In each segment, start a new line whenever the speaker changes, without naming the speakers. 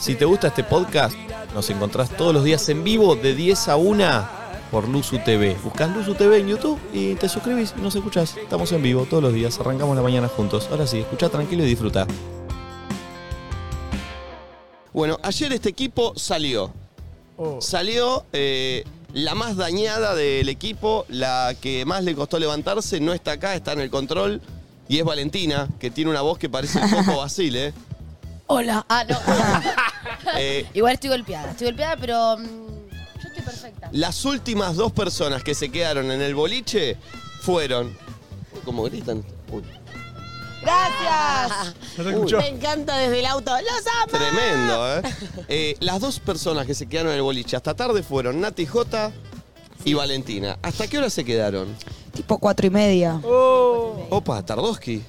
Si te gusta este podcast, nos encontrás todos los días en vivo de 10 a 1 por Luzu TV. Buscás Luzu TV en YouTube y te suscribís y nos escuchás. Estamos en vivo todos los días, arrancamos la mañana juntos. Ahora sí, escuchá tranquilo y disfruta.
Bueno, ayer este equipo salió. Salió eh, la más dañada del equipo, la que más le costó levantarse, no está acá, está en el control. Y es Valentina, que tiene una voz que parece un poco Basile. ¿eh?
Hola. Ah, no.
Eh,
Igual estoy golpeada. Estoy golpeada, pero. mm, yo estoy perfecta.
las últimas dos personas que se quedaron en el boliche fueron. Uy, ¿Cómo gritan? Uy,
¡Gracias! Me encanta desde el auto. ¡Los amo!
tremendo, ¿eh? Eh, Las dos personas que se quedaron en el boliche hasta tarde fueron Nati J y Valentina. ¿Hasta qué hora se quedaron?
Tipo cuatro y media.
Oh. Opa, Tardoski.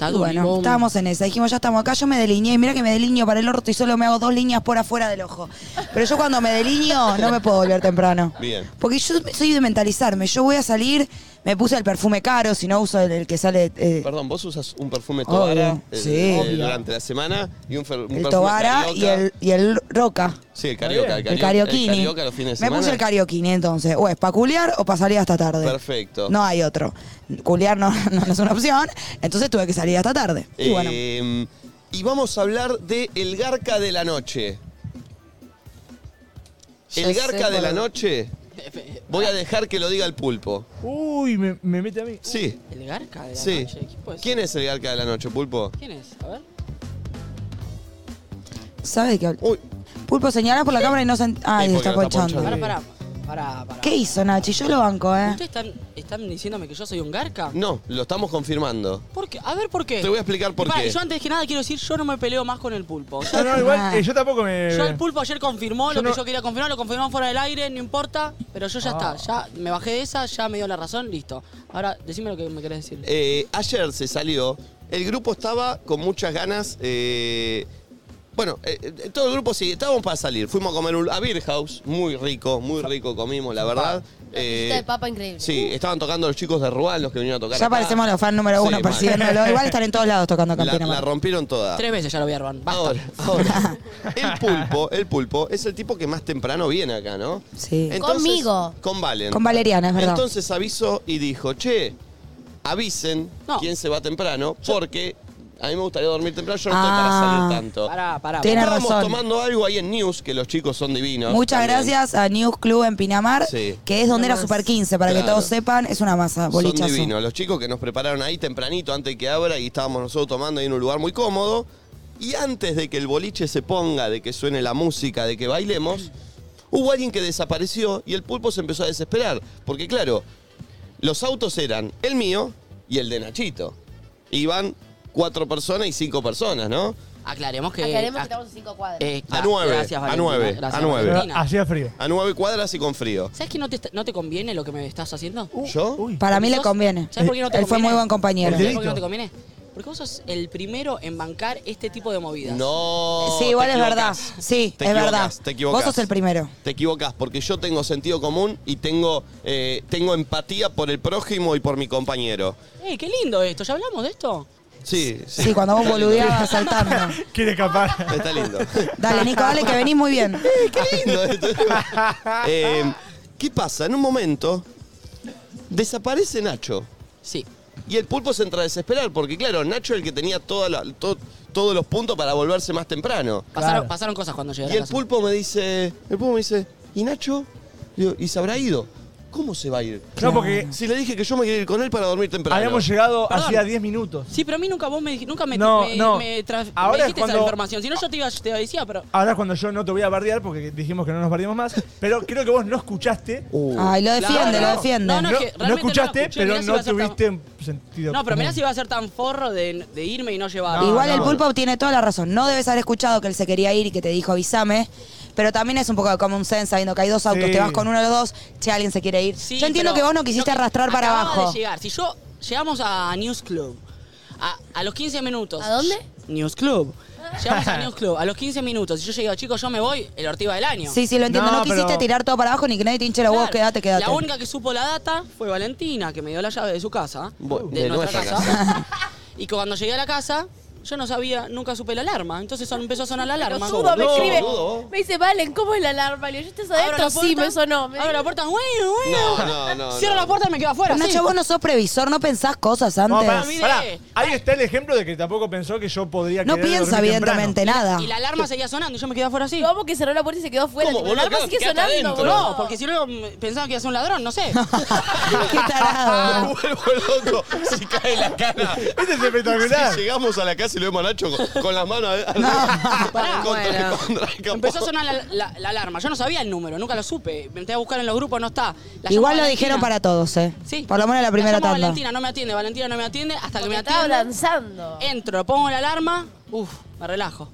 Y bueno, estábamos en esa. Dijimos, ya estamos acá. Yo me delineé. Y mira que me delineo para el orto y solo me hago dos líneas por afuera del ojo. Pero yo cuando me delineo no me puedo volver temprano.
Bien.
Porque yo soy de mentalizarme. Yo voy a salir, me puse el perfume caro, si no uso el, el que sale. eh,
Perdón, vos usas un perfume
Obvio,
Tobara eh,
sí.
eh,
Obvio.
durante la semana y un, fer- un
el
perfume
Tobara
carioca.
y el, y el Roca.
Sí, el carioca. El,
El
carioca, el
carioquini.
carioca los fines de
Me
semana.
puse el carioquini entonces. O es para culiar o para salir hasta tarde.
Perfecto.
No hay otro. Culiar no, no es una opción. Entonces tuve que salir hasta tarde. Y bueno.
Eh, y vamos a hablar de El Garca de la Noche.
Ya
El
sé
Garca de
por-
la Noche. Voy a dejar que lo diga el pulpo.
Uy, me, me mete a mí.
Sí,
El Garca de la
sí.
noche. ¿Quién puede ser?
¿Quién es el Garca de la Noche, pulpo?
¿Quién es? A ver.
¿Sabe de qué hablo?
Uy,
Pulpo señala por la cámara y no se. ent- Ay,
porque
está
lo está
conchando.
Pará, pará. Pará, pará.
¿Qué hizo Nachi? Yo lo banco, ¿eh?
¿Ustedes están, están diciéndome que yo soy un Garca?
no, lo estamos confirmando.
¿Por qué? A ver, ¿por qué?
Te voy a explicar por
Pará,
qué.
Yo antes que nada quiero decir, yo no me peleo más con el pulpo. O sea,
No, no, igual, eh, yo tampoco me.
Yo el pulpo ayer confirmó
Yo
lo
no-
que yo quería confirmar, lo confirmó fuera del aire, no importa, pero yo ya
Ah.
está, ya me bajé de esa, ya me dio la razón, listo. Ahora, decime lo que me querés decir.
Eh, ayer se salió. El grupo estaba con muchas ganas. eh, bueno, eh, eh, todo el grupo sí, estábamos para salir. Fuimos a comer un- a Beer House, muy rico, muy rico comimos, la verdad.
Cosita de
Eh,
papa increíble.
sí, estaban tocando los chicos de Ruan, los que vinieron a tocar.
Ya
acá.
parecemos los fans número uno
Sí,
persiguiéndolo. Igual están en todos lados tocando
La,
Campina
la
Mar.
rompieron toda.
Tres veces ya lo vi a Arban, basta.
Ahora, ahora, el pulpo, el pulpo es el tipo que más temprano viene acá, ¿no?
Sí.
Conmigo.
Con Valen.
Con Valeriana, es verdad.
Entonces avisó y dijo, che, avisen
No.
quién se va temprano, porque a mí me gustaría dormir temprano, yo no
Ah.
estoy para salir tanto.
Pará, pará.
Te- Tenés
Estábamos
razón.
tomando algo ahí en News, que los chicos son divinos.
Muchas
también.
gracias a News Club en Pinamar,
Sí.
que es donde era Super 15, para que
Claro.
todos sepan, es una masa,
Son
bolichazo.
divinos, los chicos que nos prepararon ahí tempranito antes que abra y estábamos nosotros tomando ahí en un lugar muy cómodo. Y antes de que el boliche se ponga, de que suene la música, de que bailemos, hubo alguien que desapareció y el pulpo se empezó a desesperar. Porque claro, los autos eran el mío y el de Nachito. Iban cuatro personas y cinco personas, ¿no?
Aclaremos que...
Aclaremos que
ac-
estamos en cinco cuadras.
eh,
A
gra-
nueve,
gracias,
a
Valentina,
nueve,
gracias,
a nueve.
Pero
Valentina.
Hacía frío.
A nueve cuadras y con frío.
¿Sabes que no te, no te conviene lo que me estás haciendo?
¿Yo?
Uy.
Para mí le
sos-
conviene.
¿Sabes por qué no te
Él fue
conviene?
muy buen compañero.
El
¿Sabes
dedito.
por qué no te conviene? Porque vos sos el primero en bancar este tipo de movidas.
No.
Sí,
te
igual es verdad.
equivocás.
Sí,
Te
es
equivocás,
verdad.
Te equivocás.
Vos sos el primero.
Te equivocás, porque yo tengo sentido común y tengo, eh, tengo empatía por el prójimo y por mi compañero.
¡Eh, qué lindo esto! ¿Ya hablamos de esto?
Sí, sí.
Sí, cuando vos boludeabas saltando.
Quiere escapar.
Está lindo.
Dale, Nico, dale, que venís muy bien.
Qué lindo esto. Eh, ¿Qué pasa? En un momento desaparece Nacho.
Sí.
Y el pulpo se entra a desesperar, porque claro, Nacho es el que tenía toda la- to- todos los puntos para volverse más temprano.
Pasaron, pasaron cosas cuando llegué a
Y
la
el
casa.
pulpo me dice, el pulpo me dice, ¿y Nacho? Digo, ¿y se habrá ido? ¿Cómo se va a ir?
No, porque
eh, Si le dije que yo me quería ir con él para dormir temprano.
habíamos llegado
Perdón.
hacía 10 minutos.
Sí, pero a mí nunca vos me, dij- nunca me,
No,
me-
no.
me tra- me
Ahora es
dijiste
cuando-
esa información. Si no, yo te iba, te iba a decir, pero...
Ahora es cuando yo no te voy a bardear porque dijimos que no nos bardeamos más, pero creo que vos no escuchaste.
Uh.
Ay, lo defiende,
Claro.
lo defiende.
No,
No,
es que
no
realmente
escuchaste,
no escuché, mirá
pero
si iba a
no
ser tan-
tuviste sentido.
No, pero mirá
común.
si iba a ser tan forro de, de irme y no llevar.
No,
Igual el
no.
pulpo tiene toda la razón. No debes haber escuchado que él se quería ir y que te dijo avísame. Pero también es un poco de common sense sabiendo que hay dos autos,
Sí.
te vas con uno de los dos, che, alguien se quiere ir.
Sí,
Yo entiendo
pero
que vos no quisiste
lo que-
arrastrar para
acababa
abajo.
de llegar. Si yo llegamos a News Club, a, a los 15 minutos.
¿A dónde?
News Club. Llegamos a News Club, a los 15 minutos. Y yo llego, chicos, yo me voy, el ortiva del año.
Sí, sí, lo entiendo. No,
No,
quisiste
pero-
tirar todo para abajo ni que nadie te hinche los huevos,
Claro.
quédate, quédate.
La única que supo la data fue Valentina, que me dio la llave de su casa,
Bu-
de,
de
nuestra
nuestra
casa. y que cuando llegué a la casa, Yo no sabía, nunca supe la alarma. Entonces son- empezó a sonar la
Pero
alarma.
sudo, me
No,
escribe.
boludo.
Me dice, Valen, ¿cómo es la alarma? Le digo, yo estás
Abro la
adentro, sí,
puerta,
me sonó. Me
Abro la puerta, güey, güey.
No, no, no.
Cierro
no.
la puerta y me quedo afuera.
Pero Nacho,
sí.
vos no sos previsor, no pensás cosas
No,
antes.
pará,
Mire.
pará. Ahí está el ejemplo de que tampoco pensó que yo podría
No
querer
piensa,
dormir
evidentemente, nada.
Y la alarma seguía sonando y yo me quedé afuera así.
digo, ¿Cómo que cerró la puerta y se quedó fuera?
¿Cómo,
Tipo,
boludo?
la alarma
Claro,
sigue
quédate
sonando,
adentro.
boludo.
No, porque si no mm, pensaban que iba a ser un ladrón, no sé.
Qué
Ah,
tarado.
Me vuelvo loco. Si cae la cara.
temprano. Este es espectacular.
Si llegamos a la casa y lo vemos a Nacho con, con las manos. eh,
Pará.
contra,
Bueno.
contra el capó.
Empezó a sonar la, la- la alarma. Yo no sabía el número, nunca lo supe. Me Intenté a buscar en los grupos, no está. La llamaba
Igual lo
Valentina.
dijeron para todos, ¿eh?
Sí.
Por lo menos en la primera
llamo a
tanda.
Valentina no me atiende, Valentina no me atiende, hasta que
Porque
me
estaba
atiende.
lanzando.
Entro, pongo la alarma, uff, me relajo.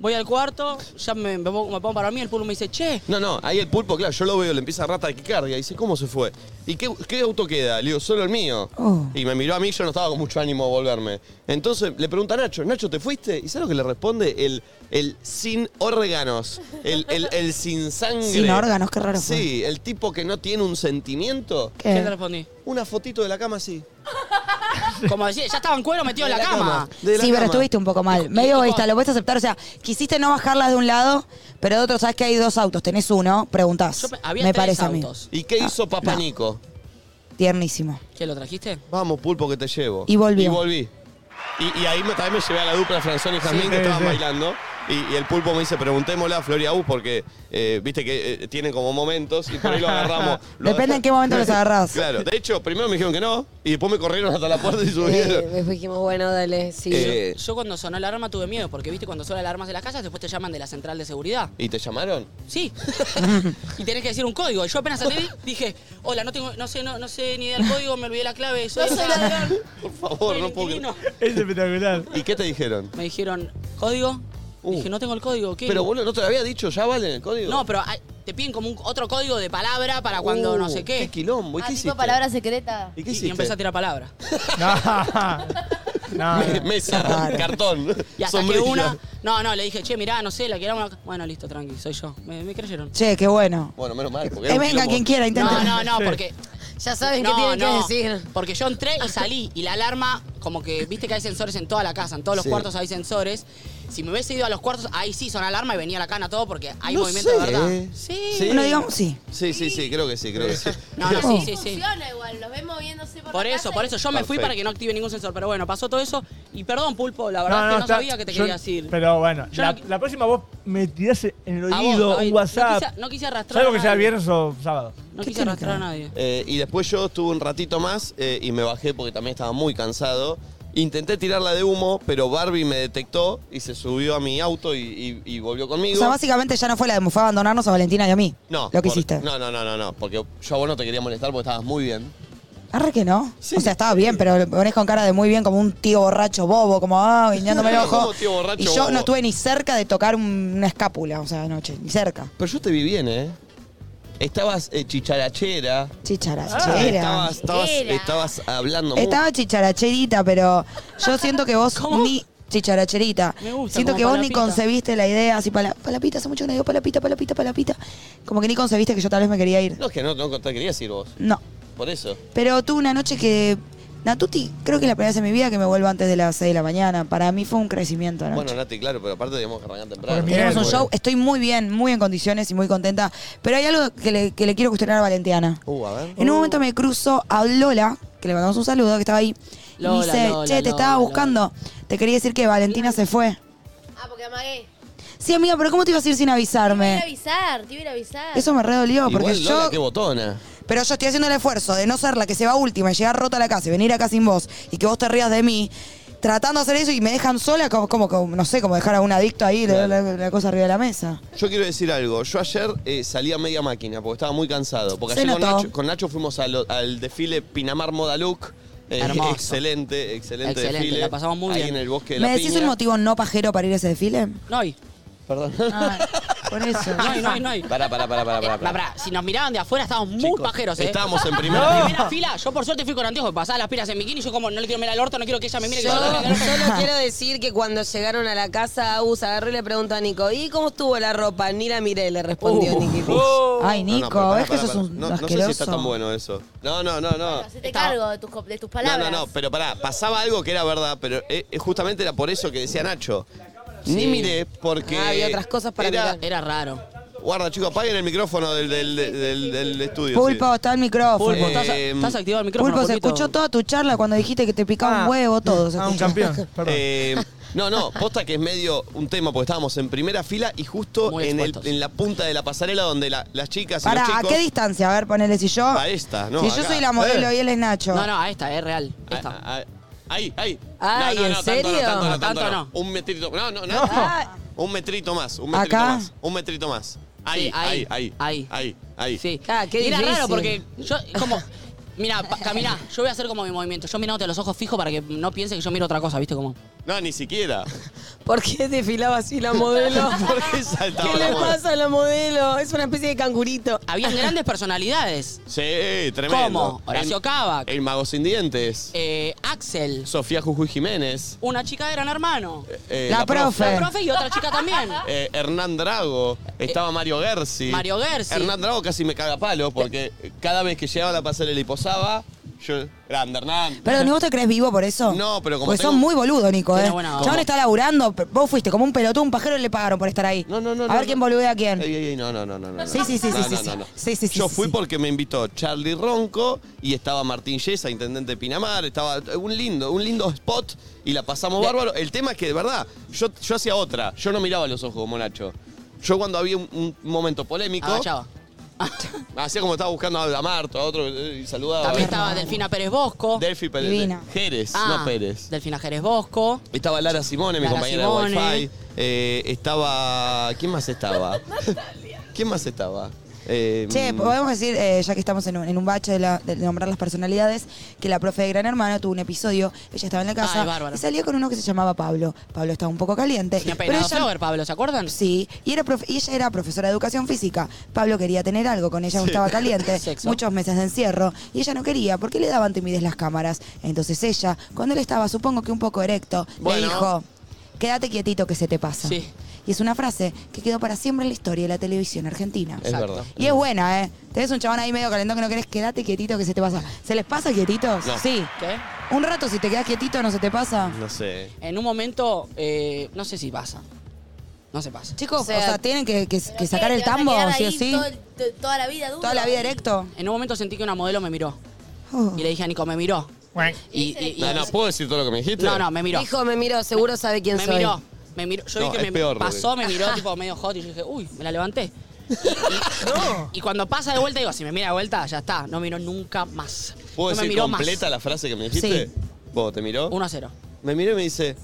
Voy al cuarto, ya me, me pongo, me pongo para mí, el pulo me dice, che,
No, no, ahí el pulpo, claro, yo lo veo, le empieza a rata taquicardia. Dice, ¿cómo se fue? ¿Y qué, qué auto queda? Le digo, solo el mío.
Oh.
Y me miró a mí, yo no estaba con mucho ánimo de volverme. Entonces le pregunta a Nacho, ¿Nacho, te fuiste? ¿Y sabes lo que le responde? El, el sin órganos, el, el- el sin sangre.
Sin órganos, qué raro fue.
Sí, el tipo que no tiene un sentimiento.
¿qué
¿Qué?
te respondí?
Una fotito de la cama así.
Como decía, ya estaba en cuero metido en
De
la cama.
de la
Sí, pero
cama.
estuviste un poco mal. Medio egoísta, lo puedes aceptar. O sea, quisiste no bajarlas de un lado, pero de otro sabes que hay dos autos. Tenés uno, preguntás.
Yo pe- había
me
tres
parece Ah,
autos.
¿Y qué hizo Papá Nico?
a mí. Tiernísimo.
¿Qué, lo trajiste?
Vamos, pulpo, que te llevo.
Y volvió.
Y volví. Y, y ahí me- también me llevé a la dupla Franzón y Jazmín
Sí,
que
sí,
estaban
sí.
bailando. Y, y el pulpo me dice, preguntémosle a Floria U porque, eh, viste que eh, tiene como momentos y por ahí lo agarramos. Lo
Depende en qué momento los agarrás.
Claro, de hecho, primero me dijeron que no y después me corrieron hasta la puerta y
Eh,
subieron.
después dijimos, bueno, dale, sí.
Eh,
Yo cuando sonó la alarma tuve miedo, porque viste, cuando son las alarmas de las casas, después te llaman de la central de seguridad.
¿Y te llamaron?
Sí. y tenés que decir un código. Y Yo apenas atendí, dije, hola, no tengo, no sé, no, no sé ni idea del código, me olvidé la clave, soy
No soy
esa-
ladrón.
Por favor,
soy
no
el
puedo. creer.
inquilino".
Es espectacular.
¿Y qué te dijeron?
Me dijeron, ¿código?
Uh.
Dije, no tengo el código, ¿qué?
Pero boludo, ¿no te lo había dicho ya, vale, en el código?
no, pero ah, te piden como un- otro código de palabra para cuando
Uh,
no sé qué.
Qué quilombo, ¿y
Ah,
qué hiciste?
tipo palabra secreta.
¿Y qué
Y, y
hiciste?
empecé a tirar palabras.
No, no.
Me- Mesa,
Claro.
cartón,
Y hasta
sombrilla.
que una. No, no, le dije, che, mirá, no sé, la queramos. acá". Bueno, listo, tranqui, soy yo. Me, me creyeron.
Che, qué bueno.
Bueno, menos mal. porque
Que
era un
venga
quilombo.
quien quiera,
No,
intenten.
no, no,
Sí.
porque.
Ya saben
no,
qué tienen
no,
que decir.
Porque yo entré y salí y la alarma, como que viste que hay sensores en toda la casa, en todos los
Sí.
cuartos hay sensores. Si me hubiese ido a los cuartos, ahí sí son alarma y venía la cana todo porque hay
No
movimiento
sé,
de verdad.
¿eh?
Sí.
Sí.
Bueno, digamos sí.
Sí, sí, sí, creo que sí, creo que sí.
No, no, sí, sí, sí.
Funciona igual, los ven moviéndose por
Por
la
eso,
casa
por
y-
eso yo me fui
Perfecto.
para que no active ningún sensor. Pero bueno, pasó todo eso. Y perdón, Pulpo, la verdad es que no
está-
sabía que te
yo-
quería decir.
Pero bueno,
Yo
la,
no qui-
la próxima vos me tirás en el
A vos,
oído
David,
un WhatsApp.
No quise, no quise arrastrar
Salvo
a
que sea
nadie.
viernes o sábado.
No
¿Qué
quise
tiene que
arrastrar a
ver?
nadie.
Eh, y después yo estuve un ratito más eh, y me bajé porque también estaba muy cansado. Intenté tirarla de humo, pero Barbie me detectó y se subió a mi auto y, y- y volvió
O
conmigo.
sea, básicamente ya no fue la de fue abandonarnos a Valentina y a mí.
no,
Lo que
por-
hiciste.
No, no, no, no, no, porque yo a vos no te quería molestar porque estabas muy bien.
Arre que no.
Sí.
O sea, estaba bien, pero me pones con cara de muy bien como un tío borracho bobo, como ah, guiñándome el ojo.
Como tío borracho
y yo
bobo.
no estuve ni cerca de tocar un- una escápula, o sea, anoche, ni cerca.
Pero yo te vi bien, ¿eh? Estabas eh, chicharachera.
Chichara, chichera.
Estabas, estabas,
Era.
estabas hablando mucho.
uh.
Estaba chicharacherita, pero yo siento que vos ni. Chicharacherita.
Me gusta,
siento
como
que vos ni
palapita.
concebiste la idea así para palapita, hace mucho que no digo palapita, palapita, palapita. Como que ni concebiste que yo tal vez me quería ir.
No, es que no, no te querías ir vos.
No.
Por eso.
Pero tuve una noche que. Natuti, creo que es la primera vez en mi vida que me vuelvo antes de las 6 de la mañana. Para mí fue un crecimiento anoche.
Bueno, Nati, claro, pero aparte tenemos que arrancar temprano.
Porque
Tenemos un
Miércoles.
show, estoy muy bien, muy en condiciones y muy contenta. Pero hay algo que le, que le quiero cuestionar a Valentiana.
Uh, a ver.
En un momento me cruzo a Lola, que le mandamos un saludo, que estaba ahí. y me
Lola,
dice,
Lola,
che, te
Lola,
estaba buscando. Te quería decir que Valentina se fue.
Ah, porque amagué.
Sí, amiga, pero ¿cómo te ibas a ir sin
Te iba a ir a
avisarme?
avisar, te iba a ir a avisar.
Eso me redolió, porque
Igual, Lola,
yo...
qué botona.
Pero yo estoy haciendo el esfuerzo de no ser la que se va última y llegar rota a la casa y venir acá sin vos y que vos te rías de mí, tratando de hacer eso y me dejan sola, como, como, como- no sé, como dejar a un adicto ahí, la, la- la cosa arriba de la mesa.
Yo quiero decir algo. Yo ayer eh, salí a media máquina porque estaba muy cansado. Porque
Se
ayer con
notó.
Nacho, con Nacho fuimos a lo- al desfile Pinamar Moda Look. Eh,
Hermoso.
excelente, excelente,
Excelente,
desfile.
la pasamos muy
Ahí
bien.
en el bosque de
¿Me
la
decís
Piña.
un motivo no pajero para ir a ese desfile?
No, y
Perdón.
Por eso.
No hay, no hay, no hay.
Pará, pará, pará, pará, pará.
Eh, Pará, pará, Si nos miraban de afuera estábamos muy
Chicos,
pajeros, ¿eh?
estábamos en primera
En
fila.
primera fila, yo por suerte fui con anteojos, pasaba las pilas en bikini, yo como no le quiero mirar al orto, no quiero que ella me mire. que
Yo
yo no le quiero mirar al orto.
solo quiero decir que cuando llegaron a la casa, Agus agarró y le preguntó a Nico, ¿y cómo estuvo la ropa? Ni la miré, le respondió Nicky Fish.
Ay,
No, no,
Nico,
pero pará,
ves que
pará,
sos
pará.
un
No, no
asqueroso.
sé si está tan bueno eso. No, no, no, no.
Hacete cargo de tus, co- de tus
No,
palabras.
no, no, pero pará, pasaba algo que era verdad, pero eh, eh, justamente era por eso que decía Nacho. Ni
Sí.
miré porque.
Ah, había otras cosas para
era-
mirar.
Era raro.
Guarda, chicos, apaguen el micrófono del, del, del, del estudio.
Pulpo, está el micrófono.
Pulpo,
Pulpo,
estás,
Eh,
estás activado el micrófono.
se
Pulpito.
escuchó toda tu charla cuando dijiste que te picaba
Ah.
un huevo, todo. se
Ah, un
escuchó.
campeón.
sí.
Perdón.
Eh, no, no, posta que es medio un tema, porque estábamos en primera fila y justo
Muy
en, el-
expuestos.
en la punta de la pasarela donde la- las chicas y
Pará,
los
¿a
chicos.
qué distancia? A ver, ponele si yo.
A esta, no,
Si
acá. Eh.
yo soy la modelo y él es Nacho.
No, no, a esta, es real. Esta.
Ah, ah, Ahí, ahí.
Ay,
no, no,
¿en
no,
serio?
Tanto no, tanto no,
No,
tanto
tanto
no.
no.
Un metrito. No, no, no.
Ah,
Un metrito más, un metrito
Acá.
más. Un metrito más. Ahí,
Sí,
ahí,
ahí,
ahí. Ahí,
ahí.
ahí.
Sí.
Ah, qué
Y era
difícil.
raro porque yo, como, mira, caminá, yo voy a hacer como mi movimiento. Yo mirándote a los ojos fijos para que no piense que yo miro otra cosa, ¿viste? Como.
No, ni siquiera.
¿Por qué desfilaba así la modelo?
¿Por qué saltaba
¿Qué
la
le
moda?
pasa a la modelo? Es una especie de cangurito.
Habían grandes personalidades.
Sí, tremendo.
¿Cómo? Horacio
El-
Cava.
El Mago Sin Dientes.
Eh, Axel.
Sofía Jujuy Jiménez.
Una chica de gran hermano.
eh,
La profe.
La profe y otra chica también.
eh, Hernán Drago. Estaba
Eh,
Mario Gersi.
Mario Gersi.
Hernán Drago casi me caga a palo porque cada vez que llegaba la pasarela y posaba, yo... Grande, Hernán.
Pero ¿ni vos te crees vivo por eso?
No, pero como
Porque
tengo-
sos muy boludo, Nico,
Tiene
¿eh?
buena
Chabón
onda.
está laburando, pero vos fuiste como un pelotón, un pajero y le pagaron por estar ahí.
No, no, no.
A
no,
ver
no.
quién boludea a quién.
Ey, ey, ey, no, no, no, no, no.
Sí, sí, sí,
no,
sí, sí,
no,
sí.
no, no.
Sí, sí, sí,
Yo
sí,
fui
sí.
porque me invitó Charlie Ronco y estaba Martín Yesa, intendente de Pinamar, estaba eh, un lindo, un lindo spot y la pasamos bárbaro. El tema es que, de verdad, yo, yo hacía otra, yo no miraba los ojos como Nacho. Yo cuando había un, un momento polémico,
Agachaba.
hacía como estaba buscando a Marto, a otro, eh, y saludaba.
También estaba Delfina Pérez Bosco.
Delphi Pérez.
Divina.
Jerez,
Ah,
no Pérez.
Delfina Jerez Bosco.
Estaba Lara Simone, mi
Lara
compañera de
Simone.
Wi-Fi. Eh, estaba. ¿Quién más estaba? ¿Quién más estaba? Eh,
Em,
Che, podemos decir, eh, ya que estamos en un, en un bache de, la- de nombrar las personalidades, que la profe de Gran Hermano tuvo un episodio, ella estaba en la casa
Ay, bárbaro.
y salía con uno que se llamaba Pablo. Pablo estaba un poco caliente.
Tenía
pero
peinado
ella-
flower, Pablo, ¿se acuerdan?
Sí, y, era profe- y ella era profesora de educación física. Pablo quería tener algo con ella, estaba caliente,
Sexo.
muchos meses de encierro, y ella no quería, porque le daban timidez las cámaras. Entonces ella, cuando él estaba, supongo que un poco erecto,
Bueno.
le dijo, quédate quietito que se te pasa.
Sí.
Y es una frase que quedó para siempre en la historia de la televisión argentina.
Es verdad.
Y es buena, ¿eh? Tenés un chabón ahí medio calentón que no querés, quedate quietito que se te pasa. ¿Se les pasa quietitos?
No.
Sí.
¿Qué?
Un rato si te quedas quietito no se te pasa.
No sé.
En un momento, eh, no sé si pasa. No se pasa.
Chicos, o
sea,
sea, tienen que, que- que
Pero
sacar
¿qué?
el
¿Te vas a
tambo,
quedar
sí o
ahí
sí.
todo el- to- toda la vida duro.
Toda la vida erecto.
En un momento sentí que una modelo me miró.
Oh.
Y le dije a Nico, me miró. Y, y- y-
No, no, ¿puedo decir todo lo que me dijiste?
no, no, me miró.
Hijo, me miró, seguro sabe quién
me
soy.
miró. Me miró. Yo
No,
vi
es
que me
peor,
pasó, me miró tipo medio hot y yo dije, uy, me la levanté. Y, y- y cuando pasa de vuelta, digo, si me mira de vuelta, ya está. No miró nunca más.
¿Puedo
no me
decir
miró
completa la frase que me dijiste?
Sí.
¿Vos te miró?
más. 1 a 0.
Me miró y me dice.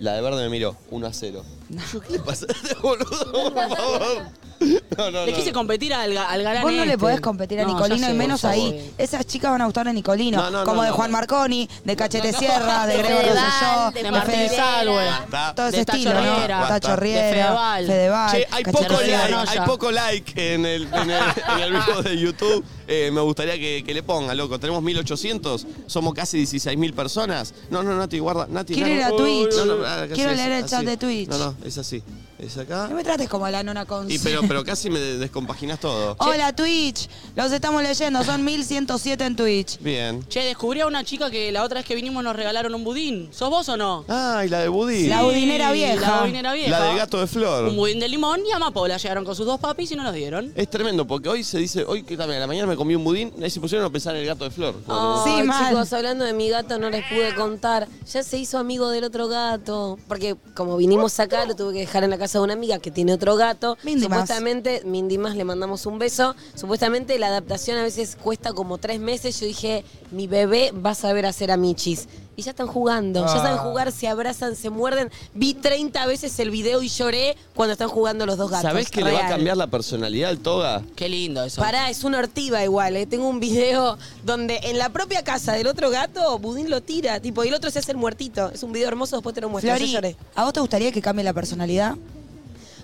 La de verde me miró, 1 a 0. Yo, ¿Qué le pasa a este boludo? Por favor. No, no,
Le
no.
quise competir al, ga- al galán
Vos no le
este.
podés competir a
No, ya
Nicolino
sé,
y menos
por favor.
ahí. Esas chicas van a gustar a Nicolino,
No, no,
como
no,
de
no,
Juan
no.
Marconi, de Cachete Sierra, de
De
Gregorio Salló,
Fedeval,
de,
de
Martín
Fede-
Salwe.
Basta.
todo ese
de
estilo, ¿no?
Tachorriera,
Tacho Riera,
de Fedeval.
Fedeval,
Che, hay
Cachete
poco,
Sierra.
like,
no,
hay
ya.
poco like en el, en el, en el video de YouTube. Eh, me gustaría que, que le ponga, loco. Tenemos 1800, somos casi 16.000 personas. No, no, Nati, guarda. Nati,
Quiero
no,
ir a
no.
Twitch.
No, no, ah, casi
Quiero
es
leer el
así.
chat de Twitch.
No, no, es así. Es acá.
No me trates como la nona con...
Y, pero, pero casi me de- descompaginas todo.
Hola Twitch, los estamos leyendo, son 1107 en Twitch.
Bien.
Che, descubrí a una chica que la otra vez que vinimos nos regalaron un budín. ¿Sos vos o no?
Ah, y la de Budí.
La
La,
budinera
La
vieja.
budinera vieja.
del gato de flor.
Un budín de limón y amapola. Llegaron con sus dos papis y no los dieron.
Es tremendo porque hoy se dice, hoy que también a la mañana me comí un budín, ahí se pusieron a pensar en el gato de flor.
Ay,
Oh, Sí, mal.
chicos, hablando de mi gato no les pude contar. Ya se hizo amigo del otro gato. Porque como vinimos acá, lo tuve que dejar en la casa de una amiga que tiene otro gato.
Mindy Mas.
Supuestamente, Mindy Más le mandamos un beso. Supuestamente la adaptación a veces cuesta como tres meses. Yo dije, mi bebé va a saber hacer amichis. Y ya están jugando, ya saben
Ah.
jugar, se abrazan, se muerden. Vi 30 veces el video y lloré cuando están jugando los dos gatos.
¿Sabés que le va a cambiar la personalidad al toga?
Qué lindo eso.
Pará, es una ortiva igual, ¿eh? Tengo un video donde en la propia casa del otro gato, Budín lo tira, tipo, y el otro se hace el muertito. Es un video hermoso, después te lo muestro.
Flori,
Yo lloré.
¿a vos te gustaría que cambie la personalidad?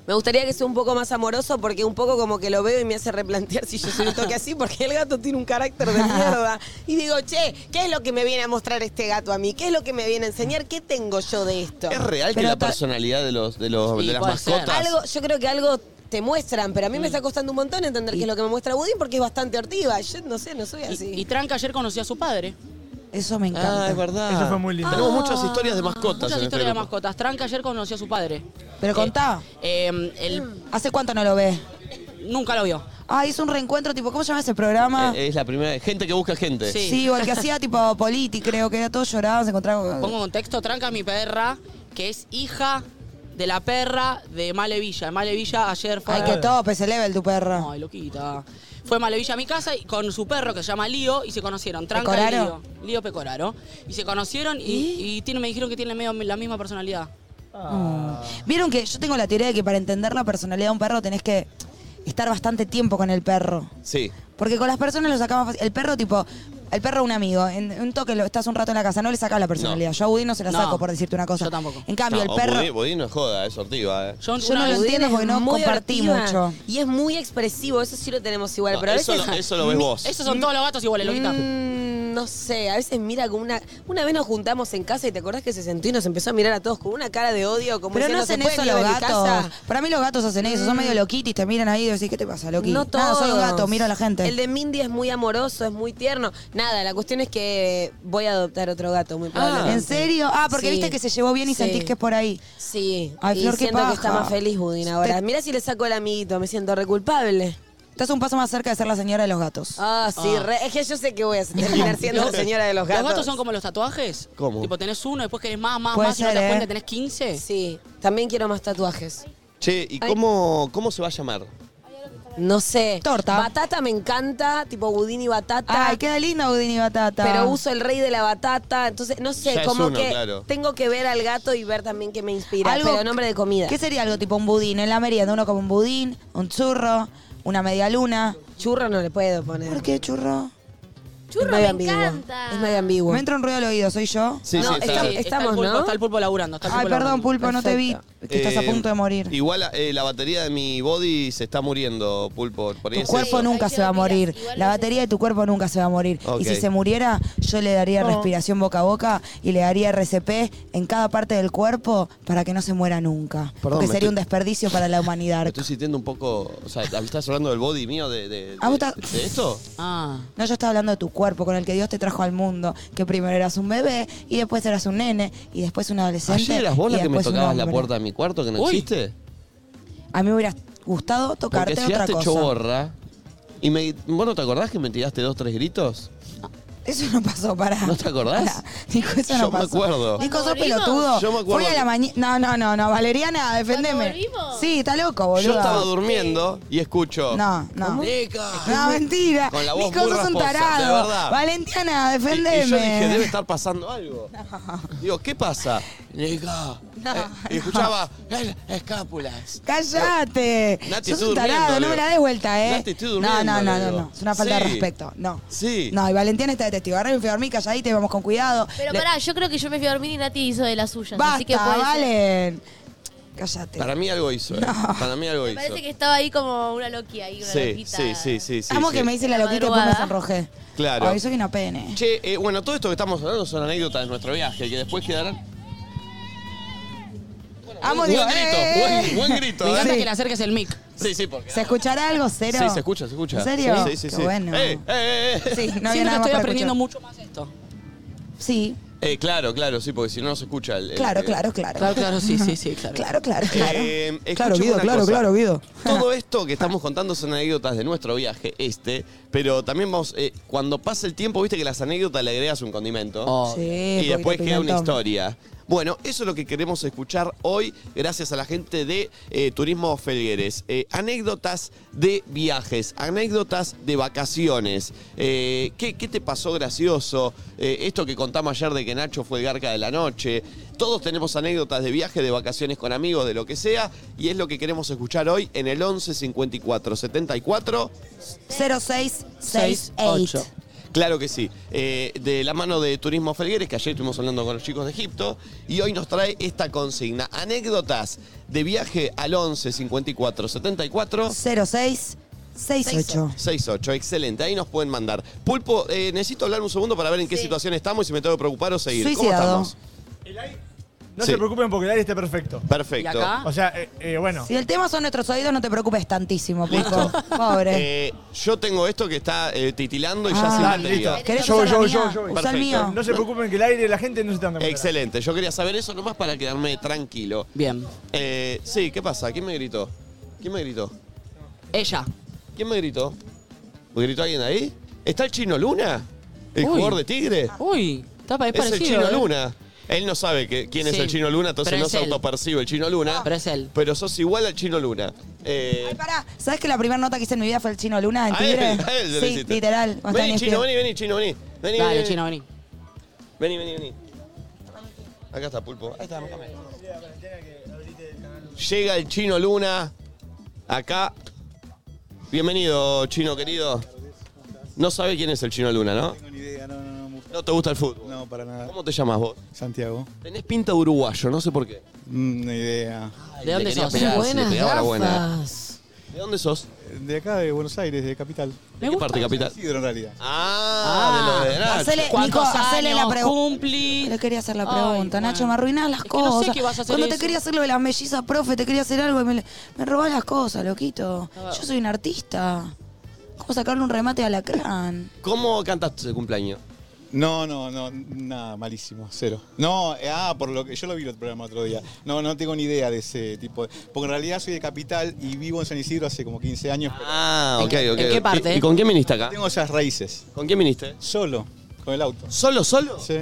Me gustaría que sea un poco más amoroso porque un poco como que lo veo y me hace replantear si yo soy un toque así porque el gato tiene un carácter de mierda. Y digo, che, ¿qué es lo que me viene a mostrar este gato a mí? ¿Qué es lo que me viene a enseñar? ¿Qué tengo yo de esto?
¿Es real que
Pero
la
ta-
personalidad de, los, de, los,
Sí,
de las
puede ser.
mascotas?
Algo, yo creo que algo te muestran, pero a mí me está costando un montón entender qué es lo que me muestra Woody porque es bastante hortiva. Yo no sé, no soy así.
Y, y Tranca ayer conoció a su padre.
Eso me encanta.
Ah, es verdad.
Eso fue muy lindo.
Tenemos muchas historias de mascotas.
Muchas
en este
historias de
grupo.
mascotas. Tranca ayer conoció a su padre.
Pero
Eh,
contá.
eh, él
¿Hace cuánto no lo ves?
nunca lo vio.
Ah, hizo un reencuentro, tipo, ¿cómo se llama ese programa?
Eh, Es la primera. Gente que busca gente.
este. Sí.
Sí, o el que hacía tipo Politi, creo que era todo llorado, se encontraba con...
Pongo contexto, Tranca mi perra, que es hija de la perra de Malevilla. Malevilla ayer fue...
Ay, que tope ese level tu perra.
Ah. Ay, loquita. Fue Malevilla a mi casa y con su perro que se llama Lío y se conocieron. Tranca y
¿Pecoraro?
Lío. Lío Pecoraro. Y se conocieron y, y tiene- me dijeron que tienen medio la misma personalidad.
Mm. Vieron que yo tengo la teoría de que para entender la personalidad de un perro tenés que estar bastante tiempo con el perro.
Sí.
Porque con las personas lo sacamos fácil. El perro, tipo, el perro un amigo, en un toque lo estás un rato en la casa, no le sacas la personalidad. Yo a Budín no se la
No.
saco, por decirte una cosa.
Yo tampoco.
En cambio,
No,
el perro.
Budín- Budín no es joda, es sortiva, eh.
Yo,
Yo
una
no
vez-
lo
Budín
entiendo
es
porque no
muy
compartí
hortiva
mucho.
Y es muy expresivo, eso sí lo tenemos igual,
No,
pero a
eso,
veces...
lo, eso lo ves vos.
Esos son todos los gatos iguales, loquita.
Mm, no sé, a veces mira con una... Una vez nos juntamos en casa y te acordás que se sentó y nos empezó a mirar a todos con una cara de odio, como
Pero no
diciendo, "¿Se
hacen
pueden
eso
ir
los
de mi
gatos.
casa?". Mm.
Para mí los gatos hacen eso, son medio loquitis, te miran ahí y decís, ¿qué te pasa, loquito?
No todos.
soy un gato, miro a la gente.
El de Mindy es muy amoroso, es muy tierno. Nada, la cuestión es que voy a adoptar otro gato,
Ah,
muy probablemente.
¿En serio? Ah, porque
Sí.
viste que se llevó bien y
Sí.
sentís que es por ahí.
Sí,
Ay,
y
Flor, qué
siento que está
paja.
más feliz Budín ahora.
Te-
Mira si le saco el amiguito, me siento reculpable.
Estás un paso más cerca de ser la señora de los gatos.
Ah, sí, re- es que yo sé que voy a terminar siendo la señora de los
Los
gatos.
gatos son como los tatuajes.
¿Cómo?
Tipo, tenés uno, después querés más, más,
Puede
más, y no
ser,
te das
¿eh?
cuenta, tenés 15.
Sí, también quiero más tatuajes.
Che, ¿y
Ay.
cómo, cómo se va a llamar?
No sé.
Torta.
Batata me encanta, tipo budín y batata.
Ay, queda lindo Budín y Batata.
Pero uso el rey de la batata, entonces no sé,
Ya es
como
uno,
que
claro.
tengo que ver al gato y ver también que me inspira, pero nombre de comida.
¿Qué sería algo tipo un budín? En la merienda uno come un budín, un churro, una media luna.
Churro no le puedo poner.
¿Por qué churro?
Churro,
es medio
me
ambiguo.
encanta.
Es medio ambiguo.
Me entra un ruido al oído, ¿soy yo?
Sí,
No,
sí,
está-
está-
estamos,
el pulpo,
¿no?
Está el pulpo laburando. Está el
Ay,
pulpo
perdón,
laburando.
Pulpo, no te vi. Que estás a
Eh,
punla punto de morir.
Igual eh, la batería de mi body se está muriendo, Pulpo. Por ahí
Tu
es
cuerpo
eso.
nunca
Hay que
se va a
dormir,
morir.
igual
La
no
batería de tu cuerpo nunca se va a morir.
Ok.
Y si se muriera, yo le daría respiración boca a boca y le daría RCP en cada parte del cuerpo para que no se muera nunca.
Perdón,
Porque
me
sería
estoy-
un desperdicio para la humanidad.
Me estoy sintiendo un poco. O sea, estás hablando del body mío de, de,
Ah, vos
de-
estás-
de esto.
Ah.
No, yo estaba hablando de tu cuerpo con el que Dios te trajo al mundo. Que primero eras un bebé y después eras un nene y después un adolescente.
Ayer eras vos
y
la que me
después un
tocabas la
hombre.
puerta de mi cuarto que no
Uy.
existe.
A mí me hubiera gustado
Porque
tocarte otra
llegaste hecho
cosa.
borra. Y me, ¿Vos no te acordás que me tiraste dos, tres gritos?
Eso no pasó, pará.
¿No te acordás?
Pará. Nico, eso
Yo
no
me
pasó.
acuerdo.
Nico, sos
¿Cuando volvimos?
pelotudo.
Yo me acuerdo
Fue a
que-
la mañana. No, no, no, no. Valeriana, defendeme.
volvimos?
Sí, está loco, boludo.
Yo estaba durmiendo y escucho.
No, no.
"Mica".
No, mentira.
Con la voz
Nico,
muy
sos un
rasposa,
tarado.
de verdad.
Valentiana,
Y-
defendeme.
Y yo dije, debe estar pasando algo. Digo, ¿qué pasa? Nico. Eh, y escuchaba, "Eh, escápulas.
Cállate.
Nati,
Sos
estoy
un tarado,
durmiendo,
no
Leo.
me la des vuelta, eh.
Nati, estoy
No,
durmiendo,
no, no,
Leo.
no, no. Es una falta de
Sí.
respeto. No.
Sí.
No, y Valentina está de testigo. Agarra y fui a dormir, calladita y vamos con cuidado.
Pero
Le-
pará, yo creo que yo me fui a dormir y Nati hizo de las suyas.
Basta,
así que puede ser.
Valen. Cállate.
Para mí algo hizo, eh. Para mí algo
Me
hizo.
parece que estaba ahí como una loquía, ahí una
sí,
loquita.
sí, sí, sí, sí.
Amo
sí.
que me dice la
La
loquita y después me
madrugada.
sonrojé.
Claro.
Ay, soy una pene.
Che, eh, bueno, todo esto que estamos hablando son anécdotas de nuestro viaje, que después quedarán.
Amo,
buen
digo,
grito,
eh,
buen, buen grito.
Me
¿eh?
encanta
Sí.
que le acerques el mic.
Sí, sí, porque.
¿Se escuchará algo? Cero.
Sí, se escucha, se escucha.
¿En serio?
Sí, sí, sí.
Qué bueno.
Eh, eh, eh.
Sí, no había nada
Siento que
más
estoy
para
aprendiendo
escuchar.
mucho más esto.
Sí,
Eh, claro, claro, sí, porque si no, no se escucha. El, el-
claro,
el-
claro, claro.
Claro, claro, sí, sí, sí, claro.
Claro, claro, claro.
Eh,
claro,
escuchame
Guido,
una
claro,
cosa.
claro, Guido.
Todo esto que estamos contando son anécdotas de nuestro viaje, este, pero también vamos, eh, cuando pasa el tiempo, viste que las anécdotas le agregas un condimento.
Oh.
Sí,
y
poquito
después queda una
pimentón.
historia. Bueno, eso es lo que queremos escuchar hoy, gracias a la gente de eh, Turismo Felgueres. Eh, anécdotas de viajes, anécdotas de vacaciones. Eh, ¿qué, qué te pasó gracioso? Eh, esto que contamos ayer de que Nacho fue el garca de la noche. Todos tenemos anécdotas de viaje, de vacaciones con amigos, de lo que sea, y es lo que queremos escuchar hoy en el 11 54 74
0668.
Seis, ocho.
Claro que sí. Eh, de la mano de Turismo Felgueres, que ayer estuvimos hablando con los chicos de Egipto, y hoy nos trae esta consigna. Anécdotas de viaje al 11 54 74
06 68.
68. Excelente, ahí nos pueden mandar. Pulpo, eh, necesito hablar un segundo para ver en qué
Sí.
situación estamos y si me tengo que preocupar o seguir. ¿Cómo
Suicidado.
estamos?
No
Sí.
se preocupen porque el aire está perfecto.
Perfecto.
¿Y acá?
O sea, eh, eh, bueno.
Si el tema son nuestros oídos, no te preocupes tantísimo, Pulpo. Pobre.
Eh, yo tengo esto que está eh, titilando y ya
Ah,
se
dale,
batería.
listo.
¿Querés
yo,
usar la
yo,
mía?
yo, yo.
Usa el
Perfecto.
mío.
No se preocupen que el aire, la gente no se tan
Excelente, yo quería saber eso nomás para quedarme tranquilo.
Bien.
Eh, sí, ¿qué pasa? ¿Quién me gritó? ¿Quién me gritó?
Ella.
¿Quién me gritó? ¿Me gritó alguien ahí? ¿Está el chino Luna? ¿El
Uy.
jugador de Tigre?
Uy, tapa, es,
Es el
parecido.
chino
¿eh?
Luna. Él no sabe que- quién es
Sí.
el chino Luna, entonces
Pero
no
es
se
él. Ah.
autopercibe el chino Luna.
Pero es él.
Pero sos igual al chino Luna. Eh,
Ay, pará. ¿Sabes que la primera nota que hice en mi vida fue el chino Luna en
a él,
Tigre?
a él se lo
eh. Sí,
hiciste.
literal. cuando estaba
Vení,
en
chino,
ESPN.
vení, vení, chino, vení. Vení,
Dale,
vení,
chino, vení.
Vení, vení, vení. Acá está Pulpo. Ahí está, bájame. Llega el Chino Luna. Acá. Bienvenido, Chino querido. No sabe quién es el Chino Luna, ¿no?
tengo ni idea, no, no, no,
No te gusta el fútbol.
no, para nada.
¿Cómo te llamas vos?
Santiago,
Tenés pinta de uruguayo, no sé por qué.
Mm, ni idea.
¿De dónde
Le quería
sos?
pegar, se le
Buenas
pegaba la
gafas.
buena. ¿De dónde sos?
De acá, de Buenos Aires, de Capital.
¿De qué parte capital?
Isidro, en realidad.
Ah, de lo de Nacho.
Hacele-
¿Cuántos
Nico, hacele la
años
pregu-
cumplí?
Le quería hacer la
Ay,
pregunta,
bueno.
Nacho, me arruinás las
Es que no sé
cosas.
qué vas a hacer
Cuando te
eso.
quería hacer lo de las mellizas, profe, te quería hacer algo y me, le- me robás las cosas, loquito. Yo soy un artista. ¿Cómo sacarle un remate a la crán?
¿Cómo cantaste el cumpleaños?
No, no, no, nada, malísimo, cero. No, eh, ah, por lo que yo lo vi el programa otro día. No, no tengo ni idea de ese tipo. de- porque en realidad soy de Capital y vivo en San Isidro hace como 15 años. pero
Ah,
¿En-
ok, ok.
en qué
¿Y-
parte?
¿Y con quién viniste acá?
Tengo esas raíces.
¿Con quién viniste?
Solo, con el auto.
¿Solo, solo?
Sí.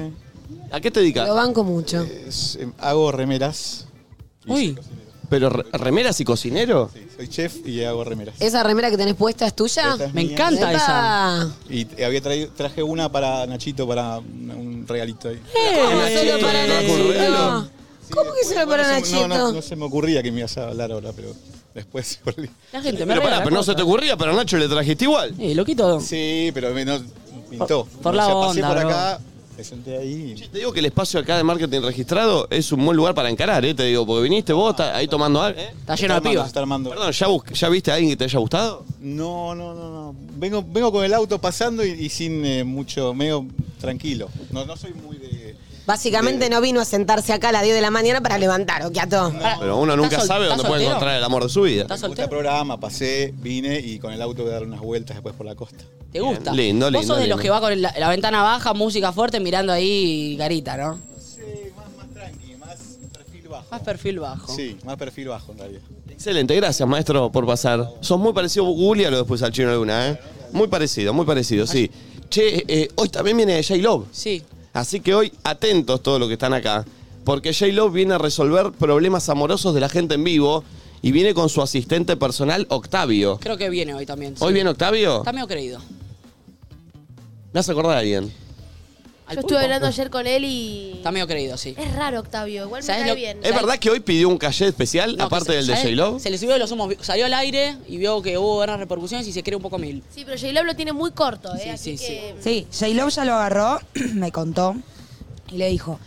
¿A qué te dedicas?
Lo banco mucho.
Es, eh, hago remeras.
Uy,
¿Pero re- remeras y cocinero?
Sí, soy chef y hago remeras.
¿Esa remera que tenés puesta es tuya?
Esta es
me
mía.
encanta esa.
Epa.
Y te- había traído, traje una para Nachito, para un un regalito ahí.
¿Cómo Eh, solo
Nachito,
para
no me acuerdo.
Nachito? ¿Cómo que solo para
No se-
Nachito?
no, no, no se me ocurría que me ibas a hablar ahora, pero después volví.
La gente me
Pero
regala
pará, pero no se
cosas.
te ocurría, pero a Nacho le trajiste igual.
Eh, loquito.
Sí, pero me no, pintó.
Por- por
O sea,
la
pasé
onda,
por
bro.
acá, me senté ahí.
Che, Te digo que el espacio acá de marketing registrado es un buen lugar para encarar, ¿eh? Te digo, porque viniste vos, estás ahí tomando algo. ¿eh?
Está
Se
lleno de
armando, se
pibas.
está armando.
Perdón, ¿ya, bus- ¿ya viste a alguien que te haya gustado?
No, no, no, no. Vengo, vengo con el auto pasando y, y sin eh, mucho, medio tranquilo. No, no soy muy de.
Básicamente no vino a sentarse acá a las 10 de la mañana para levantar, Okiato.
Pero uno nunca
¿estás sol-
sabe
estás
dónde puede
soltero?
encontrar el amor de su vida.
¿Estás
Me gusta
soltero?
el programa, pasé, vine y con el auto voy a dar unas vueltas después por la costa.
¿Te gusta?
Bien, lindo,
Vos
lindo,
sos de
lindo.
los que va con la, la ventana baja, música fuerte, mirando ahí garita, ¿no?
Sí, más, más tranqui, más perfil bajo.
Más perfil bajo.
Sí, más perfil bajo en realidad.
Excelente, gracias maestro por pasar. Sos muy parecido a Guglia, lo después al chino Luna, ¿eh? Muy parecido, muy parecido, sí. Che, eh, hoy también viene J. Love.
Sí.
Así que hoy, atentos todos los que están acá, porque J. Love viene a resolver problemas amorosos de la gente en vivo y viene con su asistente personal, Octavio.
Creo que viene hoy también. sí.
¿Hoy viene Octavio?
Está medio creído.
¿Me has acordado a alguien?
Al
Yo
pulpo.
estuve hablando ayer con él y.
Está medio creído, sí.
Es raro, Octavio. Igual me
¿Sabes
cae
lo-
bien.
¿Es verdad que hoy pidió un cachet especial,
No,
aparte
que
del
se-
de
¿sabes?
J-Love?
Se le subió de los humos. vi- Salió al aire y vio que hubo buenas repercusiones y se cree un poco mil.
Sí, pero J-Lo lo tiene muy corto, ¿eh?
Sí,
Así
sí, sí.
que.
Sí, J-Lo ya lo agarró, me contó y le dijo,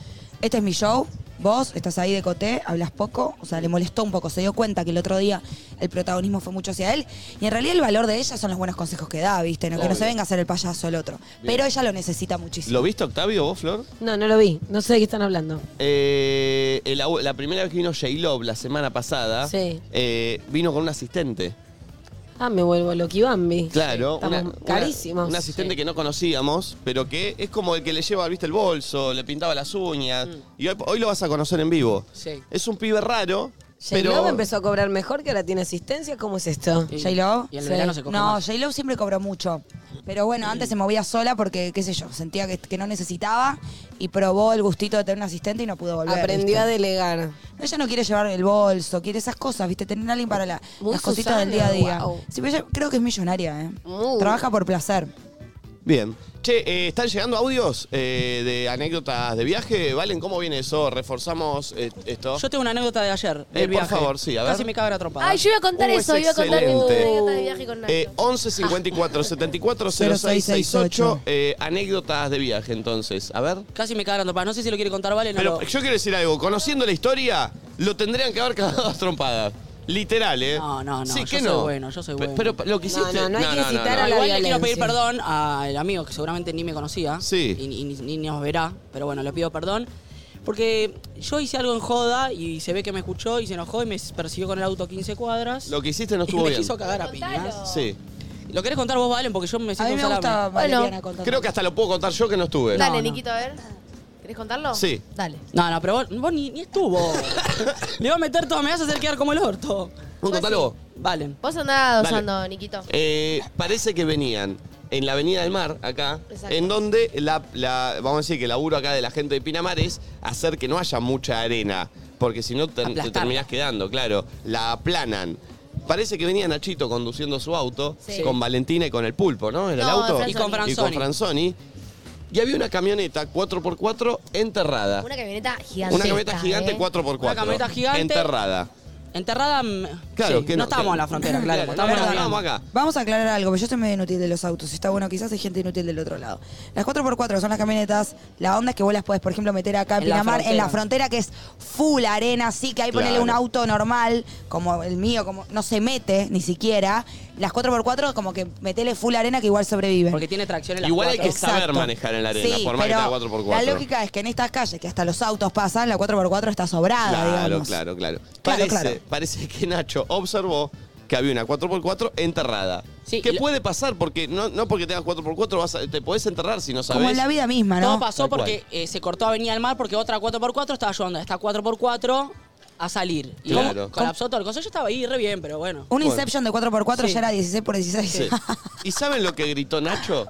este es mi show, vos estás ahí de coté, hablas poco, o sea, le molestó un poco, se dio cuenta que el otro día el protagonismo fue mucho hacia él y en realidad el valor de ella son los buenos consejos que da, ¿viste? No, que no se venga a ser el payaso el otro, pero ella lo necesita muchísimo.
¿Lo viste, Octavio, vos, Flor?
No, no lo vi. No sé de qué están hablando.
Eh, el abu- la primera vez que vino J-Love, la semana pasada,
Sí.
eh, vino con un asistente.
Ah, me vuelvo loquibambi.
Claro,
Estamos carísimos.
Un asistente
Sí.
que no conocíamos, pero que es como el que le lleva, viste, el bolso, le pintaba las uñas. Y hoy, hoy lo vas a conocer en vivo.
Sí.
Es un pibe raro,
Pero...
pero.
empezó a cobrar mejor, que ahora tiene asistencia. ¿Cómo es esto?
Y-
¿J-Lo?
Y en el
Sí.
verano se coge
No,
más.
J-Lo siempre cobró mucho. Pero bueno, antes se movía sola porque, qué sé yo, sentía que, que no necesitaba y probó el gustito de tener un asistente y no pudo volver.
Aprendió
¿viste?
a delegar.
No, Ella no quiere llevar el bolso, quiere esas cosas, ¿viste? Tener a alguien para la-
Muy
las cositas del día a
Susana,
día.
guau.
Sí, pero ella creo que es millonaria, ¿eh?
Muy.
Trabaja por placer.
Bien. Che, eh, ¿están llegando audios eh, de anécdotas de viaje? ¿Valen? ¿Cómo viene eso? ¿Reforzamos eh, esto?
Yo tengo una anécdota de ayer. del
Eh, por
viaje.
favor, sí, a ver.
Casi me cago la trompada.
Ay, yo iba a contar
Uh, es
eso, iba a contar mi
excelente.
anécdota de viaje con Nacho.
Eh, 11 54 74 0668 eh, anécdotas de viaje, entonces. A ver.
Casi me cago la trompada. No sé si lo quiere contar, vale. No
Pero
lo-
yo quiero decir algo. Conociendo la historia, lo tendrían que haber cagado a trompadas. Literal, ¿eh?
No, no, no,
Sí,
yo
que
soy
no.
bueno, yo soy
Pe-
bueno.
Pero, lo que
No,
hiciste.
no, no hay que incitar a la
Igual le quiero
violencia.
pedir perdón al amigo que seguramente ni me conocía.
Sí.
Y, y ni- ni nos verá, pero bueno, le pido perdón. Porque yo hice algo en joda y se ve que me escuchó y se enojó y me persiguió con el auto 15 cuadras.
Lo que hiciste no
y
estuvo
me
bien.
quiso cagar a
Contalo.
piñas.
Sí.
¿Lo querés contar vos, Valen? Porque yo me
A
siento
mí me
un salame.
gustaba
Bueno,
Valeriana contar.
Creo que hasta lo puedo contar yo que no estuve.
Dale,
no.
Niquito, a ver. ¿Querés contarlo?
Sí.
Dale.
No, no, pero vos, vos ni, ni estuvo. le vas a meter todo, me vas a hacer quedar como el orto.
Vos contalo vos.
Valen.
Vos andás
Dale.
dosando, Niquito.
Eh, parece que venían en la Avenida del Mar, acá,
Exacto.
en donde la, la- vamos a decir que el laburo acá de la gente de Pinamar es hacer que no haya mucha arena, porque si no te, te
Aplastarla.
terminás quedando, claro, la aplanan. Parece que venía Nachito conduciendo su auto
Sí.
con Valentina y con el pulpo, ¿no? Era el
No,
auto.
Franzoni.
Y con Franzoni.
Y con Franzoni. Y había una camioneta 4x4 enterrada.
Una ¿eh? camioneta gigante.
Una camioneta gigante 4x4.
Una camioneta gigante.
Enterrada.
Enterrada. mm,
Claro,
sí,
que
no,
no,
estamos
que-
en la frontera, claro.
Claro,
estamos
no,
en
no,
la
estamos acá.
Vamos a aclarar algo, porque yo soy medio inútil de los autos. Está bueno, quizás hay gente inútil del otro lado. Las 4x4 son las camionetas. La onda es que vos las podés, por ejemplo, meter acá en,
En la
Pinamar, en la
frontera.
frontera, que es full arena, sí, que ahí
Claro.
ponerle un auto normal, como el mío, como no se mete ni siquiera. Las 4x4, como que metele full arena, que igual sobrevive.
Porque tiene tracción en la
Igual hay que
cuatro.
saber manejar en la arena, por más que
pero
tenga 4x4.
La lógica es que en estas calles, que hasta los autos pasan, la 4x4 está sobrada,
Claro,
digamos.
claro, claro.
Claro,
Parece,
claro.
parece que Nacho observó que había una 4x4 enterrada.
Sí,
que
y lo-
puede pasar, porque no, no porque tengas 4x4 vas a- te podés enterrar si no sabes.
Como en la vida misma, ¿no?
Todo pasó
Tal
porque eh, se cortó Avenida del Mar porque otra 4x4 estaba ayudando a esta 4x4 a salir. Y
Claro.
como colapsó todo el coso. Yo estaba ahí re bien, pero bueno.
Un Inception de 4x4
Sí.
ya era 16 por 16.
Sí. ¿Y saben lo que gritó Nacho?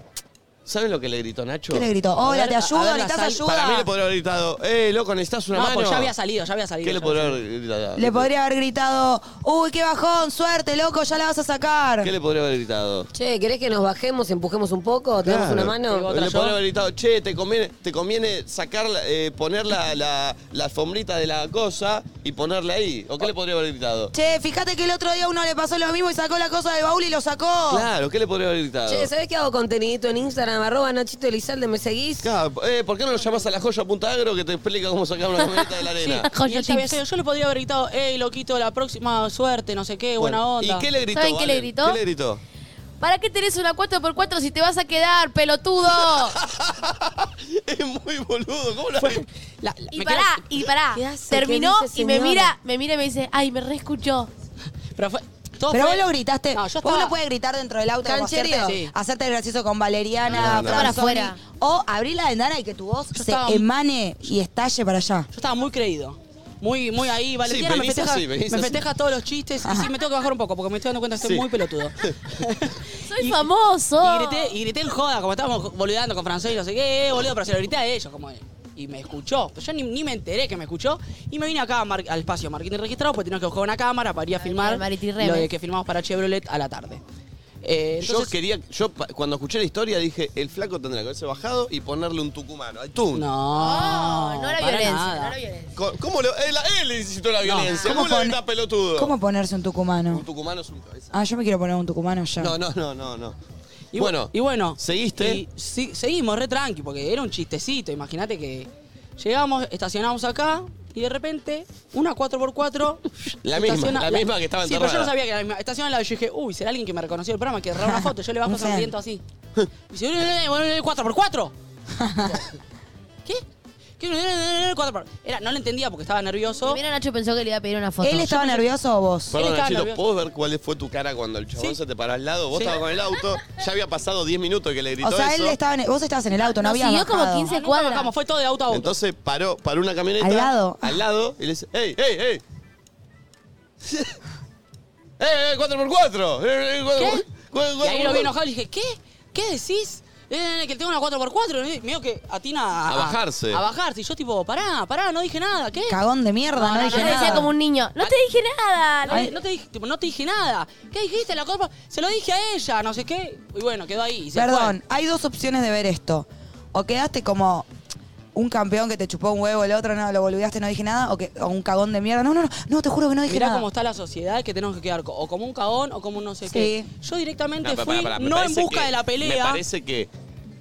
¿Saben lo que le gritó Nacho?
¿Qué le gritó?
A
Hola,
ver,
te
a- a
ayudo,
ver,
necesitas
la sal-
ayuda.
Para mí le podría haber gritado, eh, loco, necesitas una
No,
mano.
pues ya había salido, ya había salido.
¿Qué le
ya había
podría
salido.
haber gritado?
Le podría haber gritado, uy, qué bajón, suerte, loco, ya la vas a sacar.
¿Qué le podría haber gritado?
Che, ¿querés que nos bajemos, empujemos un poco? ¿Tenemos
Claro.
una mano?
Digo,
Le
¿Otra yo?
podría haber gritado, che, te conviene, te conviene sacar, la- eh, poner la, la, la alfombrita de la cosa y ponerla ahí. ¿O qué le podría haber gritado?
Che, fíjate que el otro día uno le pasó lo mismo y sacó la cosa del baúl y lo sacó.
Oh.
Claro, ¿qué le podría haber gritado?
Che, ¿sabés que hago contenidito en Instagram? Arroba Nachito Elizalde, ¿me seguís?
Claro, eh, ¿Por qué no lo llamas a la joya Punta Agro que te explica cómo sacar una camioneta de la arena?
Sí, y él ya había salido. Yo le podría haber gritado, hey, loquito, la próxima suerte, no sé qué, buena
Bueno,
onda.
¿Y qué le gritó?
¿Saben qué le
Valen?
gritó?
¿Qué le gritó?
¿Para qué tenés una 4x4 si te vas a quedar, pelotudo?
es muy boludo. ¿Cómo la gritó?
La- la-
y
me
pará,
quedo-
y pará.
¿Qué hace?
Terminó
¿Qué dice,
y me
señora?
mira, me mira y me dice, ay, me reescuchó.
Pero fue. todo
Pero
fue-
vos lo gritaste.
No, yo
Vos
estaba-
no puedes gritar dentro del auto. como
Cancherío.
Hacerte,
Sí.
hacerte el gracioso con Valeriana,
No, no.
Franzoni.
Para afuera.
O abrir la ventana y que tu voz
Yo
se
estaba-
emane y estalle para allá.
Yo estaba muy creído. Muy, muy ahí, Valentina me,
venís
festeja,
así, venís
me
así.
festeja todos los chistes. Y sí, me tengo que bajar un poco porque me estoy dando cuenta que estoy
Sí.
muy pelotudo.
Soy
Y-
famoso.
Y grité, y grité en joda, como estábamos boludeando con francés y no sé qué, eh, boludo, pero se lo grité a ellos, como. eh, Y me escuchó. Pero yo ni, ni me enteré que me escuchó. Y me vine acá a mar- al espacio marketing registrado porque tenía que buscar una cámara para ir a filmar
Mariti Remes.
lo de que filmamos para Chevrolet a la tarde. Eh,
yo
entonces-
quería, yo pa- cuando escuché la historia dije, el flaco tendrá que haberse bajado y ponerle un tucumano. Ay,
No,
tú.
No, no era
para
violencia,
nada.
no era violencia.
Co- ¿Cómo lo, él, él incitó la violencia.
¿Cómo
¿Cómo, lo
pone-
grita pelotudo?
¿Cómo ponerse un tucumano?
Un tucumano es un cabeza.
Ah, yo me quiero poner un tucumano ya.
No, no, no, no, no.
Y
Y bueno,
y bueno
¿seguiste?
y sí- seguimos re tranqui, porque era un chistecito. Imagínate que llegamos, estacionamos acá y de repente una 4x4.
La misma,
estaciona-
la misma que estaba
Sí, pero yo
enterrada.
no sabía que era la misma. Estaciona al lado y yo dije, uy, será alguien que me reconoció el programa, que agarraba una foto. Yo le bajo
Un fan.
sonriendo así. Y dice, "Eh, eh, eh, eh, 4x4. ¿Qué? ¿Qué? Eh, eh, eh, 4x4. Era, no lo entendía porque estaba nervioso.
Primero Nacho pensó que le iba a pedir una foto.
¿Él estaba nervioso o vos?
Perdón,
estaba
Nachito,
nervioso.
¿puedo ver cuál fue tu cara cuando el chabón
Sí.
se te paró al lado? Vos
Sí.
estabas con el auto, ya había pasado 10 minutos que le gritó
O sea,
eso.
él estaba en- vos estabas en el auto, no,
No,
había
siguió como
bajado.
15
Nunca
cuadra.
bajamos, fue todo de auto a auto.
Entonces paró, paró una camioneta.
Al lado.
Al lado y le dice, ¡Ey, ey, ey! ¡Eh, eh, 4x4! Eh, eh, cuatro por-
¿Qué?
cuatro-
Y ahí
cuatro
lo
por
vi
cuatro.
enojado y le dije, ¿qué? ¿Qué decís? eh, que tengo una 4x4, eh, medio que atina a,
A bajarse.
A bajarse. Y yo tipo, pará, pará, no dije nada, ¿qué?
Cagón de mierda, no, dije
Yo le
nada.
decía como un niño, no te dije nada.
No, no te dije, tipo, no te dije nada. ¿Qué dijiste? La copa. Se lo dije a ella, no sé qué. Y bueno, quedó ahí. y se
Perdón, hay dos opciones de ver esto. O quedaste como un campeón que te chupó un huevo, el otro no lo boludeaste, no dije nada, o, que, o un cagón de mierda. No, no, no, no, te juro que no
fue.
dije
Mirá
nada.
cómo está la sociedad que tenemos que quedar co- o como un cagón o como un no sé
Sí.
qué. Yo directamente fui no en busca de la pelea.
Me parece que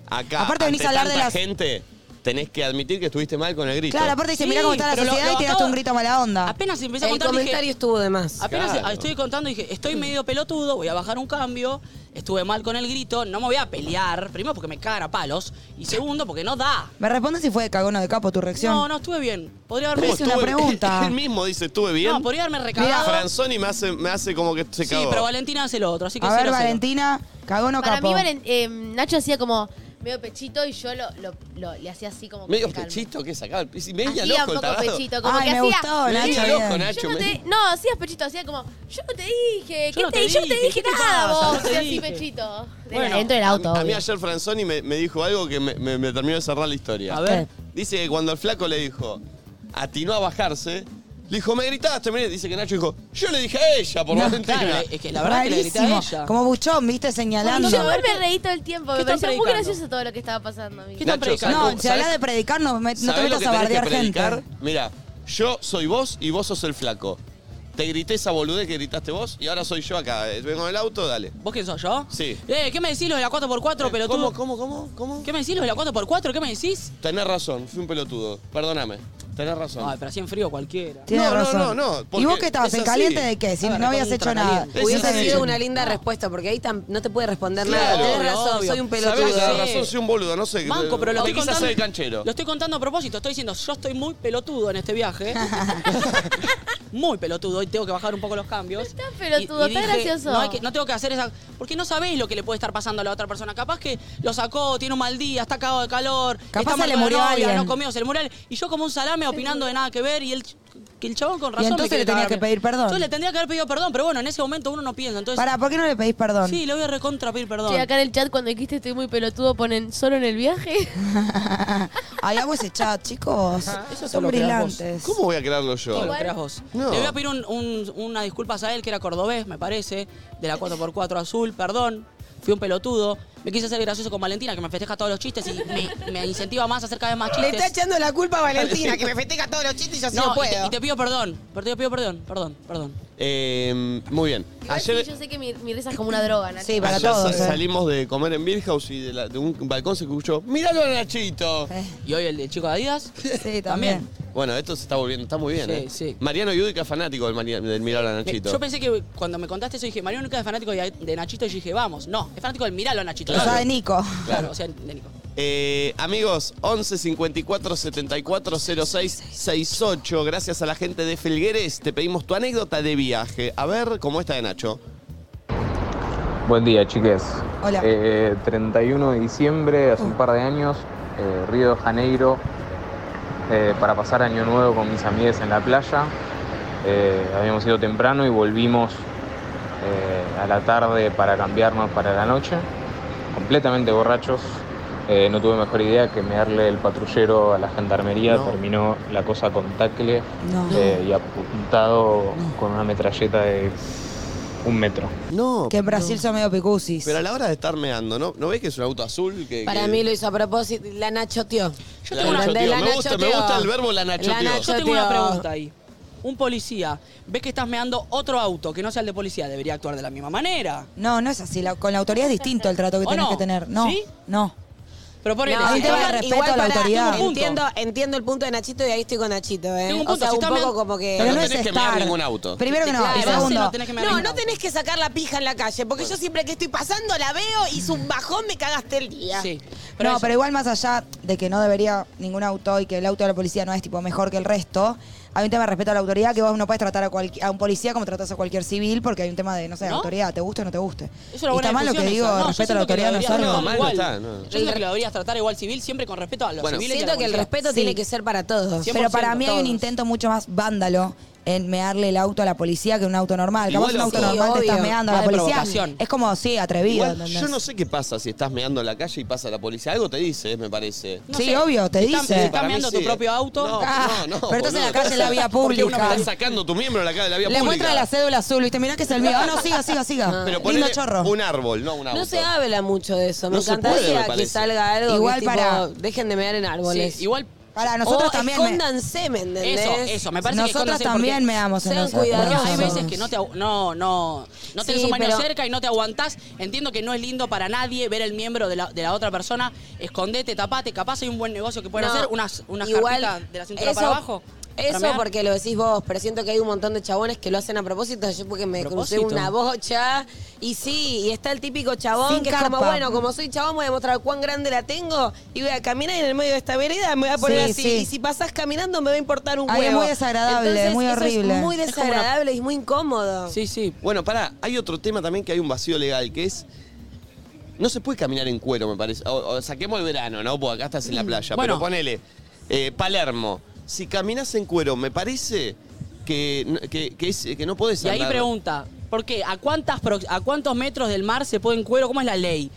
acá,
Aparte
Aparte
venís a hablar de las-
gente, tenés que admitir que estuviste mal con el grito.
Claro, aparte dice, mirá
Sí,
cómo está la
pero lo-
sociedad
lo
y tiraste
acabo-
un grito mala onda.
Apenas empecé a
El
contar, dije,
comentario estuvo de más.
Apenas
Claro.
estoy contando y dije, estoy medio pelotudo, voy a bajar un cambio, estuve mal con el grito, no me voy a pelear, primero porque me cagan a palos y segundo porque no da.
¿Me respondes si fue de cagón o de capo tu reacción?
No, no estuve bien. Podría
Te
haberme
hice una
Estuve-
pregunta.
Él mismo dice, estuve bien.
No, podría haberme
Ah,
recagado.
Franzoni me hace, me hace como que se
Sí,
cagó.
pero Valentina hace lo otro, así que
a ver,
cero, cero.
Valentina, cagón o
Para
capo.
mí Valen- eh, Nacho hacía como medio pechito y yo lo, lo- lo- le hacía así como que
Medio
se calme.
pechito que sacaba el piso. y Media
Hacía
loco
un
el
poco
tarado.
pechito, como
Ay,
que
me
hacía...
gustó,
"Sí,
Nacho,
yo
bien.
eh.
loco, Nacho.
no,
me-
te- no, hacías pechito, hacía como, yo no te dije,
Yo
¿qué
no
te,
te
yo no te
dije,
dije
¿qué te
nada,
pasa?
vos.
No te
Hacía así
dije.
pechito.
Bueno,
dentro del auto,
A mí
obvio.
ayer Franzoni me, me dijo algo que me, me- me terminó de cerrar la historia.
A ver.
Dice que cuando el flaco le dijo, atinó a bajarse, le dijo, me gritaste, mirá. Dice que Nacho dijo, yo le dije a ella por Valentina.
Claro, es que la verdad es que le grité a
Rarísimo.
ella.
Como buchón, viste,
Yo
señalando.
igual me reí todo el tiempo,
¿Qué
me
están
pareció muy
predicando?
gracioso todo lo que estaba pasando a mí.
¿Qué están
Nacho,
predicando?
No,
¿Sabés-
si hablas de predicar, no, me- no te
¿Sabés
metas
lo que
a
tenés que
bardear
predicar?
gente.
Mira, yo soy vos y vos sos el flaco. Te grité esa boludez que gritaste vos y ahora soy yo acá. Eh, Vengo en el auto, dale.
¿Vos quién sos yo?
Sí.
Eh, ¿qué me decís lo de la 4x4, pelotudo?
Eh, ¿Cómo, cómo, cómo? cómo?
¿Qué me decís lo de la 4x4? ¿Qué me decís?
Tenés razón, fui un pelotudo. Perdóname. Tenés razón.
Ay, pero así en frío cualquiera.
Tiene
No, no,
razón.
no, no,
¿Y
porque
vos qué estabas?
es
¿En
así.
caliente de qué? Si
A ver,
no habías
recontra
hecho nada.
caliente.
Hubiese
Hubiese
sido
dicho.
una linda respuesta, porque ahí tam- no te puede responder
Claro.
nada. Tenés
Obvio,
razón,
obvio.
soy un
Sabés que
pelotudo.
Sí.
tenés razón, soy un boludo, no sé.
Banco, pero lo
O
estoy
quizás
contando.
soy el canchero.
Lo estoy contando a propósito. Estoy diciendo, yo estoy muy pelotudo en este viaje. muy pelotudo y tengo que bajar un poco los cambios.
No estás pelotudo,
Y- y
estás
dije,
gracioso.
No, hay que- no tengo que hacer esa. Porque no sabéis lo que le puede estar pasando a la otra persona. Capaz que lo sacó, tiene un mal día, está cagado de calor.
Capaz
está
se
mal
le
con la
murió
novia,
alguien.
No comió, se le murió. alguien. Y yo como un salame opinando de nada que ver y el, que el chabón con razón. me
entonces
quiere
le tenías que
cagar.
pedir perdón.
Yo le tendría que haber pedido perdón, pero bueno, en ese momento uno no piensa. Entonces,
Pará, ¿por qué no le pedís perdón?
sí, le voy a recontra pedir perdón.
Che, acá en el chat cuando dijiste estoy muy pelotudo ponen solo en el viaje.
Ay, hago ese chat, chicos. Esos son
lo creás vos.
brillantes.
¿Cómo voy a crearlo
Todo lo
yo?
Igual-
creas vos.
No.
Le voy a pedir un- un- una disculpa a él, que era cordobés, me parece, de la 4x4 azul, perdón. Fui un pelotudo. Me quise hacer gracioso con Valentina, que me festeja todos los chistes y me, me incentiva más a hacer cada vez más
Le está
chistes.
echando la culpa a Valentina, que me festeja todos los chistes y yo así no,
No, y te,
puedo.
y te pido perdón. Pero te pido perdón, perdón, perdón.
Eh, muy bien.
Igual sí,
Ayer,
yo sé que mi, mi risa es como una droga, Nacho.
Sí, para
ayer
todos,
Ah, sa-
eh.
salimos de comer en Beer House y de, la- de un balcón se escuchó, ¡Míralo a Nachito!
Y hoy el de chico de Adidas.
Sí, también.
Bueno, esto se está volviendo, está muy bien,
Sí,
¿eh?
sí.
Mariano Yudica fanático del, Mari- del mirar a
Me-
Nachito.
yo pensé que cuando me contaste eso dije, Mario nunca es fanático de, de Nachito. Y yo dije, vamos, no, es fanático del Miralo a Nachito.
O sea, de
Claro,
Nico.
Claro, o sea, de Nico.
Eh, amigos, 11 54 74 06 68. Gracias a la gente de Felgueres, te pedimos tu anécdota de viaje. A ver cómo está de Nacho.
Buen día, chiques.
Hola. Uh.
Eh, 31 de diciembre, hace un par de años, eh, Río de Janeiro, eh, para pasar Año Nuevo con mis amigues en la playa. Eh, habíamos ido temprano y volvimos eh, a la tarde para cambiarnos para la noche, completamente borrachos. Eh, no tuve mejor idea que mearle el patrullero a la gendarmería.
No.
Terminó la cosa con tacle
No.
eh, y apuntado con una metralleta de un metro.
No,
Que en Brasil son medio picusis.
pero a la hora de estar meando, ¿no, ¿No ves que es un auto azul? Que,
Para
que-
mí lo hizo a propósito, la Nacho tío.
Yo
La
tengo una-
Nacho,
Entendés,
tío.
la
Me gusta,
Nacho,
me gusta
tío.
el verbo la Nacho,
La
tío.
Nacho,
Yo tengo
tío.
una pregunta ahí. Un policía ve que estás meando otro auto que no sea el de policía, debería actuar de la misma manera.
No, no es así. La- con la autoridad es distinto el trato que
¿O
tenés
no?
que tener. No,
¿Sí?
no.
Pero por
No, ahí
si
te va
estás-
a respeto a la
pará,
autoridad.
tengo un punto. Entiendo, entiendo el punto de Nachito y ahí estoy con Nachito, ¿eh?
Tengo un
o
punto,
sea, un
si está
poco
meando-
como que...
Pero no,
no
es
tenés que mear
estar.
ningún auto.
Primero que no.
Claro,
y
base,
segundo,
no tenés que mear
No,
ningún
no
auto.
tenés que sacar la pija en la calle, porque yo siempre que estoy pasando la veo y su bajón me cagaste el día.
Sí.
no,
eso-
pero igual más allá de que no debería ningún auto y que el auto de la policía no es tipo mejor que el resto, hay un tema de respeto a la autoridad que vos no puedes tratar a, cualqui- a un policía como tratás a cualquier civil porque hay un tema de, no sé,
¿No?
autoridad, te guste o no te guste.
es una
Y
buena
está mal lo que
discusión
digo,
eso. No, yo
respeto a la
siento que
autoridad
lo
no es
deberías
algo.
No,
tratar
mal no
igual.
está, no.
Yo siento que lo deberías tratar igual civil, siempre con respeto a los
Bueno,
civiles. y a
Siento
la
que el
policía.
respeto tiene que ser para todos.
Pero para mí hay un
todos.
intento mucho más vándalo en mearle el auto a la policía que un auto normal. Capaz
Igual
un
lo-
auto
Sí,
normal te estás
obvio.
meando
Va
a la
de
policía.
provocación.
Es como, sí, atrevido.
Igual,
¿entendés?
yo no sé qué pasa si estás meando en la calle y pasa la policía. Algo te dice, eh, me parece.
sí, obvio, te
Están-
dice.
están Para mí meando tu sí. propio
auto.
No,
Ah,
no, no.
pero estás en la
boludo.
calle, en la vía
¿Por qué uno
pública.
me está sacando tu miembro de la calle de la vía
Le
pública.
muestra la cédula azul, viste, mirá que es el mío. Ah, no, siga, siga, siga.
Pero
Lindo
ponele
chorro.
un árbol, no un auto.
No se habla mucho de eso. Me
No se puede, me
encantaría que
parece.
salga algo.
Igual
que es tipo,
para-
Dejen de mear en árboles.
Sí, igual-
Para nosotros
O
también me-
Escóndanse, ¿me entendés?
Eso, eso, me parece que
Nosotras
conoce
también
porque-
me damos en
Sean
los
Porque
cuidadosos.
hay veces que no te agu- no no no tenés
Sí,
un baño
pero-
cerca y no te aguantás. Entiendo que no es lindo para nadie ver el miembro de la, de la otra persona. Escondete, tapate, capaz hay un buen negocio que pueden
No,
hacer unas unas
igual,
carpitas de la cintura para abajo. para
Eso
mear.
porque lo decís vos, pero siento que hay un montón de chabones que lo hacen a propósito. Yo porque me crucé
propósito?
una bocha y sí, y está el típico chabón
Sin
que es
carpa.
como, bueno, como soy chabón voy a mostrar cuán grande la tengo y voy a caminar en el medio de esta vereda, me voy a poner
Sí,
así.
sí.
Y si pasás caminando me va a importar un
Ay, es
huevo.
muy desagradable,
Entonces,
muy
eso es
horrible.
muy
Es como una-
desagradable y muy incómodo.
Sí, sí.
Bueno, pará, hay otro tema también que hay un vacío legal, que es. No se puede caminar en cuero, me parece. O, o saquemos el verano, ¿no? Porque acá estás en la playa.
Bueno.
Pero ponele, eh, Palermo. Si caminas en cuero, me parece que, n- que, que es- que no podés
Y ahí
andar.
pregunta, ¿por qué? ¿A, cuántas pro- ¿A cuántos metros del mar se puede en cuero? ¿Cómo es la ley?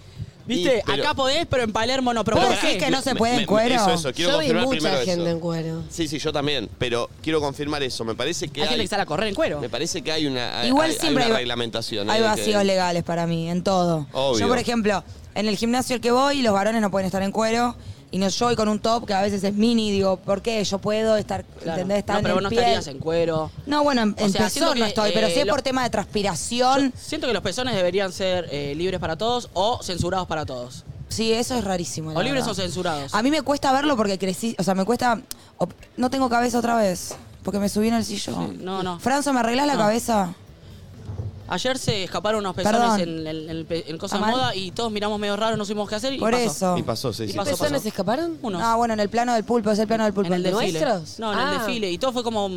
¿Viste?
Y, pero-
Acá podés, pero en Palermo no. Pero
¿Vos
¿por
decís
qué?
que no se
Me-
puede
me-
en cuero?
Eso, eso. Quiero
Yo vi
confirmar
mucha
primero eso.
gente en cuero.
Sí, sí, yo también. Pero quiero confirmar eso. Me parece que
Hay
hay.
gente que sale a correr en cuero.
Me parece que hay una, hay-
Igual
hay- hay
siempre
una
hay-
reglamentación.
Hay
eh, que-
vacíos legales para mí, en todo.
Obvio.
Yo, por ejemplo, en el gimnasio al que voy, los varones no pueden estar en cuero. Y no, yo voy con un top que a veces es mini, digo, ¿por qué? Yo puedo estar,
Claro.
¿entendés? Estar
no, pero
en
vos
el
no
piel.
estarías en cuero.
No, bueno, en,
O
en
sea,
pezón
siento que,
no estoy, pero
eh,
si es
lo-
por tema de transpiración,
Siento que los pezones deberían ser eh, libres para todos o censurados para todos.
sí, eso es rarísimo. la
O libres
verdad.
o censurados.
A mí me cuesta verlo porque crecí, o sea, me cuesta. op- No tengo cabeza otra vez, porque me subí en el sillón.
No, no.
Franzo, ¿me arreglás la
No.
cabeza?
Ayer se escaparon unos pezones
Perdón.
en, en- en- en cosas
¿Está
de
mal?
moda y todos miramos medio raros, no supimos qué hacer y
Por
pasó.
eso.
Y pasó, sí,
Y
sí.
pasó,
¿Personas
pasó.
escaparon?
Unos.
Ah, bueno, en el plano del pulpo, es el plano del pulpo.
en el desfile.
¿Nuestros?
No, en
Ah.
el desfile. Y todo fue como...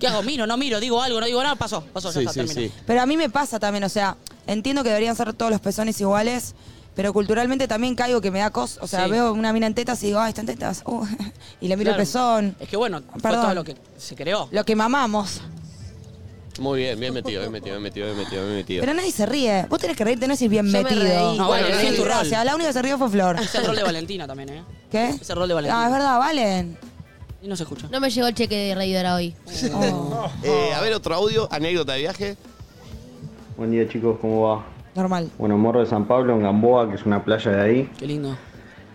¿Qué hago? Miro, no miro, digo algo, no digo nada, pasó, pasó, ya
Sí,
está,
sí,
terminó.
sí.
Pero a mí me pasa también, o sea, entiendo que deberían ser todos los pezones iguales, pero culturalmente también caigo que me da cos. O sea,
Sí.
veo una mina en tetas y digo, ay, está en tetas. uh, y le miro
Claro.
el pezón.
Es que bueno, fue
Perdón.
todo lo que se creó.
Lo que mamamos.
Muy bien, bien metido, bien metido, bien metido, bien metido, bien metido.
Pero nadie se ríe. Vos tenés que reírte, no decir bien
Yo me
metido.
reí.
No, bueno, elegí tu rol.
gracias. La única que se rió fue Flor.
Es el rol de Valentina también, ¿eh?
¿Qué?
Es el rol de Valentina.
Ah, es verdad, Valen.
Y no se escucha.
No me llegó el cheque de reidora hoy.
Oh,
Eh, a ver, otro audio, anécdota de viaje.
Buen día chicos, ¿cómo va?
normal.
Bueno, Morro de San Pablo, en Gamboa, que es una playa de ahí.
Qué lindo.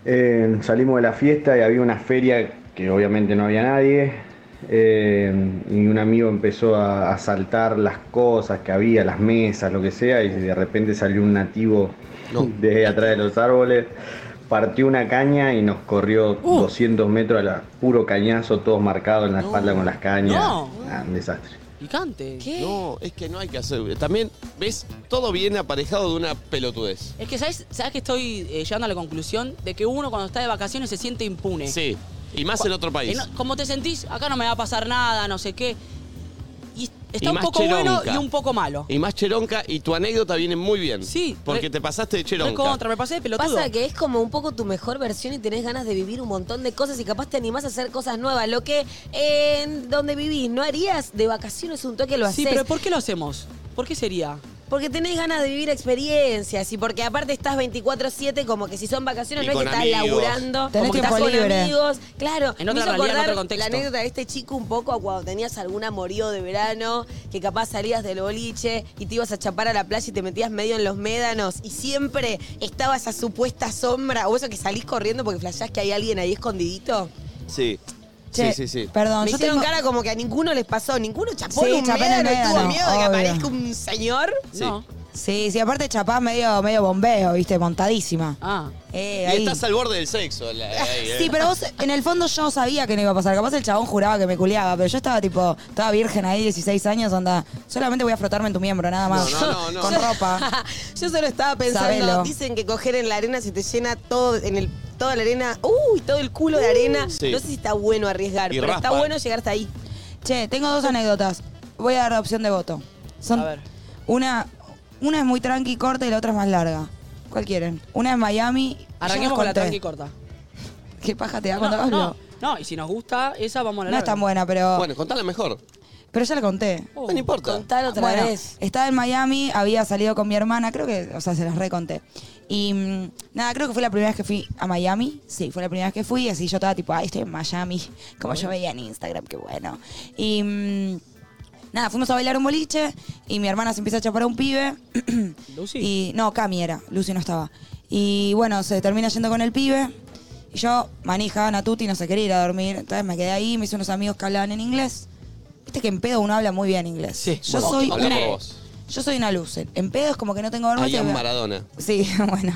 Eh, salimos de la fiesta y había una feria que obviamente no había nadie. Eh, y un amigo empezó a, a saltar las cosas que había, las mesas, lo que sea, y de repente salió un nativo desde atrás de los árboles, partió una caña y nos corrió
Uh.
200 metros a la, puro cañazo, todos marcados en la espalda con las cañas.
No.
Nah, un desastre.
Picante.
No, es que no hay que hacer. También, ves, todo viene aparejado de una pelotudez.
Es que, ¿sabes, ¿sabes que estoy eh, llegando a la conclusión de que uno cuando está de vacaciones se siente impune?
Sí. Y más en otro
Eh,
país.
no, como te sentís, acá no me va a pasar nada, no sé qué. Y está
Y
un
más
poco bueno
cheronca.
y un poco malo.
Y más cheronca, y tu anécdota viene muy bien.
Sí,
Porque
re-
te pasaste de
No
cheronca.
contra, me pasé de pelotudo.
Pasa que es como un poco tu mejor versión y tenés ganas de vivir un montón de cosas y capaz te animás a hacer cosas nuevas. Lo que en donde vivís no harías de vacaciones un toque lo haces.
sí, pero ¿por qué lo hacemos? ¿Por qué sería?
Porque tenés ganas de vivir experiencias y porque aparte estás 24-7, como que si son vacaciones
Y
no es que
con
estás
amigos.
laburando,
Tenés
como que
tiempo
estás
libre.
con amigos. Claro,
En
me
otra
hizo
realidad, en
acordar
otro contexto.
la anécdota de este chico un poco a cuando tenías algún amorío de verano, que capaz salías del boliche y te ibas a chapar a la playa y te metías medio en los médanos y siempre estaba esa supuesta sombra o eso que salís corriendo porque flashás que hay alguien ahí escondidito.
Sí.
Che,
sí, sí, sí.
Perdón,
Me
yo
hicieron
tengo...
cara como que a ninguno les pasó, ninguno chapó
Sí,
en un
chapé en el
médano y tuvo
médano,
miedo de que
obvio.
aparezca un señor.
Sí.
No.
Sí, sí, aparte chapás medio, medio bombeo, viste, montadísima.
Ah.
Eh,
Y
ahí.
estás al borde del sexo. la- ahí, eh.
Sí, pero vos, en el fondo yo sabía que no iba a pasar. Capaz el chabón juraba que me culeaba, pero yo estaba tipo, estaba virgen ahí, 16 años, onda, solamente voy a frotarme en tu miembro, nada más.
No, no, no, no.
Con ropa.
Yo solo estaba pensando,
Sabelo.
dicen que coger en la arena se te llena todo en el toda la arena, uy, todo el culo de
Uh,
arena.
Sí.
No sé si está bueno arriesgar,
Y
pero está
raspa.
bueno llegar hasta ahí.
Che, tengo dos anécdotas. Voy a dar opción de voto. Son
A ver.
Una, una es muy tranqui corta y la otra es más larga. ¿Cuál quieren? Una es Miami.
Arranquemos con la tranqui corta.
¿Qué paja te da
No,
cuando hablo?
no, no, y si nos gusta, esa vamos a la
No es
larga.
tan buena, pero.
Bueno, contala mejor.
Pero ya la conté.
Oh,
No importa.
Contar otra
Bueno,
vez.
Estaba en Miami, había salido con mi hermana, creo que, o sea, se las reconté. Y mm, nada, creo que fue la primera vez que fui a Miami. Sí, fue la primera vez que fui. Así yo estaba tipo, ay, estoy en Miami. Como yo veía en Instagram, qué bueno. Y mm, nada, fuimos a bailar un boliche y mi hermana se empieza a chapar a un pibe.
¿Lucy?
Y, no, Cami era, Lucy no estaba. Y bueno, se termina yendo con el pibe. Y yo, manija, Natuti, no se quería ir a dormir. Entonces me quedé ahí, me hice unos amigos que hablaban en inglés. Viste que en pedo uno habla muy bien inglés.
Sí,
yo
bueno,
soy
habla
una,
por vos.
Yo soy una luz. En pedo es como que no tengo vergüenza. y
Ahí en
me-
Maradona.
Sí, bueno.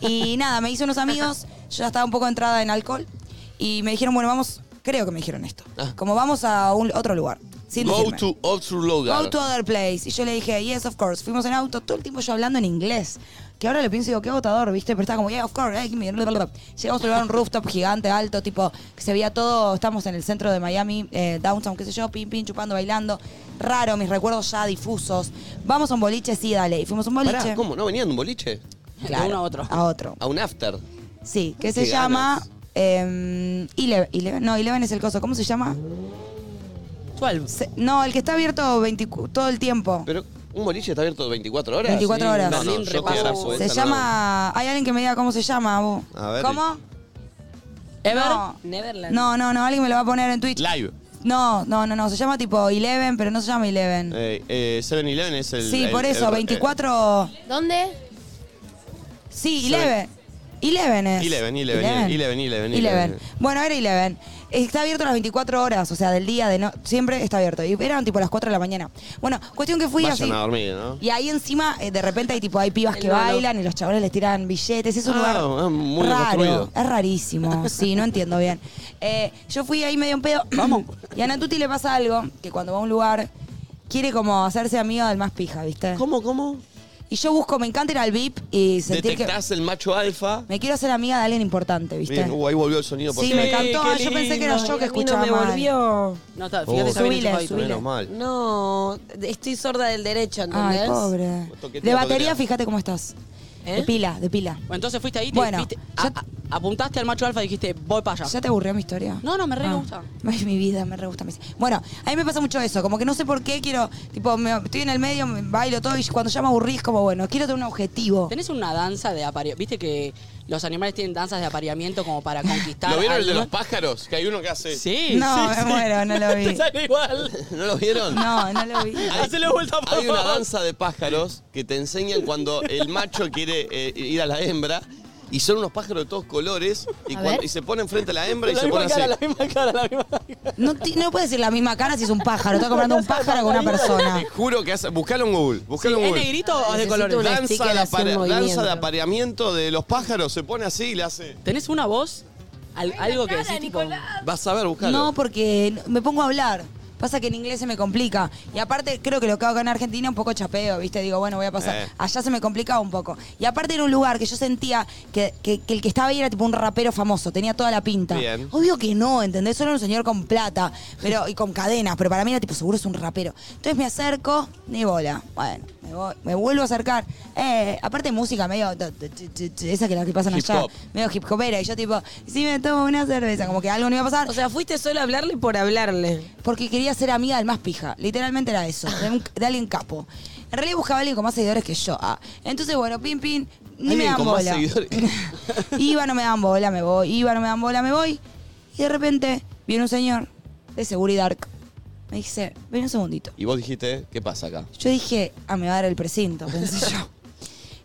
Y nada, me hice unos amigos, yo ya estaba un poco entrada en alcohol y me dijeron, bueno, vamos, creo que me dijeron esto, como vamos a un- otro lugar. Sin
Ah. Go
decirme.
to Otro Lugar.
Go to other place. Y yo le dije, yes, of course. Fuimos en auto, todo el tiempo yo hablando en inglés. Que ahora lo pienso y digo, qué agotador, ¿viste? Pero está como, yeah, of course. eh, give me- bla, bla, bla". Llegamos a un lugar, un rooftop gigante, alto, tipo, que se veía todo. Estamos en el centro de Miami, eh, downtown, qué sé yo, pim, pim, chupando, bailando. Raro, mis recuerdos ya difusos. Vamos a un boliche, sí, dale. Y fuimos a un boliche.
Pará, ¿cómo? ¿No venían de un boliche?
Claro, De uno a otro. A otro.
A un after.
Sí, que
Qué
se
ganas.
llama... eh, Eleven, Eleven- no, Eleven es el coso. ¿Cómo se llama? Se- no, el que está abierto 20 todo el tiempo.
Pero un boliche está abierto 24 horas.
24 horas.
No, no, yo estoy ahora
se
suelta, no,
llama. Hay alguien que me diga cómo se llama. vos?
no. A ver.
¿Cómo?
¿Ever?
No.
Neverland.
no, no, no, alguien me lo va a poner en Twitch.
Live.
No, no, no, no. Se llama tipo Eleven, pero no se llama Eleven.
Eh, eh, 7-Eleven es el.
sí,
el-
por
el-
eso,
el-
24.
¿Dónde?
Sí,
Seven.
Eleven. Eleven es.
11, 11, 11, 11,
Eleven. Bueno, era Eleven. Está abierto las 24 horas, o sea, del día, de no... siempre está abierto. Y eran tipo las 4 de la mañana. Bueno, cuestión que fui
Vayan
así.
a dormir, ¿no?
Y ahí encima, eh, de repente hay tipo, hay pibas que
no, no.
bailan y los chavales les tiran billetes. Es un
Ah,
lugar
ah, muy
raro.
reconstruido.
Es rarísimo. Sí, no entiendo bien. Eh, yo fui ahí medio en pedo. Vamos. Y a Natuti le pasa algo, que cuando va a un lugar, quiere como hacerse amiga del más pija, ¿viste?
¿Cómo, cómo?
Y yo busco, me encanta ir al VIP y sentir que.
Detectás el macho alfa.
Me quiero hacer amiga de alguien importante, ¿viste?
Bien, uh, ahí volvió el sonido por
Sí,
fin.
me encantó.
qué
yo pensé que era
lindo.
yo que
Ay, a mí no
escuchaba
me
mal.
volvió.
No, está,
Oh,
fíjate, está bien
subile,
enchufadito.
subile.
Menos mal.
No, estoy sorda del derecho, ¿entendés?
Ay, pobre. De
Toquetea,
batería,
toquetea.
fíjate cómo estás.
¿Eh?
De pila, de pila.
Bueno, entonces fuiste ahí, te
Bueno,
viste- a- a- apuntaste al macho alfa y dijiste, voy para allá.
¿Ya te aburrió mi historia?
No, no, me re
Ah.
gusta.
Ay, mi vida, me re gusta. mi- Bueno, a mí me pasa mucho eso, como que no sé por qué quiero, tipo, me- estoy en el medio, me bailo todo y cuando ya me aburrí es como, bueno, quiero tener un objetivo.
¿Tenés una danza de apareamiento? ¿Viste que los animales tienen danzas de apareamiento como para conquistar?
¿Lo vieron
al-
el de los pájaros? Que hay uno que hace.
Sí,
No,
sí,
me
sí.
muero, no lo
Te
vi.
sale igual.
¿No lo vieron?
No, no lo vi.
Hacele vuelta por
Hay una
favor.
danza de pájaros que te enseñan cuando el macho quiere eh, ir a la hembra. Y son unos pájaros de todos colores. Y,
A
cuando-
ver.
y se ponen frente a la hembra y
La
se
misma
ponen
cara, la
así.
misma cara, la misma cara.
No, ti- no puedes decir la misma cara si es un pájaro, está comprando un pájaro con una persona.
Te juro que hace. Buscalo en Google. Buscalo en
¿Es
Google.
negrito o de
necesito
colores?
una- Un
Danza
sticker
de,
hace un
apare- danza
movimiento.
de apareamiento de los pájaros. Se pone así y le hace.
¿Tenés una voz? Al- algo que
cara,
decís tipo...
Vas a ver, buscalo.
No, porque me pongo a hablar. Pasa que en inglés se me complica. Y aparte, creo que lo que hago acá en Argentina un poco chapeo, ¿viste? Digo, bueno, voy a pasar.
Eh.
Allá se me complicaba un poco. Y aparte era un lugar que yo sentía que, que- que el que estaba ahí era tipo un rapero famoso, tenía toda la pinta.
Bien.
Obvio que no, ¿entendés? Solo era un señor con plata pero y con cadenas, pero para mí era tipo, seguro es un rapero. Entonces me acerco, ni bola. Bueno, me, voy- me vuelvo a acercar. Eh, aparte música medio, t- t- t- t- esa que las que pasan
Hip
allá,
hop.
medio hip hopera. Y yo tipo, si me tomo una cerveza, como que algo no iba a pasar.
O sea, fuiste solo a hablarle por hablarle.
Porque quería ser amiga del más pija. Literalmente era eso, de, un- de alguien capo. En realidad buscaba a alguien con más seguidores que yo. ah. Entonces, bueno, pin, pin, ni me
Alguien
dan
con más
bola.
seguidores.
iba, no me dan bola, me voy. Iba, no me dan bola, me voy. Y de repente viene un señor de seguridad. Me dice, ven un segundito.
Y vos dijiste, ¿qué pasa acá?
Yo dije, ah, me va a dar el precinto, pensé yo.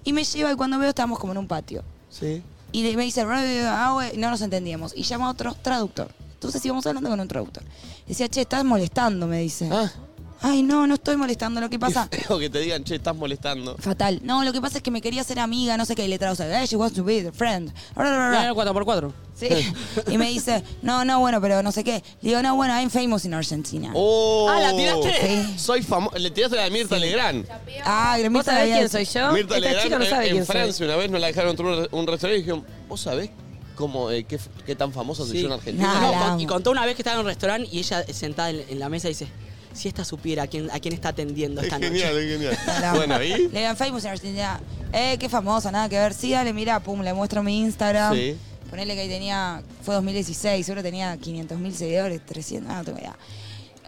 Y me lleva y cuando veo estábamos como en un patio.
Sí.
Y de- me dice, "Bra, bra, bra", ah, güey, y no nos entendíamos. Y llama a otro traductor. Entonces íbamos hablando con un traductor. Decía, che, estás molestando, me dice.
Ah.
Ay, no, no estoy molestando. Lo que pasa,
Qué feo que te digan, che, estás molestando.
fatal. No, lo que pasa es que me quería ser amiga, no sé qué. Y le traduce, hey, she wants to be the friend. Bra, bra, bra.
No, no, 4x4.
Sí. Y me dice, no, no, bueno, pero no sé qué. Le digo, no, bueno, I'm famous in Argentina.
¡Oh!
Ah, ¿la tiraste?
Sí.
Soy famoso. Le tiraste la de Mirta Legrand.
Ah,
¿Vos
Gremista
sabés
había-
quién soy yo?
Mirta
Esta chica
Legrand
no
en-
sabe
en
quién soy.
Francia una vez no la dejaron entrar a un restaurante y dijeron, ¿vos sabés cómo, eh, qué, qué tan famoso soy
Sí.
yo en Argentina?
Nah,
No,
la
con-
amo.
y contó una vez que estaba en un restaurante y ella sentada en, en la mesa dice, si esta supiera a quién, a quién está atendiendo
Es
esta noche.
genial, es genial.
La-
bueno,
Le
¿y?
digo, I'm famous in Argentina. Eh, qué famosa, nada que ver. Sí, dale, mira, pum, le muestro mi Instagram.
Sí.
Ponele que ahí tenía, fue 2016, seguro tenía 500 mil seguidores, 300, ah, no tengo idea.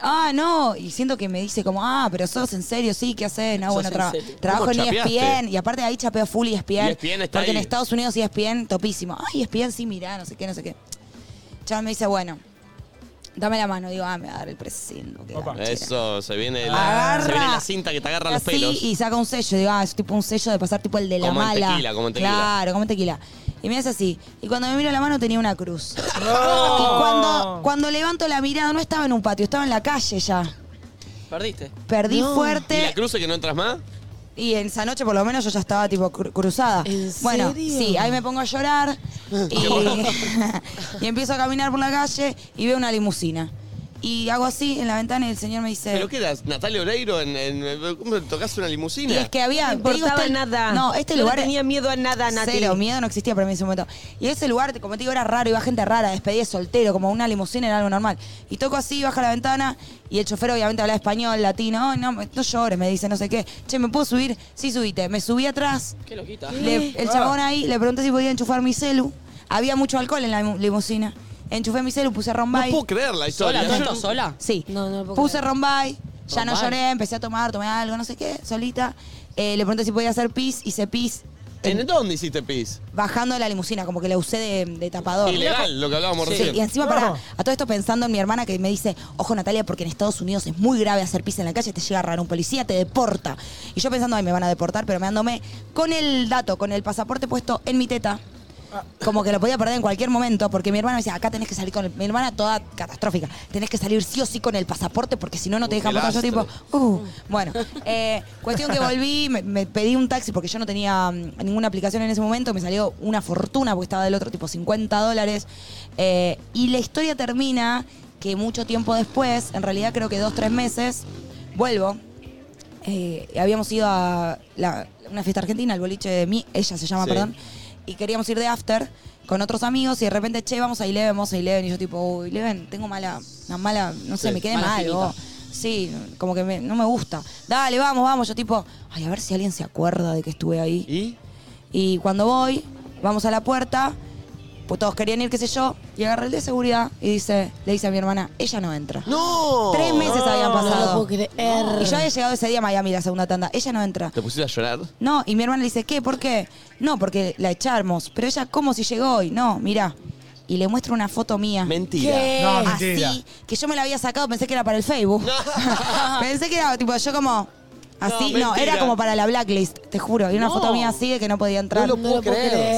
ah, no, y siento que me dice como, ah, pero sos en serio, sí, ¿qué haces? No,
Sos
bueno,
en
traba-
serio.
trabajo
¿Cómo
en E
chapeaste? E
ESPN, y aparte ahí chapeo full E ESPN,
ESPN está
porque en
ahí.
Estados Unidos E ESPN, topísimo, ay, E ESPN sí, mirá, no sé qué, no sé qué. Chaval me dice, bueno, dame la mano, digo, ah, me va a dar el presinto. que da.
Eso, se viene, la, se viene la cinta que te agarra los
Así,
pelos.
y saca un sello, digo, ah, es tipo un sello de pasar tipo el de la
Como en
mala.
tequila, como en tequila.
Claro, como en tequila. Y me hace así. Y cuando me miro la mano tenía una cruz.
No.
Y cuando, cuando levanto la mirada no estaba en un patio, estaba en la calle ya.
Perdiste.
Perdí fuerte.
¿Y la cruce que no entras más?
Y en esa noche por lo menos yo ya estaba tipo cru- cruzada. bueno,
serio?
sí, ahí me pongo a llorar y, y empiezo a caminar por la calle y veo una limusina. Y hago así en la ventana y el señor me dice...
¿Pero qué eras? ¿Natalia Oreiro? En, en- ¿Cómo tocas una limusina?
Y es que había.
No
te digo,
importaba
este-
nada.
No, este
No le
lugar.
tenía
miedo a nada,
Nati.
Cero, miedo no existía para mí en ese momento. Y ese lugar, como te digo, era raro, iba gente rara, despedida de soltero, como una limusina era algo normal. Y toco así, baja la ventana, y el chofer obviamente habla español, latino. Ay, no, me- no llores, me dice, no sé qué. Che, ¿me puedo subir? Sí, subite. Me subí atrás.
Qué loquita.
Le-
Ah.
el chabón ahí le pregunté si podía enchufar mi celu. Había mucho alcohol en la limu- limusina. Enchufé mi celu, puse Rombay.
puedo creer la historia.
¿Sola? ¿Todo esto sola?
Sí.
No, no
Puse Rombay, ya no
Rombay.
lloré, empecé a tomar, tomé algo, no sé qué, solita. Eh, le pregunté si podía hacer pis, hice pis
¿En dónde hiciste pis?
bajando de la limusina, como que la usé de, de tapador.
Ilegal, lo que hablábamos
Sí,
recién.
y encima para a todo esto pensando en mi hermana que me dice, ojo Natalia, porque en Estados Unidos es muy grave hacer pis en la calle, te llega a agarrar un policía, te deporta. Y yo pensando, ay, me van a deportar, pero me andome con el dato, con el pasaporte puesto en mi teta. Como que lo podía perder en cualquier momento, porque mi hermana me decía, acá tenés que salir con el-". mi hermana toda catastrófica, tenés que salir sí o sí con el pasaporte, porque si no, no te dejan
qué
pasar. Yo tipo,
lastre.
uh, bueno, eh, cuestión que volví, me, me pedí un taxi porque yo no tenía mm, ninguna aplicación en ese momento, me salió una fortuna porque estaba del otro tipo 50 dólares. Eh, y la historia termina que mucho tiempo después, en realidad creo que dos, tres meses, vuelvo. Eh, habíamos ido a la- una fiesta argentina, el boliche de mí, ella se llama,
Sí.
perdón, y queríamos ir de after con otros amigos y de repente, che, vamos a Eleven, vamos a Eleven. Y yo tipo, uy, Eleven, tengo mala, una mala, no sé,
Sí,
me quedé
mala
mal.
espinita.
vos. Sí, como que me- no me gusta. Dale, vamos, vamos. Yo tipo, ay, a ver si alguien se acuerda de que estuve ahí.
¿Y?
Y cuando voy, vamos a la puerta, pues todos querían ir, qué sé yo, y agarré el de seguridad y dice, le dice a mi hermana, ella no entra.
¡No!
Tres meses habían pasado.
No lo puedo
Y yo había llegado ese día a Miami, la segunda tanda. Ella no entra.
¿Te pusiste a llorar?
No, y mi hermana le dice, ¿qué? ¿Por qué? No, porque la echamos. Pero ella, ¿cómo si llegó hoy? No, mirá. Y le muestro una foto mía.
Mentira. ¿Qué? No, mentira.
Así, que yo me la había sacado, pensé que era para el Facebook. pensé que era, tipo, yo como... Así,
No,
no,
mentira.
era como para la blacklist, te juro. Y una
No.
foto mía así de que no podía entrar.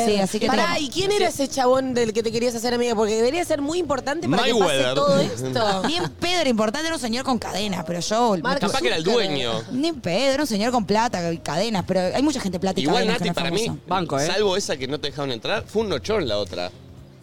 Sí, así que...
Pará,
tengo-
¿y quién era ese chabón del que te querías hacer amiga? Porque debería ser muy importante para que pase
Mayweather.
todo esto.
Bien Pedro, importante era un señor con cadena, pero yo...
Mark
Capaz que era el dueño.
Ni Pedro, era un señor con plata y cadenas, pero hay mucha gente plata y
Igual,
cadenas que
Nati,
no es
para mí,
famosa.
salvo esa que no te dejaron entrar, fue un nochón la otra.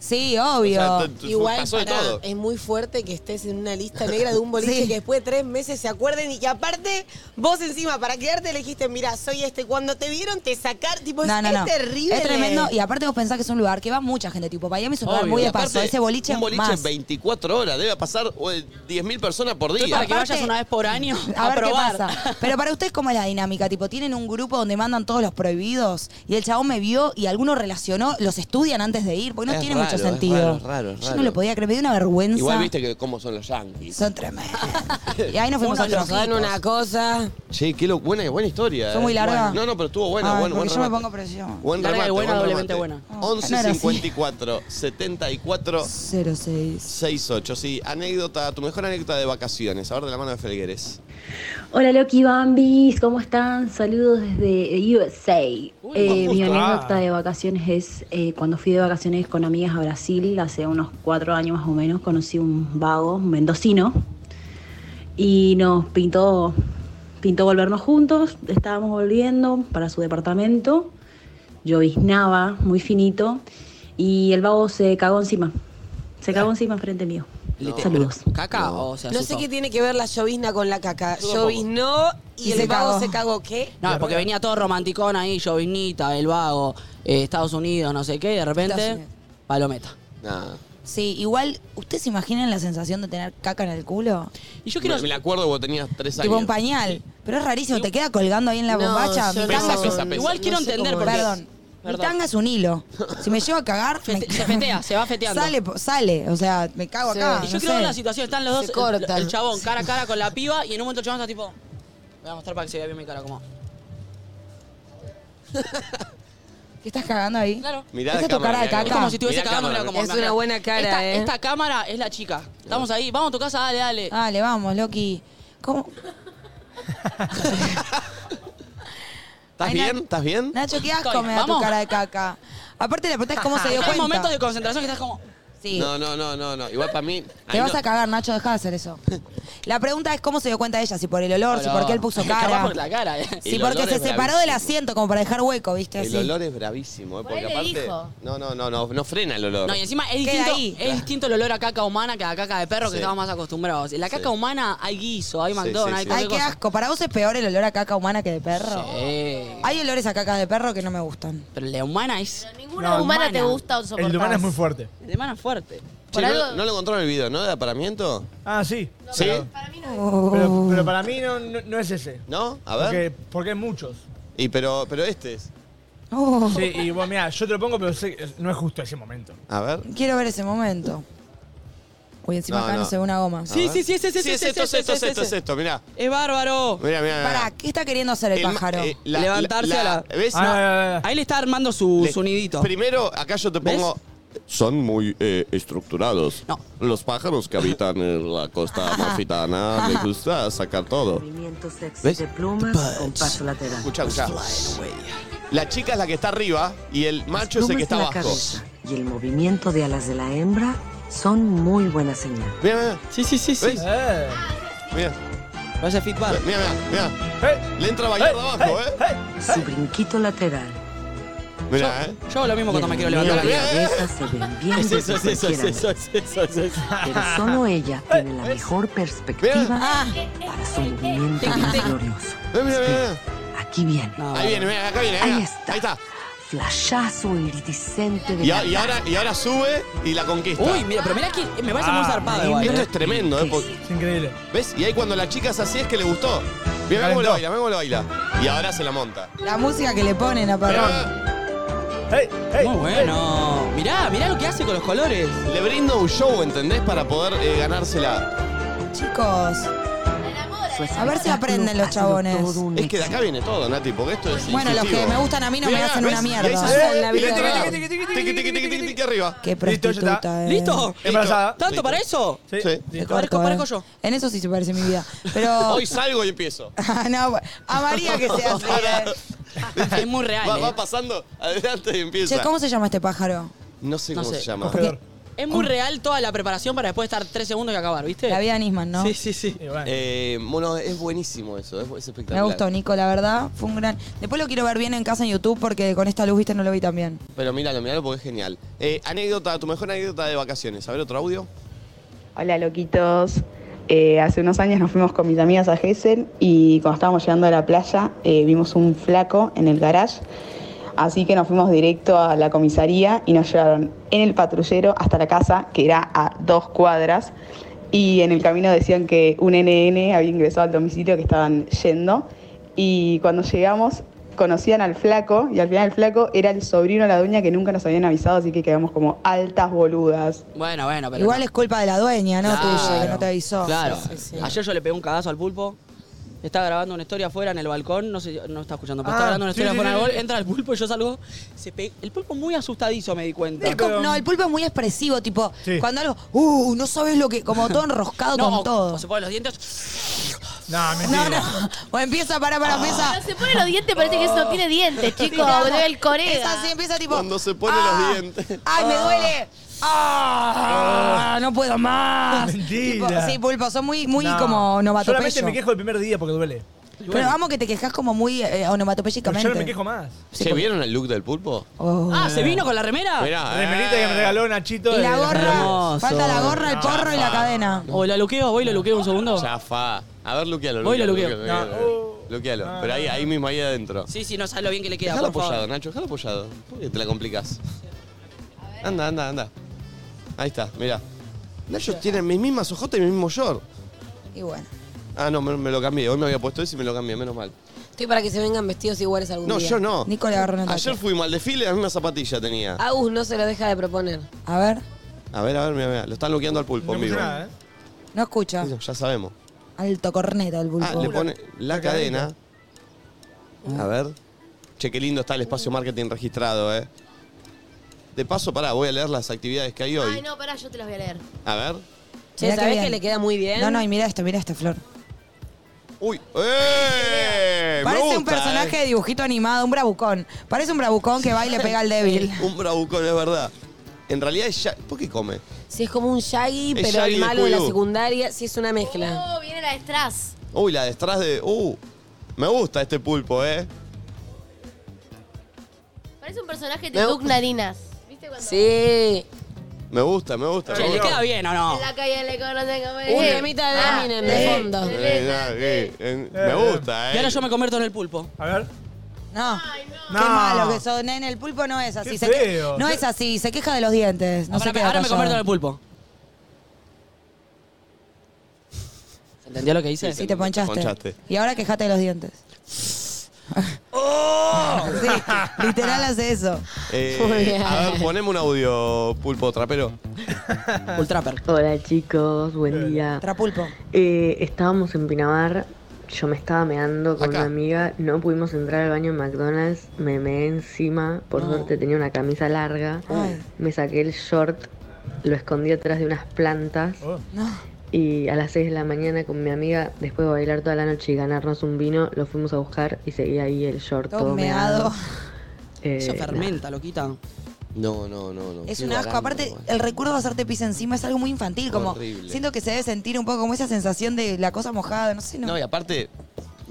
Sí, obvio.
O sea, t- t-
Igual
pasó de
pará,
todo.
es muy fuerte que estés en una lista negra de un boliche
Sí.
que después de tres meses se acuerden y que aparte vos encima para quedarte elegiste, mira, soy este. Cuando te vieron te sacar, tipo,
No,
es,
no,
es
no.
terrible.
Es tremendo. Y aparte vos pensás que es un lugar que va mucha gente. Tipo, Miami es un lugar
Obvio.
muy
Y
de
aparte,
paso. Ese boliche,
Un boliche
más.
24 horas, debe pasar eh, 10.000 personas por día.
para que vayas una vez por año a,
A ver qué
probar.
pasa. Pero para ustedes, ¿cómo es la dinámica? Tipo, tienen un grupo donde mandan todos los prohibidos y el chabón me vio y alguno relacionó, los estudian antes de ir, porque no
Es
tiene mucho
raro, es
sentido.
raro, es raro, es
Yo no
raro.
lo podía creer, me dio una vergüenza.
Igual viste que cómo son los yankees.
Son tremendos. Y ahí nos fuimos a otros.
cosa.
Che, qué lo- buena, buena historia.
¿Fue muy
eh.
larga?
No, no, pero estuvo buena.
Ay,
buen,
porque
buen
yo
remate.
me pongo presión.
Buen
Larga y
remate,
buena,
buen
doblemente
remate.
buena.
Ah, no
11
era así.
54 74
06
68. Sí, anécdota, tu mejor anécdota de vacaciones. A ver, de la mano de Felgueres.
Hola Loki Bambis, ¿cómo están? Saludos desde USA. Eh, mi
justo.
anécdota
Ah.
de vacaciones es eh, cuando fui de vacaciones con amigas a Brasil, hace unos cuatro años más o menos, conocí un vago, un mendocino, y nos pintó, pintó volvernos juntos. Estábamos volviendo para su departamento, lloviznaba muy finito, y el vago se cagó encima, se
Eh.
cagó encima frente mío. Saludos.
¿Caca o se
No
asustó?
sé qué tiene que ver la llovizna con la caca.
tampoco.
Lloviznó y,
Y
el
se
vago
cagó.
se cagó. ¿Qué?
No, porque venía todo romanticón ahí, llovinita, el vago, eh, Estados Unidos, no sé qué, y de
Estados
repente,
Unidos.
palometa.
Nada.
Sí, igual, ¿ustedes se imaginan la sensación de tener caca en el culo?
Y yo
quiero. Me, me la acuerdo cuando tenías 3 años.
Tipo un pañal. Pero es rarísimo, te queda colgando ahí en la
No,
bombacha.
yo
mi
no.
tanga-
Pesa, pesa, pesa.
Igual quiero
No sé
entender
cómo
porque
Perdón. Mi tanga es un hilo. Si me llevo a cagar. me-
Se fetea, se va feteando.
Sale, po- sale. O sea, me cago acá.
Y yo
no
creo
sé.
que la situación están los
Se
dos. el- El,
cortan.
chabón cara a cara con la piba y en un momento el chabón está tipo. Voy a mostrar para que se vea bien mi cara como.
¿Qué estás cagando ahí?
Claro.
Mirá
Esa
la
es tu cara de
cámara, mirá
caca.
la cámara.
Es como si estuviese
Mirá
cagando,
cámara,
mira como.
mirá.
me acá.
una buena cara,
Esta,
eh.
esta cámara es la chica. Estamos ahí, vamos a tu casa, dale, dale.
Dale, vamos, Loki. ¿Cómo?
¿Estás
Ay,
bien?
Nat-
¿Estás bien?
Nacho, qué asco
Estoy,
me da tu
vamos.
cara de caca. Aparte, la pregunta es cómo se dio
Ah, Hay
cuenta.
momentos de concentración que estás como.
Sí.
No, no, no, no, no. Igual para mí.
Te
ahí
vas
no-
a cagar, Nacho, deja de hacer eso. La pregunta es cómo se dio cuenta ella, si por el olor, si
Olor.
por qué él puso
Capaz
cara.
por la cara, eh.
Si
El
porque
olor
se
es
separó del
bravísimo.
asiento como para dejar hueco, ¿viste?
El
Así.
olor es bravísimo, ¿eh? Porque
ahí le
aparte.
dijo.
No, no, no, no, no frena el olor.
No, y encima es
Queda
distinto,
ahí.
es distinto el olor a caca humana que a caca de perro que
Sí.
estamos más acostumbrados. En la caca
Sí.
humana hay guiso, hay
Sí,
McDonald's,
Ay,
hay
sí, sí.
qué
cualquier cosa.
asco. ¿Para vos es peor el olor a caca humana que de perro?
Sí.
Hay olores a cacas de perro que no me gustan.
Pero la humana es.
Ninguna humana, te gusta o soportás.
El de humana es muy fuerte.
La de humana es fuerte.
Che, ¿no, no lo encontraron el video, ¿no? ¿De aparamiento?
Ah, sí.
¿Sí?
Pero,
Oh.
pero para mí no, no- no es ese.
¿No? A ver.
Porque, porque hay muchos.
Y pero, pero este es.
Oh,
Sí, y bueno, mira, yo te lo pongo, pero sé que no es justo ese momento.
A ver.
Quiero ver ese momento. Uy, encima
No,
acá no.
no.
se ve una goma.
A ver.
sí, sí, sí, sí,
Sí, es
sí,
esto, es
sí,
esto,
sí,
es esto,
sí, Eh,
es
sí.
esto. Mirá.
¡Es bárbaro!
Mirá, mirá.
Pará, ¿qué está queriendo hacer el,
ma-
pájaro?
eh, la-
Levantarse
la-
a la- eh,
¿Ves?
Ah, ah, ah, ah.
Ahí le está armando su,
Le-
su nidito.
Primero, acá yo te pongo. Son muy eh, estructurados.
No.
Los pájaros que habitan en la costa amalfitana les gusta sacar todo.
Movimiento sexy
¿Ves?
de plumas con paso lateral.
Escucha, escucha. La chica es la que está arriba y el macho es el que está
Plumas en la
abajo.
cabeza y el movimiento de alas de la hembra son muy buena señal.
Mira, mira,
Sí, sí, sí, sí.
¿Ves?
Eh,
mira,
Vas a feedback.
mira, mira, mira.
eh,
Le entra a bailar de abajo, ¿eh?
Su brinquito lateral
Mira, ¿eh?
Yo hago lo mismo cuando me quiero levantar.
de
la
la cabeza se ven bien
Es eso, es
desde
eso, es
cualquier
eso, es eso, es eso.
ángulo, eh. Pero solo ella tiene la mejor perspectiva
Ah,
para su movimiento más glorioso.
Eh, Mira, mira, mira.
Aquí viene.
No,
Ahí viene, mira, acá viene.
Ahí
mira.
está.
Ahí está.
Flashazo iridiscente de
Y,
la
a- y ahora, y ahora sube y la conquista.
Uy, mira, pero mira que me parece muy
Ah,
zarpado
hembra
igual.
Esto es tremendo, ¿eh? Porque-
es increíble.
¿Ves? Y ahí cuando la chica es así es que le gustó. Mira, mira cómo lo baila, mira cómo lo baila. Y ahora se la monta.
la música que le ponen ah, a Parrón.
Mirá,
Eh, eh,
Muy bueno. Mirá, mirá lo que hace con los colores.
le brinda un show, ¿entendés? Para poder eh, ganársela.
Chicos, a ver si aprenden los chabones.
Mm.
Es que de acá viene todo, Nati, porque esto es
Bueno, los que
instintivo.
me gustan a mí no me
Mirá,
hacen una
¿ves? Y ahí
mierda.
se-
Esa es la
y le
vida
tiqui,
real.
tiqui, tiqui, tiqui, tiqui, tiqui, tiqui, tiqui, arriba.
Qué
Listo, ya está.
prostituta. eh.
¿Listo?
Embarazada.
¿Tanto para eso?
Sí.
Sí.
Qué
Parezco-
corto, eh.
parezco yo.
En eso sí se parece mi vida. Pero Ah,
Hoy salgo y empiezo.
no, a María que se hace. eh.
Es muy real.
Va,
eh.
va pasando adelante y empieza.
Che, ¿cómo se llama este pájaro?
No sé
No
cómo
sé.
se llama.
Cogedor.
Es muy real toda la preparación para después estar tres segundos y acabar, ¿viste?
La vida de Nisman, ¿no?
Sí, sí, sí.
Y bueno.
Eh, bueno, es buenísimo eso, es, es
Me
espectacular.
gustó, Nico, la verdad. Fue un gran. Después lo quiero ver bien en casa en YouTube porque con esta luz, viste, no lo vi tan bien.
Pero míralo, míralo porque es genial. Eh, anécdota, tu mejor anécdota de vacaciones. A ver, otro audio.
Hola loquitos. Eh, hace unos años nos fuimos con mis amigas a Gessel y cuando estábamos llegando a la playa eh, vimos un flaco en el garage. Así que nos fuimos directo a la comisaría y nos llevaron en el patrullero hasta la casa, que era a dos cuadras. Y en el camino decían que un NN había ingresado al domicilio que estaban yendo. Y cuando llegamos conocían al flaco y al final el flaco era el sobrino de la dueña que nunca nos habían avisado, así que quedamos como altas boludas.
Bueno, bueno, pero.
Igual es culpa de la dueña, ¿no?
Claro.
Tuya, que no te avisó.
Claro.
Sí, sí, sí.
Ayer yo le pegué un cagazo al pulpo. Estaba grabando una historia afuera en el balcón, no sé, no está escuchando, pero
Ah,
estaba grabando una
sí,
historia
sí,
afuera en
sí,
el balcón,
sí.
entra el pulpo, yo salgo, se pe- el pulpo muy asustadizo me di cuenta.
Es como- no, el pulpo es muy expresivo, tipo,
Sí.
cuando algo, uh, no sabes lo que, como todo enroscado
No,
con
o-
todo.
o se pone los dientes.
No,
No,
mentira.
no. O empieza, para,
Ah.
para, empieza.
Cuando se pone los dientes parece que eso no tiene dientes, chicos.
Claro.
Debe el Corea.
Es así, empieza tipo.
Cuando se ponen
"Ah,
los dientes.
¡Ay, me duele! ¡Ah! ¡No puedo más!
Mentira.
Tipo, sí, pulpo, son muy, muy
No.
como
Solamente
onomatopeyo.
me quejo el primer día porque duele.
Pero vamos que te quejas como muy eh,
Pero
onomatopéyicamente.
yo no me quejo más.
ah,
¿Se vieron el look del pulpo?
Oh.
Ah, ¿se vino con la remera?
Mirá,
Remerita
eh.
que me regaló Nachito.
Y
de-
la gorra,
Hermoso.
falta la gorra, el porro y la cadena.
O Oh, la luqueo, voy y lo luqueo un segundo.
Ya fa. A ver, luquealo.
Voy, lo
luquealo,
luqueo.
Ah.
luquealo, luquealo. Luquealo. Pero ahí, ahí mismo, ahí adentro.
Sí, sí, no sabes lo bien que le queda,
Dejalo
por
apoyado,
favor.
Nacho, dejalo apoyado. ¿Por qué te la complicás? Anda, anda, anda. Ahí está, mirá. Nacho tiene mis mismas ojotas y mi mismo short.
Y bueno.
Ah, no, me, me lo cambié. Hoy me había puesto ese y me lo cambié, menos mal.
Estoy para que se vengan vestidos iguales algún
No,
día.
yo no.
Nico le agarró una
Ayer fuimos al desfile, la misma zapatilla tenía.
Agus no se lo deja de proponer.
A ver.
A ver, a ver, mira, mira. Lo están bloqueando al pulpo en vivo.
No escucha.
Ya sabemos.
Alto corneta el bulbo.
Ah, le pone la cadena. A ver. Che, qué lindo está el espacio marketing registrado, eh. De paso, pará, voy a leer las actividades que hay
Ay,
hoy.
no, pará, yo te las voy a leer.
A ver.
Che, ¿sabés que le queda muy bien?
No, no, y mira esto, mira esta flor.
Uy, ¡eh! Me
Parece un
gusta,
personaje
eh.
de dibujito animado, un bravucón. Parece un bravucón que va y le pega al débil.
Un bravucón, es verdad. En realidad es ya. ¿Por qué come?
Sí, es como un Shaggy,
Es
pero
Shaggy
el
de
malo de la
Scooby-Doo.
secundaria. Sí, es una mezcla.
Oh, viene la de Strass.
Uy, la detrás de. Uh. Me gusta este pulpo, eh.
Parece un personaje
Me
de Duke
gusta.
Narinas.
Sí.
Me gusta, me gusta.
Che,
me
¿le
gusta.
queda bien o no?
En la calle le conocen como
Un temita de
Ah,
Eminem de
eh.
fondo.
Eh, nada, eh, eh, Me gusta, eh.
Y ahora yo me convierto en el pulpo.
A ver.
No.
no.
Qué
No.
malo que son, nene. El pulpo no es así.
Qué
Se que-
feo.
No es así, se queja de los dientes. No
Ahora
se
me-
queda
ahora me
callado.
convierto en el pulpo. ¿Se entendió lo que hice?
Sí, te ponchaste. Y ahora quejate de los dientes. sí, literal hace eso.
Eh,
Muy bien.
a ver, poneme un audio, pulpo trapero.
Ah,
Hola chicos, buen día. Eh,
Trapulpo.
estábamos en Pinamar, yo me estaba meando con
Acá.
una amiga, no pudimos entrar al baño en McDonald's, me meé encima, por
No.
suerte tenía una camisa larga, me saqué el short, lo escondí atrás de unas plantas
Oh.
y a las 6 de la mañana con mi amiga, después de bailar toda la noche y ganarnos un vino, lo fuimos a buscar y seguía ahí el short todo,
Todo meado.
Eh,
Eso
nada.
fermenta, loquita.
No, no, no, no.
Es
Qué
un asco.
baranda,
Aparte,
igual.
el recuerdo de hacerte pis encima es algo muy infantil. Como
Horrible.
siento que se debe sentir un poco como esa sensación de la cosa mojada. No sé, no.
No, y aparte,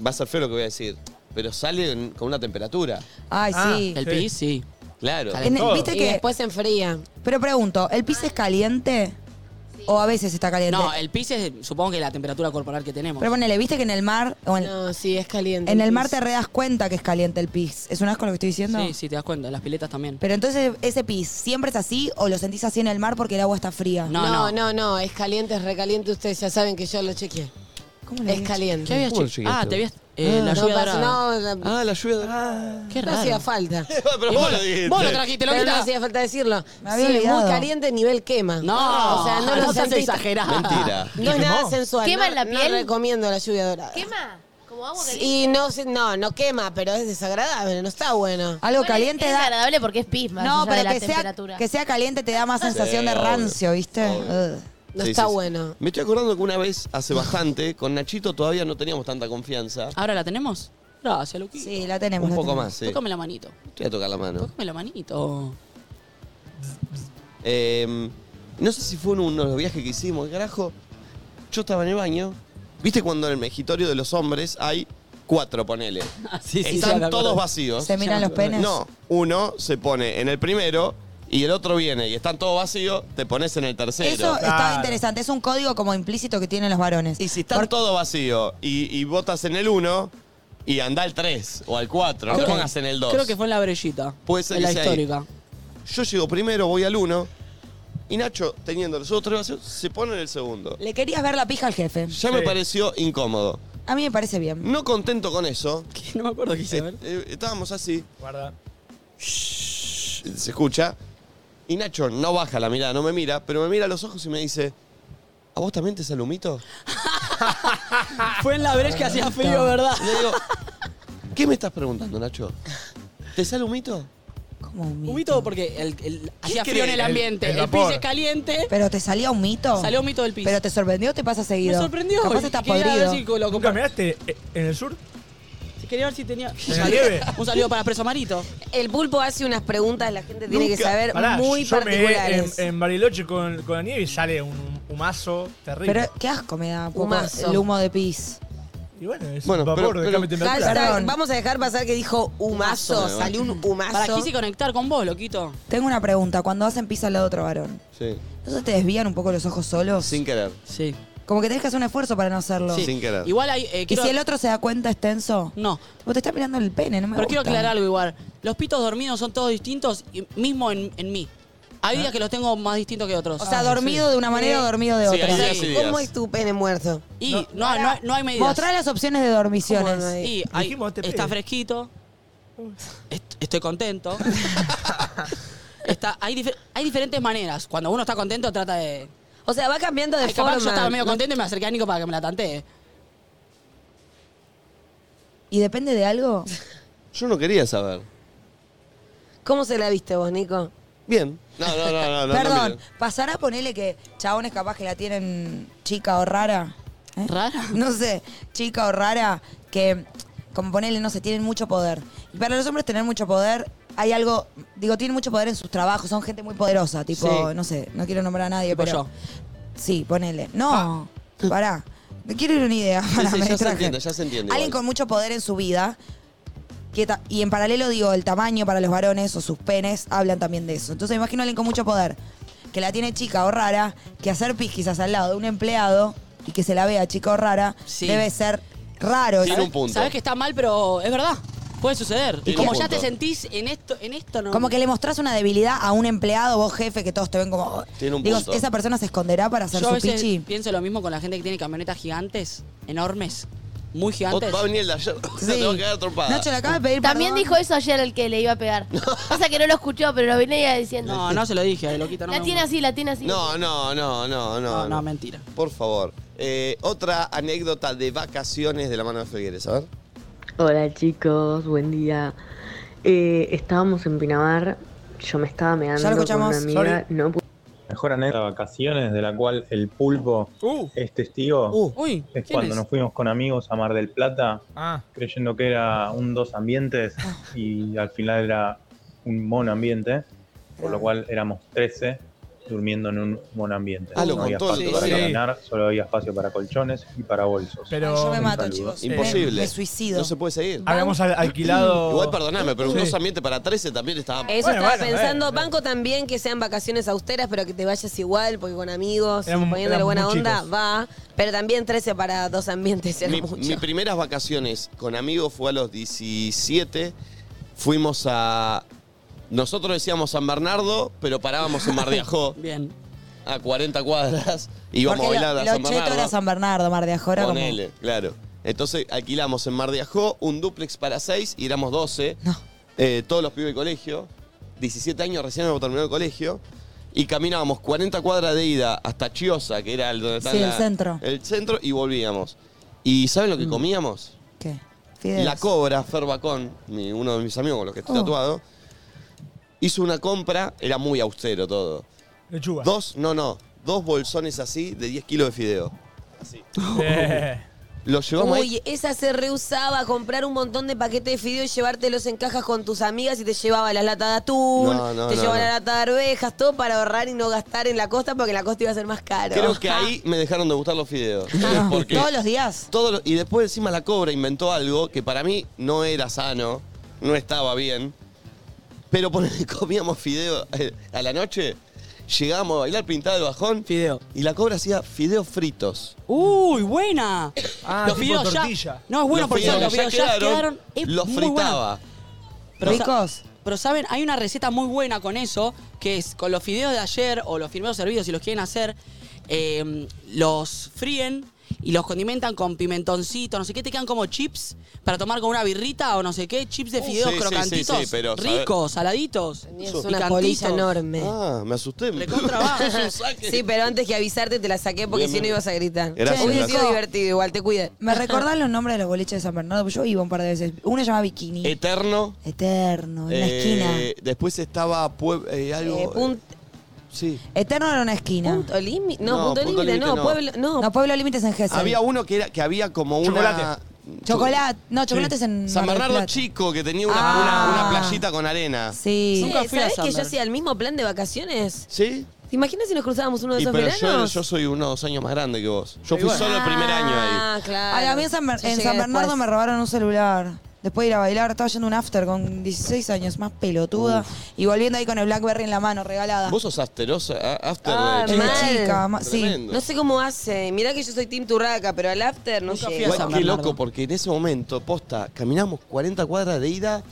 va a ser feo lo que voy a decir, pero sale en- con una temperatura.
Ay, Ah, sí.
El
sí.
pis, sí.
Claro.
En el- ¿Viste
Y
que
después se enfría.
Pero pregunto, ¿el pis es caliente? ¿O a veces está caliente?
No, el pis es, supongo que la temperatura corporal que tenemos.
Pero ponele, ¿viste que en el mar... o en,
no, sí, es caliente.
En el
el
mar
pis.
te re das cuenta que es caliente el pis. ¿Es un asco lo que estoy diciendo?
Sí, sí, te das cuenta. Las piletas también.
Pero entonces, ¿ese pis siempre es así o lo sentís así en el mar porque el agua está fría?
No, no, no, es caliente, es recaliente. Ustedes ya saben que yo lo chequeé.
¿Cómo
es caliente.
¿Qué habías
¿Cómo lo
che-
llegué
Ah,
esto?
te habías... eh,
Ah.
la
No
lluvia
pasa
dorada.
eh,
Ah,
Ah, la lluvia
Qué
No
raro.
hacía falta.
pero
Y
vos
vos-
lo dijiste.
vos lo trajiste,
Pero
loquita.
no hacía falta decirlo.
Me había
sí,
olvidado.
muy caliente, nivel quema.
No,
o sea, no,
no
lo
seas
sentís.
exagerada. Mentira.
No es
¿Quemó?
nada sensual.
¿Quema
no,
en la
no
piel?
recomiendo la lluvia dorada.
¿Quema? Como agua caliente.
Y no, se- no, no quema, pero es desagradable, no está bueno.
Algo
Bueno,
caliente
es
da-
agradable porque es pis, más
No,
allá de
pero
la
que sea,
temperatura. Ah.
que sea caliente te da más sensación de
obvio,
rancio, ¿viste? Ugh.
No
Sí,
está
sí, sí.
bueno.
Me estoy acordando que una vez, hace bastante, con Nachito todavía no teníamos tanta confianza.
¿Ahora la tenemos? Gracias, loquita.
Sí, la tenemos.
Un
la
poco
tenemos.
más, sí.
Tócame la manito.
Te voy a tocar la mano.
Tócame la manito.
Eh, no sé si fue en uno de los viajes que hicimos, ¿qué carajo. Yo estaba en el baño. ¿Viste cuando en el mejitorio de los hombres hay cuatro, ponele?
Ah, sí, sí, ya me
Están
acuerdo.
todos vacíos.
¿Se miran los penes?
No, uno se pone en el primero y el otro viene y están todos vacíos, te pones en el tercero.
Eso está interesante. Es un código como implícito que tienen los varones.
Y si están todo vacío y, y votas en el 1 y anda al 3 o al 4, no
Creo-
pongas en el 2.
Creo que fue en la brellita.
Puede ser
en la
que sea
histórica.
Yo llego primero, voy al 1 y Nacho, teniendo los otros tres vacíos, se pone en el segundo.
Le querías ver la pija al jefe.
Ya me pareció incómodo.
A mí me parece bien.
No contento con eso.
No me acuerdo qué hice.
eh, eh, estábamos así,
Guarda.
se escucha. Y Nacho no baja la mirada, no me mira, pero me mira a los ojos y me dice: ¿A vos también te sale humito?
Ah,
Fue en la brecha que hacía frío, ¿verdad?
Le digo, ¿qué me estás preguntando, Nacho? ¿Te sale humito?
¿Cómo un mito?
Un mito porque el, el- hacía frío en el
crees?
ambiente.
El-
El,
el
pis
vapor.
es caliente.
¿Pero te salía un mito?
Salió un mito del pis.
¿Pero te sorprendió o te pasa seguido?
Me sorprendió.
Capaz
y
estás
quería
podrido.
Ver si lo
¿Nunca miraste eh, en el sur?
Quería ver si tenía.
¿En la nieve?
Un saludo para Preso Marito.
El pulpo hace unas preguntas, la gente tiene que
Nunca.
saber
Pará,
muy
yo me he en,
particulares.
en Bariloche con, con la nieve y sale un humazo terrible.
Pero qué asco me da un poco
Humazo.
el humo de pis.
y bueno, es
Bueno,
un vapor
pero-
de
pero-
cambio de temperatura.
Hashtag, vamos a dejar pasar que dijo humazo,
Humazo,
salió un humazo.
Para quise conectar con vos, loquito.
Tengo una pregunta. Cuando hacen pis al lado de otro varón,
Sí.
¿no se te desvían un poco los ojos solos?
Sin querer.
Sí.
Como que tenés que hacer un esfuerzo para no hacerlo.
Sí. Sin querer.
Igual hay. eh,
¿Y
quiero-
si el otro se da cuenta es tenso?
No.
Vos te está mirando el pene, no me
Pero
gusta.
quiero aclarar algo igual. Los pitos dormidos son todos distintos, y- mismo en, en mí. Hay días que los tengo más distintos que otros.
Ah. O sea, dormido de una manera o dormido de otra.
¿Cómo es tu pene muerto?
Y no, no, hay- no hay- no hay medidas.
Mostrar las opciones de "Este dormiciones.
Y hay-
este
está fresquito. Est- estoy contento. está, hay, difer- hay diferentes maneras. Cuando uno está contento, trata de.
O sea, va cambiando de
Ay, capaz que Yo
forma.
estaba medio
No-
contento y me acerqué a Nico para que me la tantee.
¿Y depende de algo?
Yo no quería saber.
¿Cómo se la viste vos, Nico?
Bien. No, no, no, no. no, no
Perdón,
miren.
¿pasará a ponerle que chabones capaz que la tienen chica o rara? ¿eh?
¿Rara?
No sé, chica o rara, que como ponele, no sé, tienen mucho poder. Y para los hombres tener mucho poder, hay algo, digo, tienen mucho poder en sus trabajos, son gente muy poderosa, tipo,
Sí.
no sé, no quiero nombrar a nadie,
Tipo
pero...
yo.
Sí, ponele. No, pará. Quiero ir una idea.
Ah. Sí,
pará, me
sí, ya se
distraje.
entiende, ya se entiende.
Alguien
igual.
con mucho poder en su vida. que ta- y en paralelo digo, el tamaño para los varones o sus penes hablan también de eso. Entonces me imagino a alguien con mucho poder, que la tiene chica o rara, que hacer pis quizás al lado de un empleado y que se la vea chica o rara, debe ser raro. ¿eh?
¿Sabes- Sabes que está mal, pero es verdad. Puede suceder. Y
Tiene
como
un
ya te
punto.
sentís en esto, en esto no.
Como que le mostrás una debilidad a un empleado, vos jefe, que todos te ven como...
Tiene un
digo,
punto.
esa persona se esconderá para hacer
Yo a
su
veces
pichi.
pienso lo mismo con la gente que tiene camionetas gigantes, enormes, muy gigantes.
Va a venir el de ayer. Te va a quedar atropada.
También dijo eso ayer el que le iba a pegar. Pasa que no lo escuchó, pero lo venía diciendo.
No, no se lo dije, lo quita, no
La
me
tiene así, la tiene así.
No, no, no, no, no. No,
mentira.
Por favor. Eh, otra anécdota de vacaciones de la mano de Figueres, a ver.
Hola chicos, buen día. Eh, estábamos en Pinamar, yo me estaba meando con una
escuchamos,
amiga,
sorry.
no pude
Mejor anécdota de vacaciones de la cual el pulpo
Uh.
es testigo
uy,
es
¿quién
cuando
es?
nos fuimos con amigos a Mar del Plata
Ah.
creyendo que era un dos ambientes
Ah.
y al final era un mono ambiente, por
Ah.
lo cual éramos 13 durmiendo en un mono ambiente.
Ah, lo
no había
contó
espacio
el
para
sí.
caminar, solo había espacio para colchones y para bolsos.
Pero- Ay, yo me
Un
mato,
saludo.
chicos.
Imposible.
Me- me suicido.
No se puede seguir.
Habíamos al- alquilado-
Igual, perdóname, pero un
Sí.
dos ambiente para 13 también estaba.
Eso estaba pensando. Banco también que sean vacaciones austeras, pero que te vayas igual, porque con amigos, y
Éramos-
poniéndole
éramos
buena
muy
onda,
chicos.
va. Pero también 13 para dos ambientes era
Mi-
mucho.
mis primeras vacaciones con amigos fue a los 17. Fuimos a. Nosotros decíamos San Bernardo, pero parábamos en Mar de Ajó,
Bien.
a 40 cuadras. y Íbamos a
Porque
bailar
lo,
a
lo
San
cheto
Bernardo.
era San Bernardo, Mar de Ajora. como-
Ponele, claro. Entonces alquilamos en Mar de Ajó un duplex para 6 y éramos 12. Eh, todos los pibes de colegio. 17 años recién habíamos terminado el colegio. Y caminábamos 40 cuadras de ida hasta Chiosa, que era el donde está
Sí, el
la-
centro.
El centro y volvíamos. ¿Y saben lo que comíamos?
¿Qué? Fideos.
La cobra, Ferbacón, uno de mis amigos con los que estoy
Oh.
tatuado, hizo una compra, era muy austero todo.
Lechuga.
Dos, no, no, dos bolsones así de 10 kilos de fideo. Así.
Eh.
Los llevamos ahí.
Uy, esa se reusaba comprar un montón de paquetes de fideos y llevártelos en cajas con tus amigas y te llevaba la lata de atún,
No, no,
te
no,
llevaba
no.
la lata de arvejas, todo para ahorrar y no gastar en la costa porque en la costa iba a ser más caro. Ah,
Creo que ahí me dejaron de gustar los fideos. Porque
¿Todos los días?
todo lo- y después encima la cobra inventó algo que para mí no era sano, no estaba bien. Pero ponele, comíamos fideo eh, a la noche, llegábamos a bailar pintada de bajón.
Fideo.
Y la cobra hacía fideos fritos.
¡Uy, buena!
Ah,
los
tipo
fideos ya.
tortilla.
No, es bueno
Los
por eso,
fideos
los
que ya
fideos ya
quedaron,
quedaron. es
los
muy bueno.
fritaba.
Pero sa-
Ricos.
Pero saben, hay una receta muy buena con eso, que es con los fideos de ayer o los fideos servidos, si los quieren hacer, eh, los fríen y los condimentan con pimentoncito, no sé qué, te quedan como chips para tomar con una birrita o no sé qué, chips de
Uh,
fideos
sí, sí,
crocantitos,
sí, sí, pero, ¿sabes?
ricos, saladitos,
Tenías una polilla enorme.
Ah, me asusté.
Sí, pero antes que avisarte te la saqué porque
Bien,
si no
bien.
ibas a gritar.
Gracias,
Hubiese
gracias.
sido divertido, igual te cuidé.
¿Me recordás los nombres de los boliches de San Bernardo? Porque Yo iba un par de veces. Uno se llama Bikini.
Eterno.
Eterno, en la
Eh,
esquina.
Después estaba Pueb- eh, algo.
Eh,
Punt-
sí.
Eterno era una esquina.
Punto Límite. No,
No,
Punto Límite,
Punto Límite
no,
no.
Pueblo. No.
No, Pueblo Límites en Gesell.
Había uno que era que había como una.
Chocolate. Chocolate. No, chocolates en
San
Mar del
Bernardo
Plata.
Chico, que tenía una,
Ah.
una- una playita con arena.
Sí.
Nunca que yo hacía el mismo plan de vacaciones?
¿Sí?
¿Te imaginas si nos cruzábamos uno de
Y
esos
pero yo,
veranos?
yo soy uno dos años más grande que vos. Yo
Y
fui
bueno.
solo el primer año ahí.
Ah, claro.
Ay, a mí en San, Ber-
Yo
en
llegué
San Bernardo
después.
me robaron un celular. Después de ir a bailar, estaba yendo a un after con 16 años, más pelotuda. Y volviendo ahí con el Blackberry en la mano, regalada.
Vos sos asterosa, a- after
Ah,
de
mal.
chica.
Chica, ma- sí.
Tremendo.
No sé cómo hace. Mirá que yo soy Team Turraca, pero al after no sé.
Igual, qué loco, porque en ese momento, posta, caminamos 40 cuadras de ida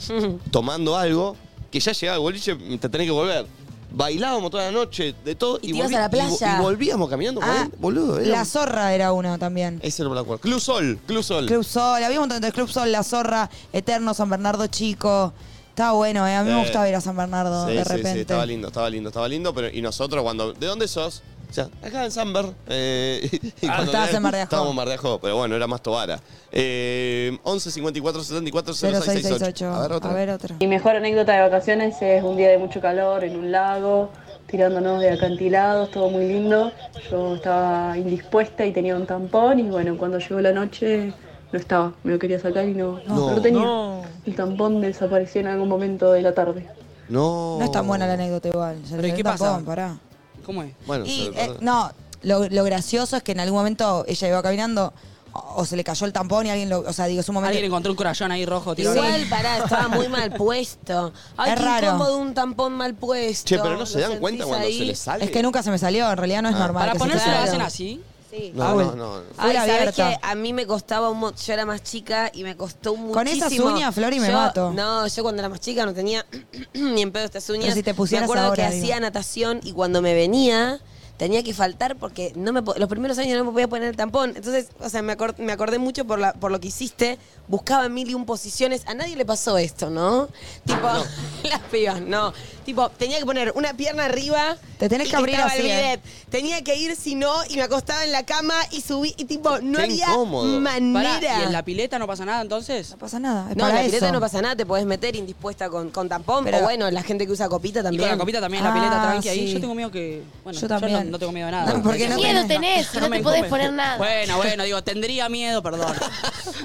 tomando algo que ya llegaba el boliche, te tenés que volver. Bailábamos toda la noche, de todo.
Y te ibas
volví-
a la
y vo-
playa.
Y, volvíamos caminando,
Ah,
con él, boludo. era-
La Zorra era uno también.
Ese no me lo acuerdo. Club Sol, Club Sol.
Club Sol, había un montón de Club Sol, La Zorra, Eterno, San Bernardo Chico. Estaba bueno, ¿eh? a mí me
Sí.
gusta ver a San Bernardo
Sí,
de
sí, sí,
repente.
estaba lindo, estaba lindo, estaba lindo. Pero, y nosotros cuando. ¿De dónde sos? O sea, acá en Samber. Eh, y cuando
Ah, estabas
te-
en Mar de Ajó.
Estábamos en Mar de Ajó, pero bueno, era más Tobara. Eh, 11 54 74 0668. A ver otra.
Mi mejor anécdota de vacaciones es un día de mucho calor en un lago, tirándonos de acantilados, todo muy lindo. Yo estaba indispuesta y tenía un tampón y bueno, cuando llegó la noche no estaba, me lo quería sacar y no,
No.
no lo tenía.
No.
El tampón desapareció en algún momento de la tarde.
No.
No es tan buena la anécdota igual. Ya
Pero, ¿y
yo
qué
tampoco,
pasa?
pará.
¿Cómo es?
Bueno,
Y,
se-
eh, no, lo, lo gracioso es que en algún momento ella iba caminando o, o se le cayó el tampón y alguien lo. O sea, digo, es un momento.
Alguien encontró un corallón ahí rojo. tirado.
Igual, pará, estaba muy mal puesto. Ay,
Es
qué
raro.
incómodo un tampón mal puesto.
Che, pero no se
Lo
dan cuenta
sentís
cuando se
ahí.
les sale.
Es que nunca se me salió, en realidad no es
Ah.
normal.
Para
que se
ponerse
te
la
salga.
hacen
así?
Sí.
No,
Ah, bueno.
no, no.
Fue
Ay,
la
¿sabés
abierta.
que a mí me costaba un montón. Yo era más chica y me costó muchísimo.
Con esas uñas, Flori, me
Yo-
mato.
No, yo cuando era más chica no tenía ni en pedo estas uñas.
Pero si te pusieras
me acuerdo
ahora,
que
digo.
hacía natación y cuando me venía tenía que faltar porque no me po- los primeros años no me podía poner el tampón. Entonces, o sea, me, acor- me acordé mucho por, la, por lo que hiciste. Buscaba mil y un posiciones. A nadie le pasó esto, ¿no? Tipo, las pibas, no. Tipo, tenía que poner una pierna arriba.
Te tenés
y
que abrir
estaba el
así, ¿eh?
bidet. Tenía que ir si no y me acostaba en la cama y subí y tipo, no
Qué
había
incómodo.
manera.
Pará, ¿y en la pileta no pasa nada entonces? No
pasa nada.
no, en la pileta no pasa nada, te podés meter indispuesta con, con tampón, pero
Pero-
bueno, la gente que usa copita también. Ah,
con la copita también, la pileta tranqui ahí. Yo tengo miedo que. Bueno,
Yo
yo
también.
no, no tengo miedo de nada.
No, porque ¿Qué no miedo tenés? tenés? Si no
me
te podés
incumbe.
poner nada.
Bueno, bueno, digo, tendría miedo, perdón.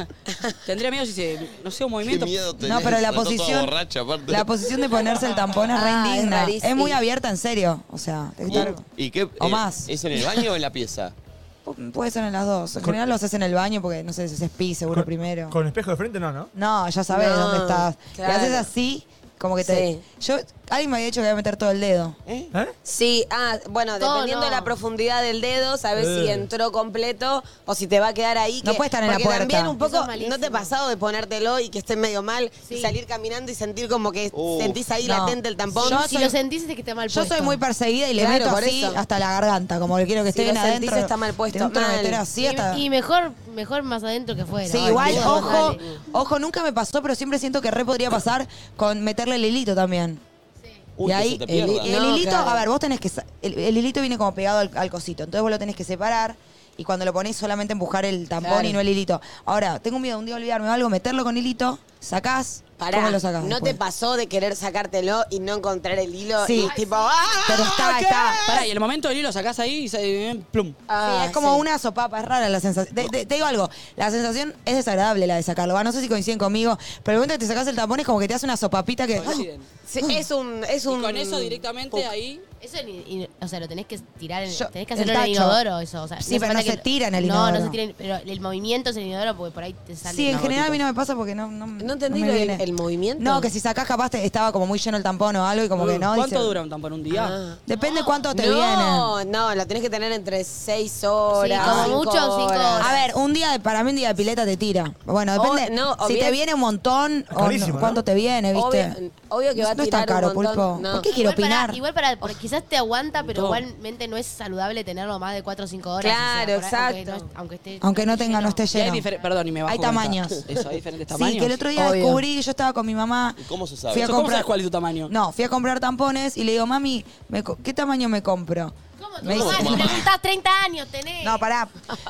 tendría miedo si se. No sé, un movimiento.
miedo
No, pero la
Andó toda
posición-
borracha, aparte.
La posición de ponerse el tampón es re
Ah, es
indigna. Es,
rarísimo.
muy abierta, en serio. O sea, te-
¿Y qué?
O
eh,
más.
¿Es en el baño o en la pieza?
pues,
puede ser en las dos. En general lo haces en el baño porque no sé si haces pis seguro primero.
Con espejo de frente, no, ¿no?
No, ya sabes
No,
dónde estás.
claro.
Te haces así, como que te. Yo, alguien me había dicho que iba a meter todo el dedo. ¿Eh?
Sí, ah, bueno,
Todo no.
dependiendo de la profundidad del dedo, sabes
Eh.
si entró completo o si te va a quedar ahí.
No
que-
puede estar en la
porque
puerta.
También un
Eso
poco,
es
¿no te ha pasado de ponértelo y que esté medio mal y salir caminando y sentir como que
Uh.
sentís ahí
No.
latente el tampón?
Yo
si
soy-
lo sentís es que está mal
Yo
puesto.
soy muy perseguida y le
Claro,
meto
por
así
eso.
hasta la garganta, como que quiero que esté
Si lo
bien
sentís,
adentro.
está mal puesto,
Intento
mal.
meter así
Y-
hasta-
Y, mejor, mejor más adentro que afuera.
Sí, igual, ojo, ojo, nunca me pasó, pero siempre siento que re podría pasar con meterle el hilito también.
Uy,
y
que
ahí,
se te
el,
pierda.
el
No,
hilito,
claro.
a ver, vos tenés que. sa- El, el hilito viene como pegado al, al cosito, entonces vos lo tenés que separar y cuando lo ponés solamente empujar el tampón
Claro.
y no el hilito. Ahora, tengo miedo de un día olvidarme o algo, meterlo con hilito, sacás,
Pará,
¿cómo lo sacás?
¿no
después?
te pasó de querer sacártelo y no encontrar el hilo?
Sí.
Y tipo, ¡ah!
Pero está,
¿qué?
está.
Pará, y el momento del hilo sacás ahí y se. eh, Plum.
Ah,
Sí, es como una sopapa, es rara la sensación. Te, te- te digo algo, la sensación es desagradable la de sacarlo. va, No sé si coinciden conmigo, pero el momento que te sacas el tampón es como que te hace una sopapita que.
Sí, es un, es un...
con eso directamente ahí-
Eso ni- ni- o sea, lo tenés que tirar, en,
Yo-
tenés que
el
hacerlo en el
tacho.
inodoro eso. O sea,
Sí, pero no
falta
se
que-
tira en el
No,
inodoro.
no se tira, en- pero el movimiento es en el inodoro porque por ahí te sale.
Sí, en
una
general a mí
gotita.
no me pasa porque no. No, no
entendí
me
lo del-
viene.
el movimiento.
No, que si sacás capaz te- estaba como muy lleno el tampón o algo y como que no.
¿Cuánto
dice-
dura un tampón? ¿Un día?
Ah.
Depende cuánto te
no,
viene.
no, lo tenés que tener entre 6 horas.
como
mucho, cinco horas.
A ver, un día, de- para mí un día de pileta te tira. Bueno, depende.
O- Oh, no, o
si te
bien-
viene un montón o
carísimo,
no, cuánto te viene, ¿viste?
Obvio, obvio que
No-
va a
no es
tirar
tan caro,
un montón.
Pulpo.
No. Oh.
¿Por qué quiero
Igual
opinar?
para- igual para, porque quizás te aguanta, pero
Todo.
igualmente no es saludable tenerlo más de 4 o 5 horas.
Claro,
o sea, por ahí-
exacto.
Aunque, no, es- aunque esté
Aunque no tenga, no esté
Y hay
lleno.
difere- Perdón, y me bajo
Hay
con esta.
tamaños.
Eso, hay diferentes tamaños.
Sí, que el otro día
Obvio.
descubrí, yo estaba con mi mamá.
¿Cómo se
Fui a
¿Cómo
comprar-
sabes cuál es tu tamaño?
No, fui a comprar tampones y le digo, mami, me co- ¿qué tamaño me compro? Me dice-
Mamá, si preguntás 30 años tenés.
No, pará.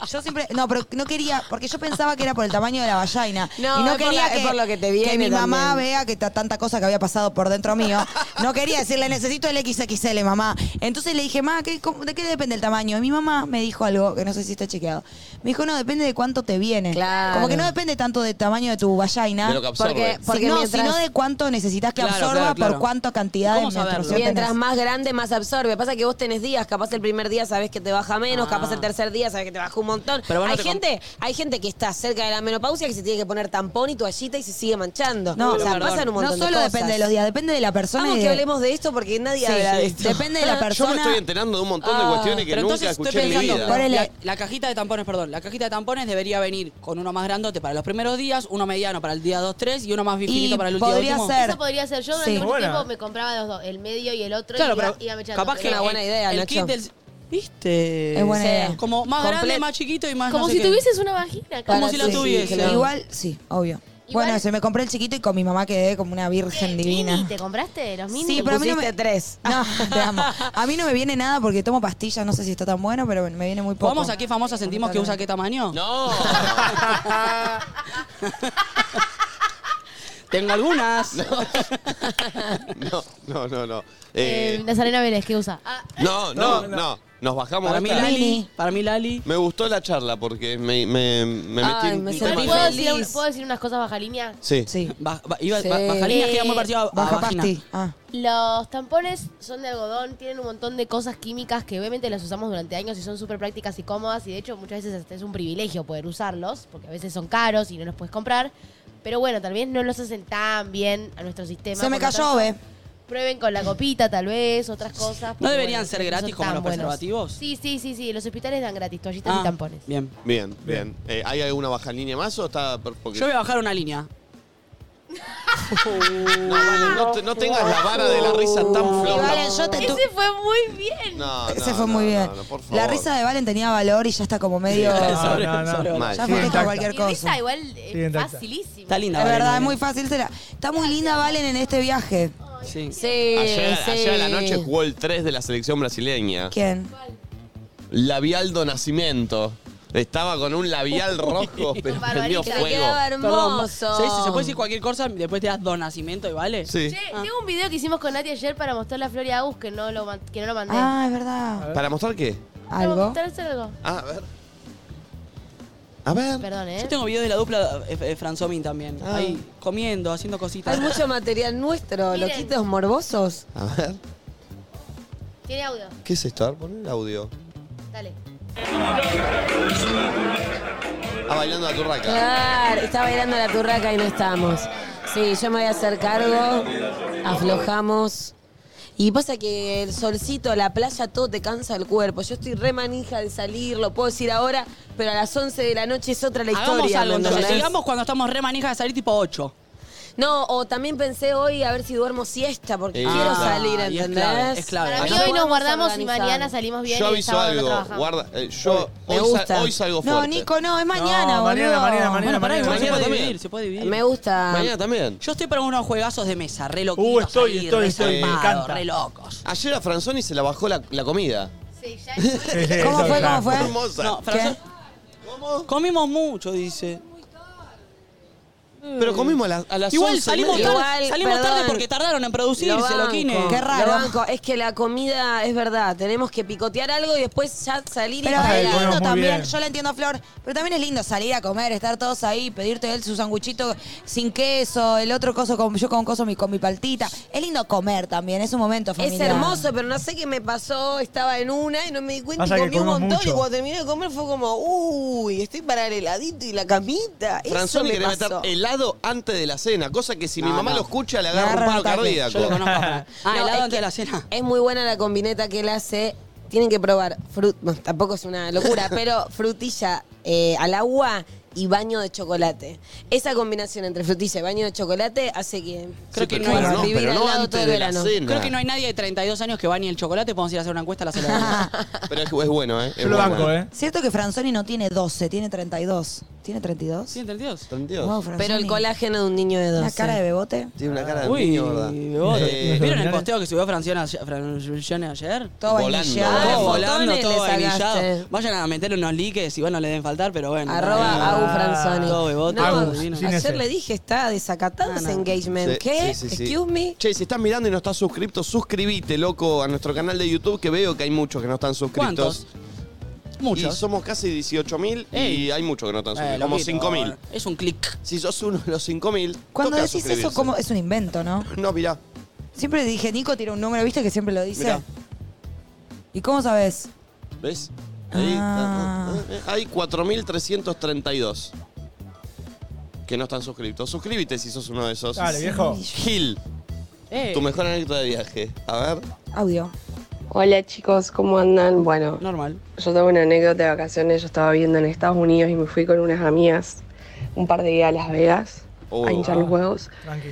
Yo siempre. No, pero no quería. Porque yo pensaba que era por el tamaño de la vagina.
No,
y no
es por
quería
la-
que,
es por lo que te viene
mi mamá
también.
vea que ta- tanta cosa que había pasado por dentro mío. No quería decirle, necesito el XXL, mamá. Entonces le dije, ma, ¿qué- cómo- ¿de qué depende el tamaño? Y mi mamá me dijo algo que no sé si está chequeado. Me dijo, no, depende de cuánto te viene.
Claro.
Como que no depende tanto del tamaño de tu vagina.
De lo que absorbe. Porque-
Si-
porque
no,
mientras-
sino de cuánto necesitas que
Claro,
absorba
claro, claro.
por cuánta cantidad de menstruación
Mientras
tenés.
más grande, más absorbe. Pasa que vos tenés días, capaz capaz el primer día sabes que te baja menos,
Ah.
capaz el tercer día sabes que te baja un montón.
Pero vos no
hay
te com-
gente, hay gente que está cerca de la menopausia que se tiene que poner tampón y toallita y se sigue manchando.
No,
o sea,
perdón.
pasan un
No
montón
solo
de cosas.
depende de los días, depende de la persona.
Vamos
y
que
de-
hablemos de esto porque
Sí,
nadie habla de
sí.
esto.
Depende de la
Yo me
persona-
estoy enterando de un montón de
Ah,
cuestiones que
pero
nunca
entonces estoy
escuché en mi
pensando,
vida.
La, la cajita de tampones, perdón. La cajita de tampones debería venir con uno más grandote para los primeros días, uno mediano para el día 2-3 y uno más infinito para el último. último.
Eso podría ser. Yo durante
Sí.
mucho
Buena.
tiempo me compraba los dos, el medio y el otro,
Claro,
y iba,
pero
iba mechando,
capaz
pero-
que el- el kit del- ¿Viste?
Es buena
Este, Sí.
idea.
Como más grande,
Comple-
más chiquito y más
Como
no sé
si
qué.
tuvieses una vagina.
Como
cara.
si la
Sí,
tuviese.
claro. Igual, sí, obvio. Bueno, se me compré el chiquito y con mi mamá quedé como una virgen divina.
Mini, ¿Te compraste los mini?
Sí, pero a mí no me...
Pusiste
tres. No, te amo. A mí no me viene nada porque tomo pastillas, no sé si está tan bueno, pero me viene muy poco.
¿Vamos a qué famosa sentimos que usa qué tamaño?
No.
Tengo algunas.
No, no, no, no.
Eh,
Eh,
Nazarena Vélez, ¿qué usa? Ah,
no, no, no. Nos bajamos
Para mí,
esta.
Lali. Para mí, Lali.
Me gustó la charla porque me, me, me metí
Ay,
en
me
un
sentí
tema-
¿Puedo decir, un- ¿Puedo decir unas cosas baja línea?
Sí.
Ba- ba- iba-
Sí.
ba- bajarina queda muy
Eh,
parecido a, a
baja
vagina.
pasti.
ah.
Los tampones son de algodón, tienen un montón de cosas químicas que obviamente las usamos durante años y son súper prácticas y cómodas y de hecho muchas veces hasta es un privilegio poder usarlos porque a veces son caros y no los puedes comprar. Pero bueno, tal vez no los hacen tan bien a nuestro sistema.
Se me
por lo
cayó,
tanto,
eh.
ve.
Prueben con la copita tal vez, otras cosas. porque,
deberían ser
son
gratis como
tan
los preservativos?
Sí, sí, sí, sí. Los hospitales dan gratis toallitas
Ah.
y tampones.
Bien.
Bien, bien. Eh, ¿Hay alguna baja línea más o está.? per- porque-
Yo voy a bajar una línea.
No, vale, no, te- no tengas la vara de la risa tan floja.
Ese fue muy bien.
No, no,
Ese fue muy
no,
bien.
no, no, por favor.
La risa de Valen tenía valor y ya está como medio.
No, no, no. Mal.
Ya
Sí,
festeja
intacta.
cualquier
Mi
cosa.
risa igual eh,
Sí, intacta.
facilísima.
Está linda,
Es
Valen,
verdad, es
Valen.
muy fácil. se la- Está muy linda Valen en este viaje. Eh,
Sí.
Ayer, ayer a la noche jugó el 3 de la selección brasileña.
¿Quién?
Labial do Nacimiento. Estaba con un labial rojo, pero prendió
Barbarita.
fuego.
Perdón, se dice- se puede decir cualquier cosa, después te das don nacimiento y vale.
Sí.
Che,
Ah.
tengo un video que hicimos con Nati ayer para mostrarle a Flori Agus que no lo, man- que no lo mandé.
Ah, es verdad.
¿Para mostrar qué?
¿Algo? mostrarse algo.
Ah, a ver. A ver.
Perdón, ¿eh?
Yo tengo videos de la dupla eh, eh, Franzomin también.
Ah.
Ahí, comiendo, haciendo cositas.
Hay mucho material nuestro,
Miren.
loquitos morbosos.
A ver.
Tiene audio.
¿Qué es esto? A ver, pon el audio.
Dale.
Ah, bailando la turraca.
Claro, está bailando la turraca y no estamos. Sí, yo me voy a hacer cargo. Aflojamos. Y pasa que el solcito, la playa, todo te cansa el cuerpo. Yo estoy re manija de salir, lo puedo decir ahora, pero a las 11 de la noche es otra la
Hagamos
historia.
algo,
¿me
entonces.
entendés?
Sigamos cuando estamos re manija de salir tipo 8.
No, o también pensé hoy a ver si duermo siesta, porque
Eh,
quiero
ah,
salir,
y es
¿entendés?
clave, es clave.
Para mí
Allá
hoy nos
podemos
guardamos y
organizar.
mañana salimos bien.
Yo
y el
aviso
sábado no
algo.
trabajamos.
Guarda, eh, yo
Me
hoy, sal-
gusta.
hoy salgo
No,
fuerte.
Nico, no, es mañana,
No, mañana,
boludo.
mañana, mañana,
Bueno, pará,
mañana.
igual-
Se
Mañana
puede
también.
dividir, se puede dividir.
Me gusta.
Mañana también.
Yo estoy para unos juegazos de mesa, re loquitos.
Uh, estoy,
ahí,
estoy,
re
estoy, me
zarpados,
encanta.
Re locos.
Ayer a Franzoni se la bajó la, la comida.
Sí, ya
¿Cómo fue? ¿Cómo fue?
Hermosa.
No, Franzo- Comimos mucho, dice.
Pero comimos a las, a las
Igual
11 y
salimos,
media.
tarde,
Igual,
salimos
perdón.
tarde porque tardaron en producirse,
Lo banco,
loquines.
Qué raro.
lo banco. Es que la comida es verdad. Tenemos que picotear algo y después ya salir
Pero
y
es
bailar.
lindo
comemos muy
también,
bien.
yo la entiendo, Flor, pero también es lindo salir a comer, estar todos ahí, pedirte él su sanguchito sin queso, el otro coso con, yo con coso mi, con mi paltita. Es lindo comer también, es un momento
Es
familiar.
hermoso, pero no sé qué me pasó. Estaba en una y no me di cuenta
Pasa
y
que
comí un
comemos
montón. Y
mucho.
cuando terminé de comer fue como, uy, estoy para el heladito y la camita. Eso
Franzoni
me
quería meter
pasó.
helado antes de la cena, cosa que si mi
No,
mamá
no.
lo escucha le
Me
agarra un
agarra
paro
un ataque.
cardíaco.
Yo lo conozco. Ah,
No,
helado
es
antes
que-
de la cena.
Es muy buena la combineta que él hace. Tienen que probar frut, no, tampoco es una locura, pero frutilla eh, al agua y baño de chocolate. Esa combinación entre frutilla y baño de chocolate hace que
Creo que
pero
no hay-
claro,
vivir
pero
al
no
lado
antes
todo el
de la
verano.
cena.
Creo que no hay nadie de 32 años que bañe el chocolate. Podemos ir a hacer una encuesta a la cena.
Pero es, es bueno, ¿eh? Es
Yo lo
bueno.
banco, ¿eh?
Cierto que Franzoni no tiene 12, tiene 32. ¿Tiene 32?
¿Sí, 32?
Dios.
Wow, Franzoni.
Pero el colágeno de un niño de
Una oh,
12.
cara de bebote.
Tiene una cara de
Uy,
niño, ¿verdad?
bote.
Eh,
¿Vieron el posteo que subió Francione ayer? Francione ayer?
Todo
Volando.
vainillado.
Todo
Ah,
volando,
fotones
todo
le sacaste.
vainillado. Vayan a meterle unos likes, igual no le deben faltar, pero bueno.
Arroba
Ah,
Agus Franzoni.
Todo bebote,
No,
todo
Agus,
divino.
sin
Ayer
ese.
le dije, está desacatada ese engagement.
Sí,
¿Qué?
sí, sí, sí.
Excuse me.
Che, si estás mirando y no estás suscrito, suscríbete, loco, a nuestro canal de YouTube, que veo que hay muchos que no están suscritos.
¿Cuántos? Muchos.
Y somos casi 18.000 y
Ey.
hay muchos que no están suscritos,
Eh,
como
loquito.
5.000.
Es un clic.
Si sos uno de los 5.000,
Cuando
toca
decís eso,
suscribirse.
como es un invento, ¿no?
No, mirá,
Siempre dije, Nico tiene un número, ¿viste que siempre lo dice?
mirá.
¿Y cómo sabes?
¿Ves? Ahí
Ah.
está. Hay 4.332 que no están suscritos. Suscríbete si sos uno de esos.
Dale, viejo.
Gil,
Eh.
tu mejor anécdota de viaje. A ver.
Audio.
Hola chicos, ¿cómo andan? Bueno,
normal.
Yo tengo una anécdota de vacaciones, yo estaba viviendo en Estados Unidos y me fui con unas amigas un par de días a Las Vegas
Oh.
a
Ah.
hinchar los huevos.
Tranqui.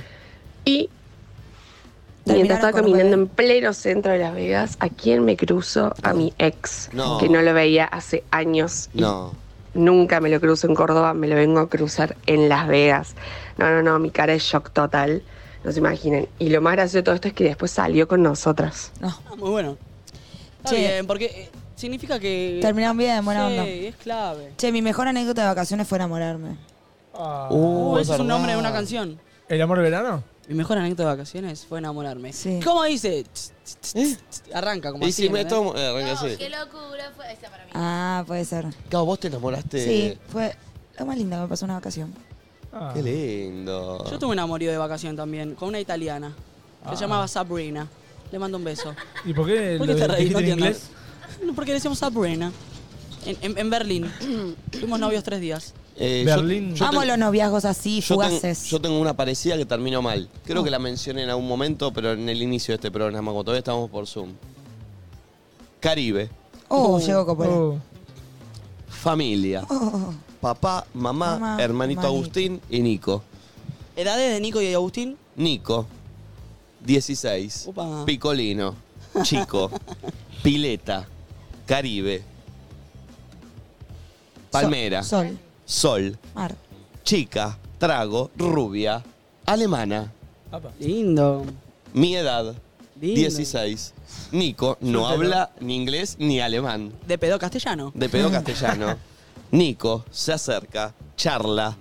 Y
Terminaron
mientras estaba
con
caminando en pleno centro de Las Vegas, ¿a quién me cruzo? A mi ex,
No.
que no lo veía hace años. y
No.
Nunca me lo cruzo en Córdoba, me lo vengo a cruzar en Las Vegas. No, no, no, mi cara es shock total. No se imaginen. Y lo más gracioso de todo esto es que después salió con nosotras.
Ah, muy bueno. Está
Che.
bien, porque eh, significa que.
Terminaron bien, buena
Sí,
onda.
es clave.
Che, mi mejor anécdota de vacaciones fue enamorarme.
Uh, ese es un nombre de una canción.
Ah. ¿El amor de verano?
Mi mejor anécdota de vacaciones fue enamorarme. ¿Cómo dice? Tss, tss, tss, tss, Arranca como
Y
así.
si me
¿entendés?
tomo. eh, arranca así.
Qué locura fue esa para mí.
Ah, puede ser.
Cabo, vos te enamoraste.
Sí, fue lo más lindo que me pasó una vacación.
Ah.
Qué lindo.
Ah. Yo tuve un amorío de vacación también, con una italiana. Que
Ah.
se llamaba Sabrina. Le mando un beso.
¿Y por qué
¿Por
lo
qué te
dijiste
reís? No
en
entiendo.
inglés?
No, porque le decíamos Sabrina. En, en- en Berlín. Fuimos novios tres días.
Eh, yo-
Berlín.
yo
Amo
te-
los noviazgos así,
Yo tengo,
fugaces. Oh.
yo tengo una parecida que terminó mal. Creo que la mencioné en algún momento, pero en el inicio de este programa, cuando todavía estábamos por Zoom. Caribe,
Oh, llegó Coppola.
familia,
Oh.
papá, mamá,
Mamá,
hermanito
hermanito.
Agustín y Nico.
Edades de Nico y de Agustín.
Nico, 16.
Upa.
Picolino, chico, pileta, Caribe, palmera,
sol.
sol,
Mar.
chica, trago, rubia, alemana.
Lindo.
Mi edad, 16. Nico
Suéltalo.
no habla ni inglés ni alemán.
De pedo castellano.
De pedo castellano. Nico se acerca, charla,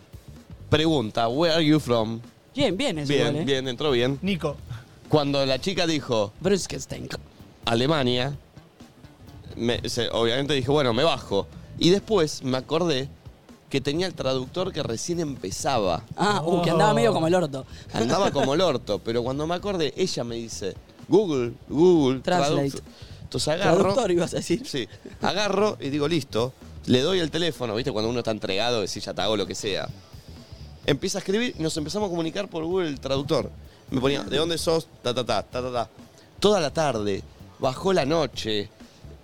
pregunta, ¿Where are you from?
Bien, bien eso
bien,
igual, ¿eh?
bien, entró bien.
Nico.
Cuando la chica dijo,
Brüskenstein.
Alemania, me- se- obviamente dije, bueno, me bajo. Y después me acordé que tenía el traductor que recién empezaba.
Ah, uh, que
Oh.
andaba medio como el orto.
Andaba como el orto, pero cuando me acordé, ella me dice, Google, Google,
Translate.
traduc- Entonces agarro.
Traductor, ibas a decir.
Sí, agarro y digo, listo, le doy el teléfono, ¿viste? Cuando uno está entregado, decís, ya te hago lo que sea. Empieza a escribir y nos empezamos a comunicar por Google Traductor. Me ponía, ¿de dónde sos? Ta, ta, ta, ta, ta, ta. Toda la tarde, bajó la noche,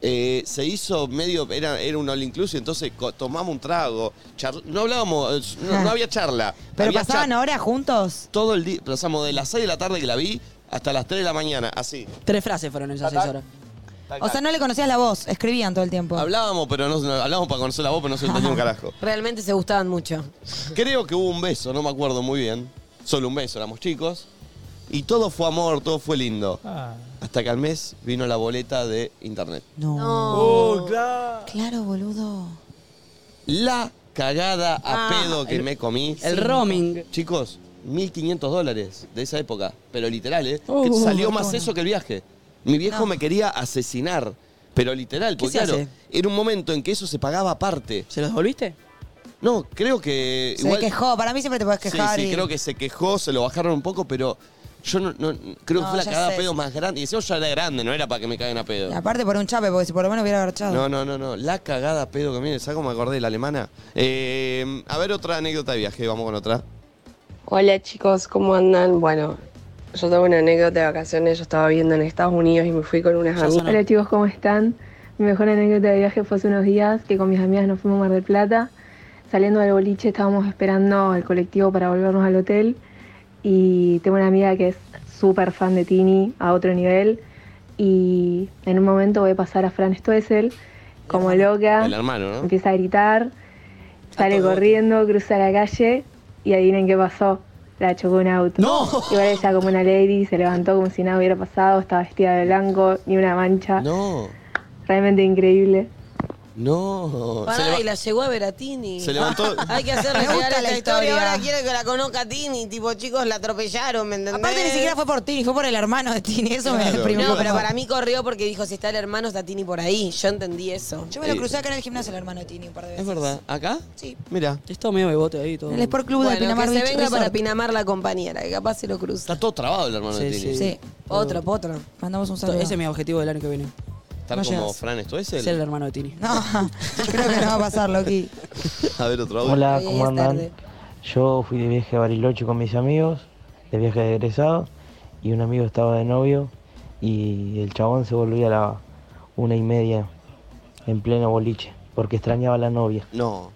eh, se hizo medio, era, era un all inclusive, entonces co- tomamos un trago, charl- no hablábamos, eh, no, no había charla.
¿Pero
había
pasaban horas juntos?
todo el día, pasamos de las 6 de la tarde que la vi hasta las 3 de la mañana, así.
Tres frases fueron esas seis horas.
O sea, no le conocías la voz, escribían todo el tiempo.
Hablábamos, pero no, no- hablábamos para conocer la voz, pero no se entendía un carajo.
Realmente se gustaban mucho.
Creo que hubo un beso, no me acuerdo muy bien. Solo un beso, éramos chicos. Y todo fue amor, todo fue lindo. Hasta que al mes vino la boleta de internet.
No.
Oh, claro.
Claro, boludo.
La cagada a
Ah,
pedo que
el-
me comí.
el roaming.
Chicos, 1.500 dólares de esa época. Pero literal, ¿eh?
Uh,
Oh,
Que salió
montón.
más eso que el viaje. Mi viejo me quería asesinar. Pero literal, porque
se
claro,
hace?
era un momento en que eso se pagaba aparte.
¿Se los devolviste?
No, creo que.
Se
igual-
quejó, para mí siempre te puedes quejar.
Sí, sí,
y-
creo que se quejó, se lo bajaron un poco, pero yo no, no-
No,
creo que fue la
ya
cagada a
sé.
pedo más grande. Y decía, yo ya era grande, no era para que me caguen a pedo.
Y Aparte por un chape, porque si por lo menos hubiera agarchado.
No, no, no, no. La cagada a pedo que viene, ¿sabes cómo me acordé? La alemana. Eh, a ver, otra anécdota de viaje, vamos con otra.
Hola chicos, ¿cómo andan? Bueno, yo tengo una anécdota de vacaciones, yo estaba viviendo en Estados Unidos y me fui con unas amigas.
Hola chicos, ¿cómo están? Mi mejor anécdota de viaje fue hace unos días que con mis amigas nos fuimos a Mar del Plata. Saliendo del boliche estábamos esperando al colectivo para volvernos al hotel y tengo una amiga que es súper fan de Tini a otro nivel y en un momento voy a pasar a Fran Stoessel como loca.
El hermano, ¿no?
Empieza a gritar, sale corriendo, cruza la calle y adivinen qué pasó. La chocó un auto.
¡No!
Igual ella como una lady, se levantó como si nada hubiera pasado, estaba vestida de blanco, ni una mancha.
No,
Realmente increíble.
no. Se
Pará,
leva-
y la llegó a ver a Tini.
Se levantó-
Hay que hacerle
Me gusta
llegar esta
la
historia.
historia.
Ahora quiero que la conozca a Tini. Tipo, chicos, la atropellaron, ¿me entendés?
Aparte ni siquiera fue por Tini, fue por el hermano de Tini. Eso me
Claro.
deprimió.
No, pero para mí corrió porque dijo, si está el hermano, está Tini por ahí. Yo entendí eso.
Yo me
Eh.
lo crucé acá en el gimnasio el hermano de Tini un par de veces.
Es verdad. ¿Acá?
Sí.
Mira.
Es todo medio bebote ahí todo.
El Sport Club de
Bueno,
Pinamar
que se
Beach
venga
Resort.
para Pinamar la compañera, que capaz se lo cruza.
Está todo trabado el hermano de
Sí,
Tini.
Sí.
Otro, potro.
Mandamos un
Ese
saludo.
es mi objetivo del año que viene.
Estar
No
como
llegas.
Fran, esto es el.
Es el hermano de Tini.
No, creo que no va a pasar, Loki.
A ver, otro audio.
Hola,
Hoy
¿cómo
es
andan?
tarde.
Yo fui de viaje a Bariloche con mis amigos, de viaje de egresado, y un amigo estaba de novio y el chabón se volvía a la una y media en pleno boliche, porque extrañaba a la novia.
No.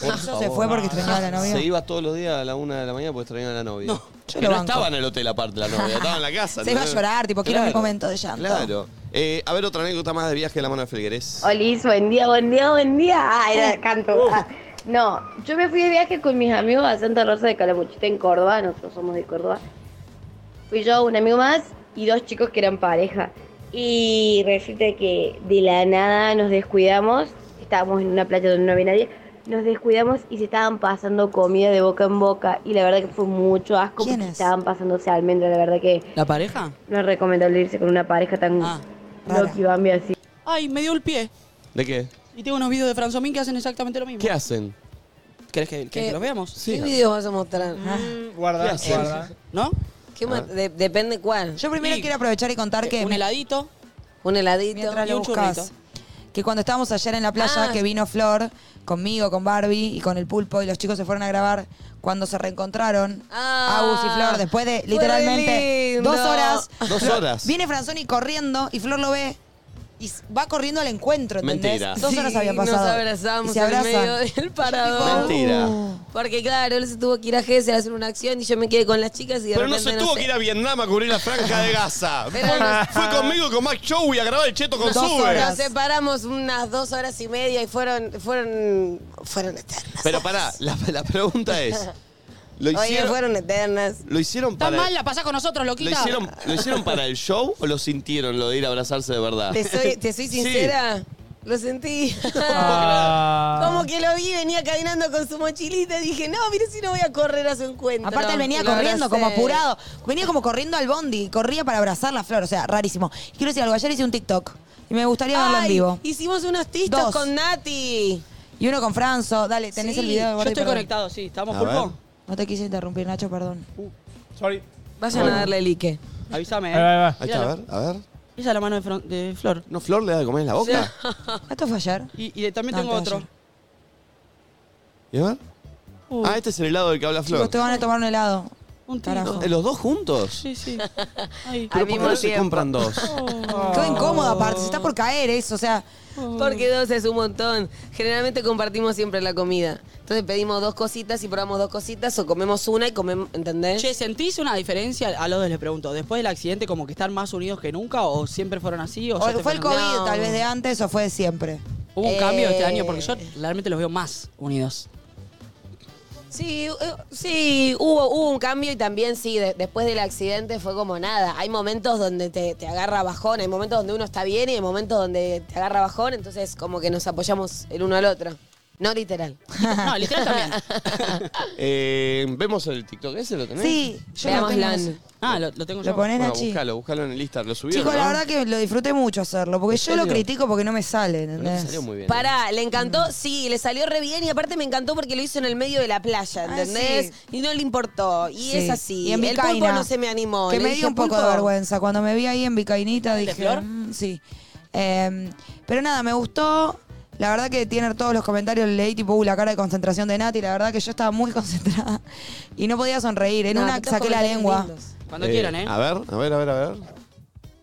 Por ¿Se favor. fue porque extrañaba a la novia?
Se iba todos los días a la una de la mañana porque extrañaba a la novia. No,
yo
que
lo
no
banco.
estaba en el hotel aparte la novia, estaba en la casa.
Se iba a
¿no?
llorar, tipo, quiero mi momento de llanto.
Claro. Eh, a ver, otra anécdota más de viaje de la mano de Felgueres.
Olis, buen día, buen día, buen día. Ah,
Uh.
era canto. Ah, no, yo me fui de viaje con mis amigos a Santa Rosa de Calamuchita en Córdoba, nosotros somos de Córdoba. Fui yo, un amigo más y dos chicos que eran pareja. Y resulta que de la nada nos descuidamos, estábamos en una playa donde no había nadie, nos descuidamos y se estaban pasando comida de boca en boca y la verdad que fue mucho asco porque estaban pasándose almendra, la verdad que
¿La pareja? Ah,
no es recomendable irse con una pareja tan Loki Bambi así.
Ay, me dio el pie.
¿De qué?
Y tengo unos videos de Franzomín que hacen exactamente lo mismo.
¿Qué hacen?
¿Querés que, querés que los veamos?
¿Qué video vas a mostrar?
guarda,
Ah. ¿Qué haces? guarda. ¿No?
¿Qué
Ah.
ma- de- depende cuál.
Yo primero quiero aprovechar y contar que...
Un
eh, heladito.
Un heladito.
Mientras lo buscas. Que cuando estábamos ayer en la playa,
Ah.
que vino Flor conmigo, con Barbie y con el pulpo, y los chicos se fueron a grabar cuando se reencontraron, Agus y Flor, después de
Ah. fue
literalmente
lindo.
dos horas.
Dos
Flor-
horas.
Viene Franzoni corriendo y Flor lo ve. Y s- va corriendo al encuentro, ¿entendés?
Mentira.
Dos horas
Sí,
habían pasado.
Nos abrazamos
Y se
en
abrazan.
medio del parador.
Mentira.
uh.
Porque claro, él se tuvo que ir a Gese a hacer una acción y yo me quedé con las chicas y de
Pero no
repente,
se tuvo
sé.
que ir a Vietnam a cubrir la franja de Gaza.
Pero
fue,
no-
fue conmigo con Mac Show y a grabar el cheto con
Nos-
Sube.
Nos separamos unas dos horas y media y fueron, fueron, fueron eternas.
Pero pará, la, la pregunta es. ¿Lo
Oye,
hicieron,
fueron eternas.
lo hicieron
Está
para.
mal, la pasás con nosotros,
¿Lo
loquita.
hicieron, ¿Lo hicieron para el show o lo sintieron lo de ir a abrazarse de verdad?
Te soy, te soy
Sí.
sincera. Lo sentí.
Ah.
Como que lo vi, venía caminando con su mochilita y dije, no, mire si no voy a correr a su encuentro.
Aparte él venía
Lo
corriendo como
abracé.
apurado, venía como corriendo al bondi, corría para abrazar la flor, o sea, rarísimo. Y Quiero decir algo, ayer hice un TikTok y me gustaría verlo en
Ay,
vivo.
Hicimos unos tistos
Dos.
con Nati.
Y uno con Franzo, dale, tenés
Sí,
el video.
yo
Gordi,
estoy
perdón.
conectado, sí, ¿estamos,
A Pulpo? ver.
No te quise interrumpir, Nacho, perdón.
Sorry.
Vayan
Bueno.
a darle like.
Avísame.
Ahí va, ahí va. Ahí
Ahí
Míralo.
está, a ver, a ver.
Esa es la mano de, Fran- de Flor.
¿No Flor le da de comer en la boca?
Esto fue ayer.
Y, y también
No,
tengo
esto
otro.
¿Y a ver? Ah, este es el helado del que habla
Chicos,
Flor.
te van a tomar un helado.
Un
Carajo.
¿Eh, ¿Los dos juntos?
Sí, sí.
Pero ¿por qué no se compran dos?
Qué incómodo aparte, se está por caer eso, o sea.
Porque dos es un montón. Generalmente compartimos siempre la comida. Entonces pedimos dos cositas y probamos dos cositas o comemos una y comemos, ¿entendés?
Che, ¿sentís una diferencia? A los dos les pregunto, ¿después del accidente como que están más unidos que nunca o siempre fueron así? O,
O
ya te
fue el
fueron-
COVID,
No.
tal vez de antes o fue de siempre.
Hubo un cambio este
Eh.
año porque yo realmente los veo más unidos.
Sí, eh, sí, hubo, hubo un cambio y también sí, de- después del accidente fue como nada. Hay momentos donde te, te agarra bajón, hay momentos donde uno está bien y hay momentos donde te agarra bajón, entonces como que nos apoyamos el uno al otro. No literal.
No, literal también.
Eh, ¿Vemos el TikTok ese? ¿Lo tenés?
Sí, yo lo
Veamos
tengo
LAN.
ese.
Ah, lo, tengo
¿Lo yo. ponés,
bueno,
Nachi?
Búscalo, búscalo en el Insta. Lo subieron,
Chicos, la
¿no?
verdad que lo disfruté mucho hacerlo, porque
¿En
yo lo
serio?
critico porque no me sale, ¿entendés?
salió muy bien.
Pará, le encantó, sí, le salió re bien y aparte me encantó porque lo hizo en el medio de la playa, ¿entendés? Y no le importó. Y
Ah, Sí.
es así.
Y en
el pulpo
Vicaina,
no se me animó.
Que
Le
me
dije,
dio un poco
"Pulpo".
de vergüenza. Cuando me vi ahí en Vicainita
de
dije.
Flor?
"Mm, sí. Eh, pero nada, me gustó. La verdad que tiene todos los comentarios, leí tipo, uh, la cara de concentración de Nati. La verdad que yo estaba muy concentrada y no podía sonreír. En
No,
una
que todos
saqué la
comentarios
lengua.
lindos.
Cuando quieran, ¿eh?
A ver, a ver, a ver, a ver.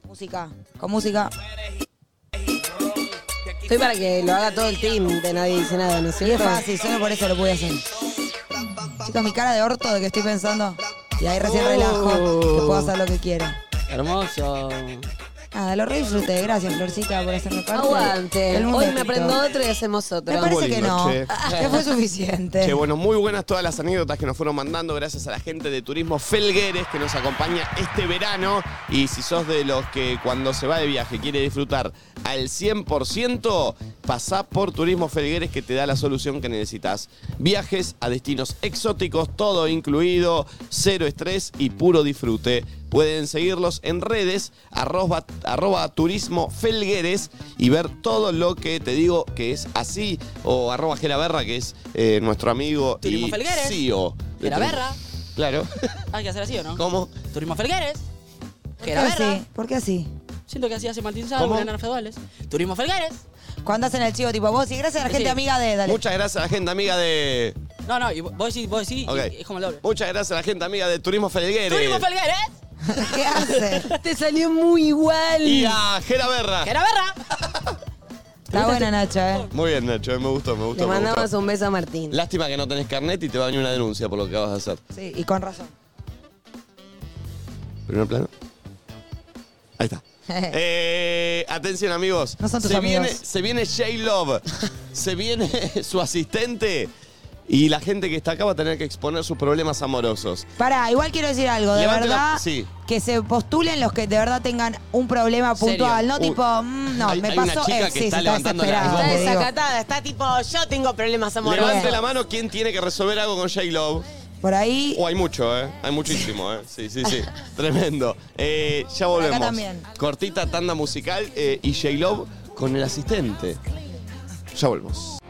Música, con música.
Estoy para que lo haga todo el team de nadie dice nada, ¿no es
Y es
cierto?
fácil, solo por eso lo pude hacer. Chicos, mi cara de orto de que estoy pensando. Y ahí recién
Uh.
Oh.
relajo, que puedo hacer lo que quiera.
Hermoso.
Nada, lo re disfruté. Gracias, Florcita, por hacerme parte.
Aguante.
del mundo
Hoy
del
me
TikTok.
aprendo otro y hacemos otro.
Me parece que no.
Lindo, che.
Que fue suficiente.
Che, bueno, muy buenas todas las anécdotas que nos fueron mandando gracias a la gente de Turismo Felgueres que nos acompaña este verano. Y si sos de los que cuando se va de viaje quiere disfrutar al 100%, pasá por Turismo Felgueres que te da la solución que necesitas. Viajes a destinos exóticos, todo incluido, cero estrés y puro disfrute. Pueden seguirlos en redes, arroba, arroba turismo felgueres y ver todo lo que te digo que es así, o arroba geraberra, que es eh, nuestro amigo
Turismo
y
Felgueres.
CEO. de
Geraberra.
Turismo. Claro.
Hay que hacer así, ¿o no?
¿Cómo?
Turismo Felgueres.
¿Por qué así? ¿Por qué así?
Siento que así hace Martín Sá, Leonardo Feduales. Turismo Felgueres.
Cuando hacen el chivo, tipo, vos y gracias a la gente
Sí.
amiga de. Dale.
Muchas gracias a la gente amiga de.
No, no, y vos vos decís, vos decís, y
Ok.
es como el doble.
Muchas gracias a la gente amiga de Turismo Felgueres.
¡Turismo Felgueres!
¿Qué hace?
Te salió muy igual.
Y a Gera Berra.
¡Que era berra!
Está buena, Nacho, eh.
Muy bien, Nacho, eh, me gustó, me gustó.
Le
me gustó.
mandamos un beso a Martín.
Lástima que no tenés carnet y te va a venir una denuncia por lo que acabas de hacer.
Sí, y con razón.
Primer plano. Ahí está. Eh, atención amigos.
No son tus
se,
amigos.
Viene, se viene J Love. se viene su asistente. Y la gente que está acá va a tener que exponer sus problemas amorosos.
Pará, igual quiero decir algo, de
Levante la-
verdad.
sí.
Que se postulen los que de verdad tengan un problema
Serio.
puntual, no
Uy.
tipo, mm, no,
Hay-
me
hay una
pasó.
chica
eh,
que
sí,
está
sí,
levantando la
desesperada,
voz.
te digo.
Desacatada, está tipo, yo tengo problemas amorosos.
Levante la mano quien tiene que resolver algo con J Love.
Por ahí.
hay mucho, ¿eh? Hay muchísimo, ¿eh? Sí, sí, sí. Tremendo. Eh, ya volvemos.
también.
Cortita tanda musical eh, y J Love con el asistente. Ya volvemos.